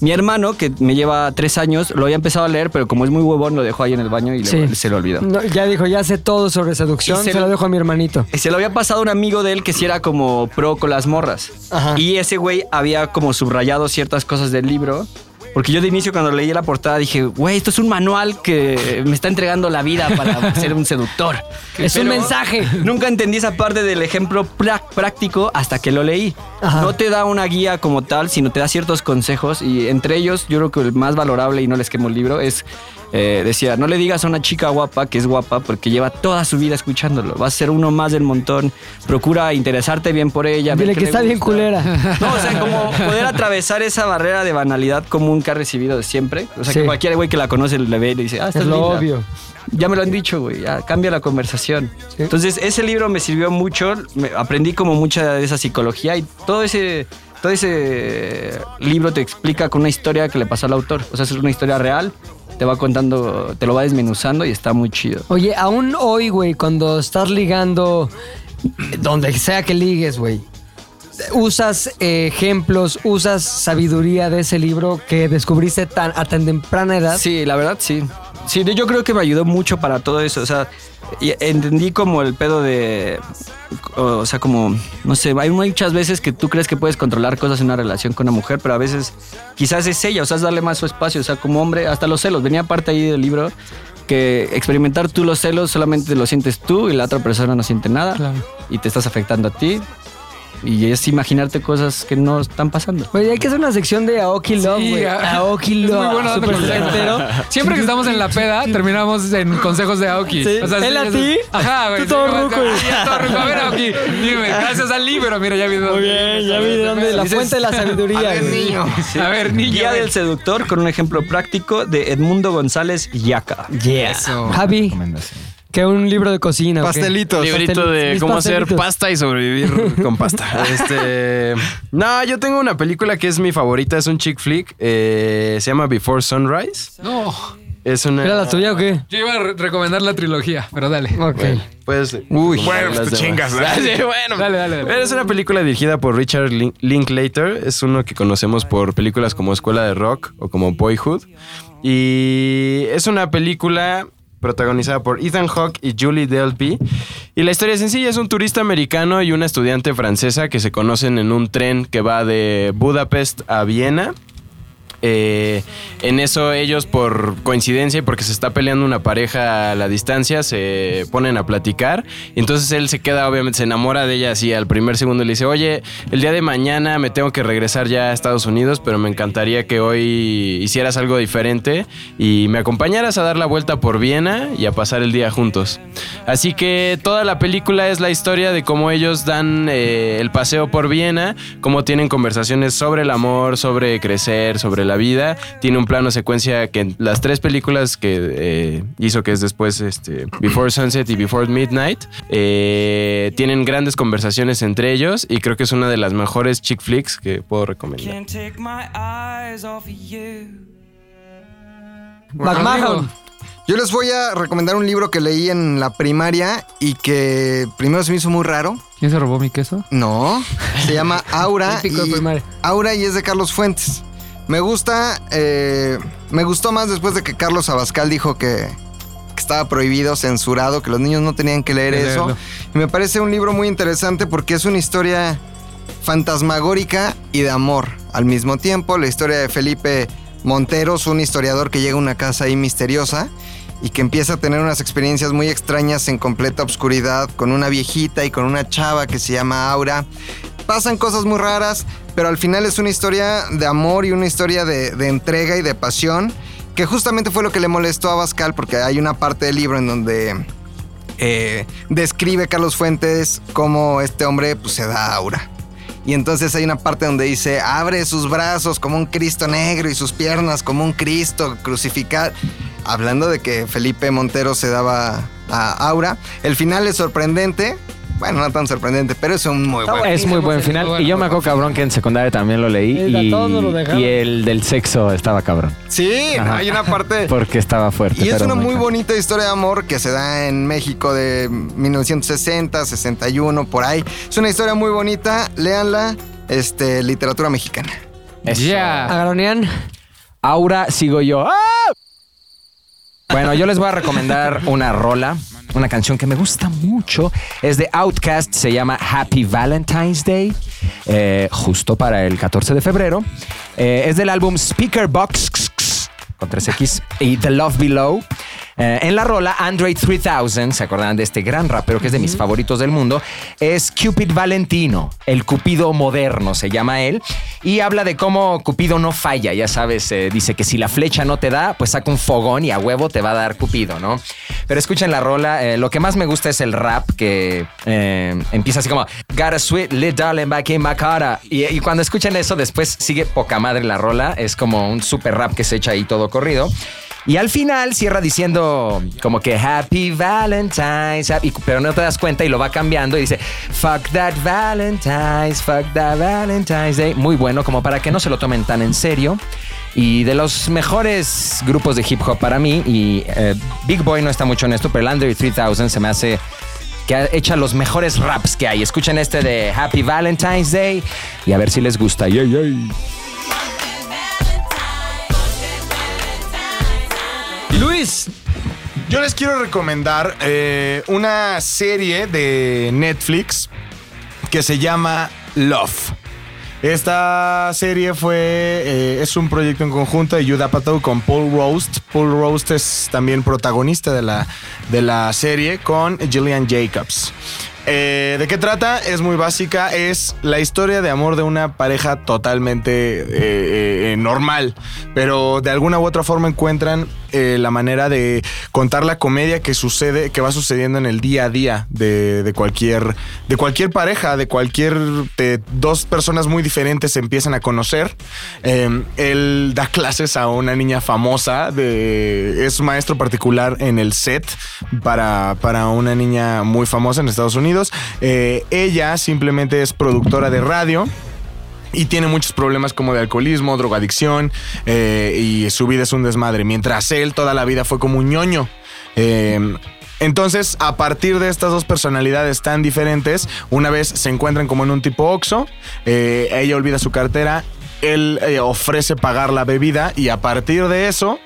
Speaker 12: Mi hermano, que me lleva tres años, lo había empezado a leer, pero como es muy huevón, lo dejó ahí en el baño y le-
Speaker 2: Sí.
Speaker 12: se lo olvidó.
Speaker 2: No, ya dijo, ya sé todo sobre seducción,
Speaker 12: Y
Speaker 2: se,
Speaker 12: se
Speaker 2: lo
Speaker 12: lo-
Speaker 2: dejo a mi hermanito.
Speaker 12: Y se lo había pasado a un amigo de él que sí era como pro con las morras. Y ese güey había como subrayado ciertas cosas del libro. Porque yo de inicio cuando leí la portada dije, güey, esto es un manual que me está entregando la vida para ser un seductor.
Speaker 2: Es un mensaje.
Speaker 12: Nunca entendí esa parte del ejemplo prá- práctico hasta que lo leí.
Speaker 2: Ajá.
Speaker 12: No te da una guía como tal, sino te da ciertos consejos. Y entre ellos, yo creo que el más valorable, y no les quemo el libro, es... eh, decía, no le digas a una chica guapa que es guapa porque lleva toda su vida escuchándolo. Va a ser uno más del montón. Procura interesarte bien por ella. ver
Speaker 2: Dile
Speaker 12: qué
Speaker 2: que
Speaker 12: le
Speaker 2: está bien
Speaker 12: gusta.
Speaker 2: culera.
Speaker 12: No, o sea, como poder atravesar esa barrera de banalidad común que ha recibido de siempre. O sea,
Speaker 2: Sí.
Speaker 12: que cualquier güey que la conoce le ve y le dice, ah, estás
Speaker 2: Es lo
Speaker 12: linda".
Speaker 2: obvio.
Speaker 12: Ya me lo han dicho, güey, ya cambia la conversación. Entonces, ese libro me sirvió mucho, me- aprendí como mucha de esa psicología y todo ese, todo ese libro te explica con una historia que le pasó al autor. O sea, es una historia real, te va contando, te lo va desmenuzando y está muy chido.
Speaker 2: Oye, aún hoy, güey, cuando estás ligando, eh, donde sea que ligues, güey, usas eh, ejemplos, usas sabiduría de ese libro que descubriste tan, a tan temprana edad.
Speaker 12: Sí, la verdad, sí. Sí, de- yo creo que me ayudó mucho para todo eso. O sea, y entendí como el pedo de. O sea, como. No sé, hay muchas veces que tú crees que puedes controlar cosas en una relación con una mujer, pero a veces quizás es ella, o sea, es darle más su espacio. O sea, como hombre, hasta los celos. Venía parte ahí del libro que experimentar tú los celos solamente lo sientes tú y la otra persona no siente nada. Y te estás afectando a ti. Y es imaginarte cosas que no están pasando.
Speaker 2: Güey, hay que hacer una sección de Aoki Love, güey.
Speaker 9: a-
Speaker 2: Aoki
Speaker 9: Es
Speaker 2: Love.
Speaker 9: muy bueno dando
Speaker 2: súper
Speaker 9: consejos.
Speaker 2: setentero.
Speaker 9: Siempre que estamos en la peda, terminamos en consejos de Aoki.
Speaker 2: Sí.
Speaker 9: sí,
Speaker 2: ¿Él a ti?
Speaker 9: ya sabes. Ajá, güey.
Speaker 2: Tú todo
Speaker 9: sí,
Speaker 2: ruco,
Speaker 9: acá,
Speaker 2: güey.
Speaker 9: sí, ya todo ruco. A ver, Aoki, dime, gracias al libro. Mira, ya vi dónde. Muy bien,
Speaker 2: ya vi de dónde, la fuente de la sabiduría, A ver, güey. niño.
Speaker 12: Sí. Guía del seductor con un ejemplo práctico de Edmundo González Yaca.
Speaker 2: Yeah. Javi, que un libro de cocina. ¿o qué?
Speaker 11: Librito
Speaker 2: Pastel-
Speaker 11: de
Speaker 2: mis
Speaker 11: cómo hacer
Speaker 2: pastelitos.
Speaker 11: pasta y sobrevivir con pasta. Este. No, yo tengo una película que es mi favorita, es un chick flick. eh, se llama Before Sunrise.
Speaker 9: No.
Speaker 11: Es una.
Speaker 9: ¿Era la
Speaker 2: tuya o qué?
Speaker 9: Yo iba a re- recomendar la trilogía, pero dale.
Speaker 2: Ok.
Speaker 11: Pues.
Speaker 5: Uy. Bueno,
Speaker 11: las
Speaker 5: pues te
Speaker 11: demás.
Speaker 5: chingas, ¿verdad?
Speaker 11: Sí, bueno.
Speaker 9: Dale, dale. dale.
Speaker 11: Es una película dirigida por Richard Lin- Linklater. Es uno que conocemos por películas como Escuela de Rock o como Boyhood. Y es una película protagonizada por Ethan Hawke y Julie Delpy. Y la historia es sencilla, es un turista americano y una estudiante francesa que se conocen en un tren que va de Budapest a Viena. Eh, en eso ellos por coincidencia y porque se está peleando una pareja a la distancia se ponen a platicar. Entonces él se queda, obviamente, se enamora de ella así al primer segundo y le dice, oye, el día de mañana me tengo que regresar ya a Estados Unidos, pero me encantaría que hoy hicieras algo diferente y me acompañaras a dar la vuelta por Viena y a pasar el día juntos. Así que toda la película es la historia de cómo ellos dan eh, el paseo por Viena, cómo tienen conversaciones sobre el amor, sobre crecer, sobre la vida. Tiene un plano secuencia que en las tres películas que eh, hizo, que es después este, Before Sunset y Before Midnight, eh, tienen grandes conversaciones entre ellos y creo que es una de las mejores chick flicks que puedo recomendar.
Speaker 9: Can't take my eyes off of you.
Speaker 7: McMahon. Yo les voy a recomendar un libro que leí en la primaria y que primero se me hizo muy raro.
Speaker 14: ¿Quién se robó mi queso?
Speaker 7: No, se llama Aura.
Speaker 14: Típico de
Speaker 7: Ah, y,
Speaker 14: primaria.
Speaker 7: Aura y es de Carlos Fuentes. Me gusta, eh, me gustó más después de que Carlos Abascal dijo que, que estaba prohibido, censurado, que los niños no tenían que leer
Speaker 14: Que
Speaker 7: eso.
Speaker 14: leerlo.
Speaker 7: Y me parece un libro muy interesante porque es una historia fantasmagórica y de amor al mismo tiempo. La historia de Felipe Monteros, un historiador que llega a una casa ahí misteriosa y que empieza a tener unas experiencias muy extrañas en completa obscuridad con una viejita y con una chava que se llama Aura. Pasan cosas muy raras, pero al final es una historia de amor y una historia de, de entrega y de pasión, que justamente fue lo que le molestó a Bascal, porque hay una parte del libro en donde eh, describe Carlos Fuentes cómo este hombre pues, se da aura. Y entonces hay una parte donde dice, abre sus brazos como un Cristo negro y sus piernas como un Cristo crucificado. Hablando de que Felipe Montero se daba a aura. El final es sorprendente. Bueno, no tan sorprendente, pero es un muy buen
Speaker 6: Es muy buen final. Y yo me acuerdo cabrón que en secundaria también lo leí.
Speaker 7: El de
Speaker 6: Y,
Speaker 7: todos lo dejaron.
Speaker 6: y el del sexo estaba cabrón.
Speaker 7: Sí,
Speaker 6: Ajá.
Speaker 7: hay una parte...
Speaker 6: Porque estaba fuerte.
Speaker 7: Y es
Speaker 6: pero
Speaker 7: una
Speaker 6: muy
Speaker 7: muy
Speaker 6: cabrón.
Speaker 7: bonita historia de amor que se da en México de 1960, 61, por ahí. Es una historia muy bonita, léanla, este, literatura mexicana.
Speaker 6: Eso.
Speaker 15: Agaronian.
Speaker 6: Aura, sigo yo. ¡Ah! Bueno, yo les voy a recomendar una rola, una canción que me gusta mucho. Es de Outcast, se llama Happy Valentine's Day, eh, justo para el 14 de febrero. Eh, es del álbum Speaker Box con 3X y The Love Below. Eh, en la rola, Andre 3000, ¿se acuerdan de este gran rapero que es de mis favoritos del mundo? Es Cupid Valentino, el Cupido moderno, se llama él, y habla de cómo Cupido no falla, ya sabes, eh, dice que si la flecha no te da, pues saca un fogón y a huevo te va a dar Cupido, ¿no? Pero escuchen la rola, eh, lo que más me gusta es el rap que eh, empieza así como, Got a sweet little darling back in my cara. Y, y cuando escuchan eso, después sigue poca madre la rola, es como un super rap que se echa ahí todo corrido. Y al final cierra diciendo como que Happy Valentine's, happy- pero no te das cuenta y lo va cambiando y dice Fuck that Valentine's, fuck that Valentine's Day. Muy bueno, como para que no se lo tomen tan en serio. Y de los mejores grupos de hip hop para mí, y eh, Big Boy no está mucho en esto, pero el Andre 3000 se me hace que ha- echa los mejores raps que hay. Escuchen este de Happy Valentine's Day y a ver si les gusta. Yay, yay.
Speaker 15: Luis.
Speaker 5: Yo les quiero recomendar eh, una serie de Netflix que se llama Love. Esta serie fue, eh, es un proyecto en conjunto de Judd Apatow con Paul Roast. Paul Roast es también protagonista de la, de la serie con Gillian Jacobs. Eh, ¿De qué trata? Es muy básica. Es la historia de amor de una pareja totalmente eh, eh, normal, pero de alguna u otra forma encuentran eh, la manera de contar la comedia que sucede, que va sucediendo en el día a día de, de cualquier, de cualquier pareja, de cualquier de dos personas muy diferentes se empiezan a conocer. Eh, él da clases a una niña famosa, de, es maestro particular en el set para, para una niña muy famosa en Estados Unidos. Eh, ella simplemente es productora de radio y tiene muchos problemas como de alcoholismo, drogadicción eh, y su vida es un desmadre. Mientras él toda la vida fue como un ñoño. Eh, entonces, a partir de estas dos personalidades tan diferentes, una vez se encuentran como en un tipo Oxxo, eh, ella olvida su cartera, él eh, ofrece pagar la bebida y a partir de eso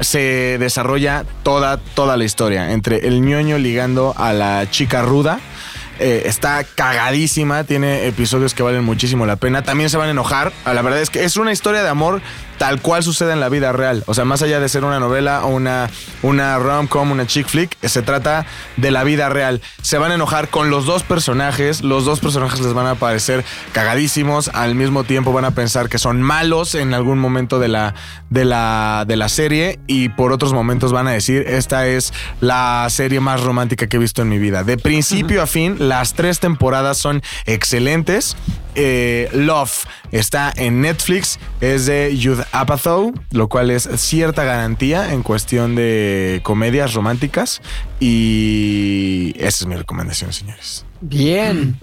Speaker 5: se desarrolla toda, toda la historia entre el ñoño ligando a la chica ruda. Eh, está cagadísima, tiene episodios que valen muchísimo la pena. También se van a enojar. Ah, La verdad es que es una historia de amor tal cual sucede en la vida real. O sea, más allá de ser una novela o una, una rom-com, una chick flick, se trata de la vida real. Se van a enojar con los dos personajes, los dos personajes les van a parecer cagadísimos, al mismo tiempo van a pensar que son malos en algún momento de la, de la, de la serie y por otros momentos van a decir, esta es la serie más romántica que he visto en mi vida. De principio a fin, las tres temporadas son excelentes. Eh, Love está en Netflix, es de Judd Apatow, lo cual es cierta garantía en cuestión de comedias románticas. Y esa es mi recomendación, señores.
Speaker 2: Bien.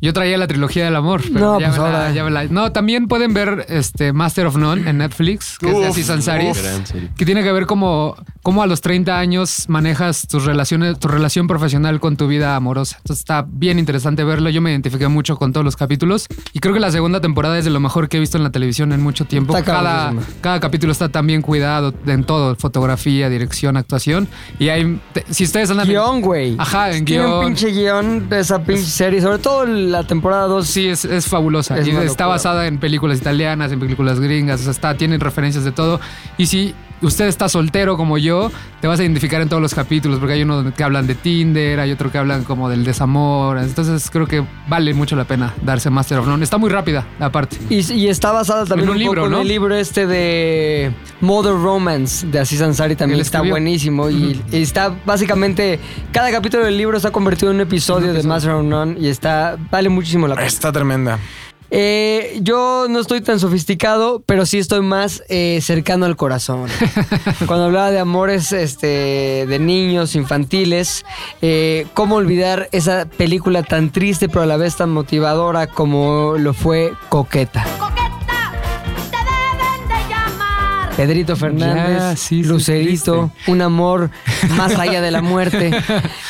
Speaker 9: Yo traía la trilogía del amor. Pero
Speaker 2: No,
Speaker 9: ya
Speaker 2: pues
Speaker 9: me la-
Speaker 2: ahora.
Speaker 9: ya me la- No, también pueden ver este Master of None en Netflix, que es de
Speaker 2: Uf,
Speaker 9: Aziz Ansari,
Speaker 2: uf. Gran serie.
Speaker 9: que tiene que ver como cómo a los 30 años manejas tus relaciones, tu relación profesional con tu vida amorosa. Entonces está bien interesante verlo. Yo me identifiqué mucho con todos los capítulos y creo que la segunda temporada es de lo mejor que he visto en la televisión en mucho tiempo.
Speaker 2: Está
Speaker 9: Cada,
Speaker 2: cabronísimo.
Speaker 9: cada capítulo está tan bien cuidado en todo, fotografía, dirección, actuación. Y hay, te- si ustedes andan... en-
Speaker 2: Guión, güey.
Speaker 9: Ajá, en
Speaker 2: Tiene un
Speaker 9: guión.
Speaker 2: pinche guión de esa pinche serie, sobre todo la temporada 2.
Speaker 9: Sí, es, es fabulosa.
Speaker 2: Es
Speaker 9: Y
Speaker 2: una
Speaker 9: está
Speaker 2: locura.
Speaker 9: basada en películas italianas, en películas gringas, o sea, está, tienen referencias de todo. Y si usted está soltero como yo, te vas a identificar en todos los capítulos, porque hay uno que hablan de Tinder, hay otro que hablan como del desamor. Entonces creo que vale mucho la pena darse Master of None. Está muy rápida, aparte.
Speaker 2: Y, y está basada también
Speaker 9: En
Speaker 2: un,
Speaker 9: un libro,
Speaker 2: poco
Speaker 9: ¿no?
Speaker 2: en el libro este de Modern Romance de Aziz Ansari también
Speaker 9: Él
Speaker 2: está
Speaker 9: escribió.
Speaker 2: buenísimo y, y está básicamente cada capítulo del libro está convertido en un episodio, de Master of None y está vale muchísimo la pena.
Speaker 5: Está tremenda.
Speaker 2: Eh, yo no estoy tan sofisticado, pero sí estoy más eh, cercano al corazón. Cuando hablaba de amores este, de niños, infantiles, eh, ¿cómo olvidar esa película tan triste pero a la vez tan motivadora como lo fue Coqueta? Pedrito Fernández,
Speaker 9: Ya,
Speaker 2: Lucerito, un amor más allá de la muerte.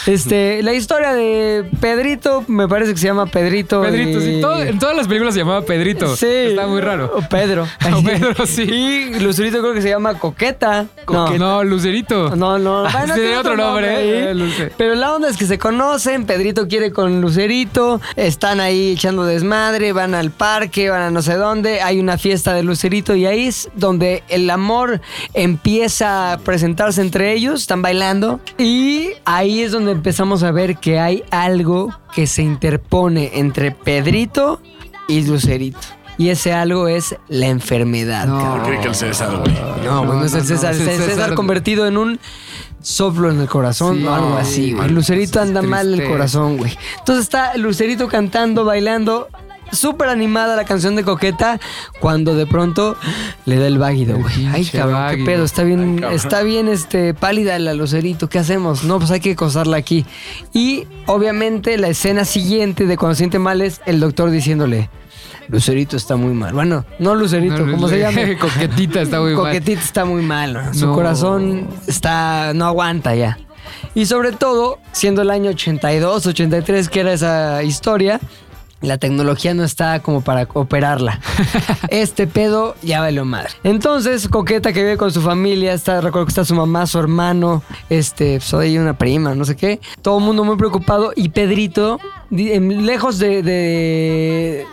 Speaker 2: Este, la historia de Pedrito, me parece que se llama Pedrito.
Speaker 9: Pedrito,
Speaker 2: y-
Speaker 9: sí, todo- en todas las películas se llamaba Pedrito.
Speaker 2: Sí.
Speaker 9: Está muy raro.
Speaker 2: O Pedro.
Speaker 9: O Pedro, sí.
Speaker 2: Y Lucerito creo que se llama Coqueta.
Speaker 9: No,
Speaker 2: No.
Speaker 9: Lucerito.
Speaker 2: No, no. Bueno,
Speaker 9: Tiene
Speaker 2: tiene
Speaker 9: otro nombre.
Speaker 2: ahí.
Speaker 9: eh, Luce.
Speaker 2: Pero la onda es que se conocen, Pedrito quiere con Lucerito, están ahí echando desmadre, van al parque, van a no sé dónde, hay una fiesta de Lucerito y ahí es donde el amor empieza a presentarse entre ellos, están bailando y ahí es donde empezamos a ver que hay algo que se interpone entre Pedrito y Lucerito. Y ese algo es la enfermedad. cabrón.
Speaker 5: Creí que el César, güey.
Speaker 2: No, pues no, es el César, es el César, convertido en un soplo en el corazón
Speaker 9: Sí,
Speaker 2: o algo
Speaker 9: no,
Speaker 2: así, güey.
Speaker 9: man,
Speaker 2: Lucerito anda mal el
Speaker 9: triste.
Speaker 2: corazón, güey. Entonces está Lucerito cantando, bailando, súper animada la canción de Coqueta, cuando de pronto le da el váguido, güey. Ay, cabrón,
Speaker 9: váguido.
Speaker 2: qué pedo, está bien, está bien este, pálida la Lucerito, ¿qué hacemos? No, pues hay que acosarla aquí. Y obviamente la escena siguiente de cuando se siente mal es el doctor diciéndole... Lucerito está muy mal. Bueno, no Lucerito,
Speaker 9: No,
Speaker 2: ¿cómo se llama?
Speaker 9: Coquetita está muy mal. Ah,
Speaker 2: Coquetita está muy mal. ¿no? Su
Speaker 9: No.
Speaker 2: corazón está. no aguanta ya. Y sobre todo, siendo el año 82, 83, que era esa historia, la tecnología no está como para operarla. Este pedo ya valió madre. Entonces, Coqueta que vive con su familia, está, recuerdo que está su mamá, su hermano, este, pues ahí una prima, no sé qué. Todo el mundo muy preocupado y Pedrito, di- em, lejos de, de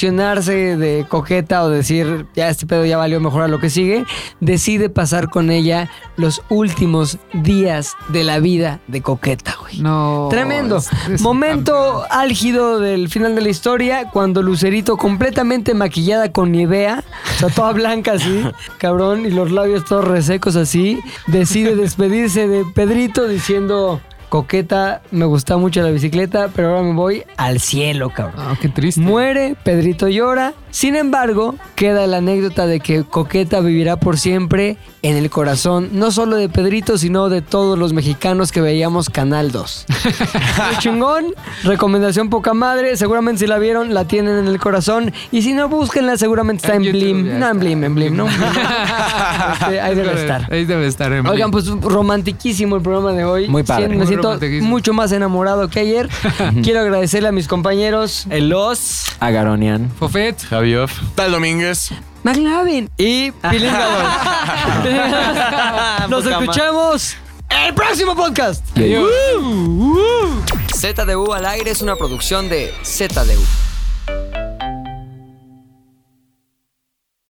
Speaker 2: decepcionarse de Coqueta o decir, ya este pedo ya valió mejor a lo que sigue, decide pasar con ella los últimos días de la vida de Coqueta, güey.
Speaker 9: No.
Speaker 2: Tremendo.
Speaker 9: es- es un
Speaker 2: Momento álgido del final de la historia, cuando Lucerito completamente maquillada con Nivea, o sea, toda blanca así, cabrón, y los labios todos resecos así, decide despedirse de Pedrito diciendo... Coqueta, me gusta mucho la bicicleta, pero ahora me voy al cielo, cabrón.
Speaker 9: qué triste.
Speaker 2: Muere, Pedrito llora. Sin embargo, queda la anécdota de que Coqueta vivirá por siempre en el corazón, no solo de Pedrito, sino de todos los mexicanos que veíamos Canal 2. Muy chingón. Recomendación poca madre. Seguramente si la vieron, la tienen en el corazón. Y si no, búsquenla, seguramente está en, Blim. No, en Blim, en Blim, ¿no? Este, ahí debe estar.
Speaker 9: Ahí debe estar. en
Speaker 2: Oigan, pues romantiquísimo el programa de hoy.
Speaker 9: Muy padre.
Speaker 2: Siento-
Speaker 9: Muy
Speaker 2: me siento
Speaker 9: romantiquísimo.
Speaker 2: mucho más enamorado que ayer. Quiero agradecerle a mis compañeros. Los
Speaker 3: Agaronian.
Speaker 9: Fofet.
Speaker 11: Javier.
Speaker 5: Tal Domínguez.
Speaker 2: McLaren y Pilín Galón. Nos
Speaker 1: Poca madre.
Speaker 2: escuchamos el próximo podcast.
Speaker 1: Adiós.
Speaker 2: ZDU al aire es una producción de ZDU.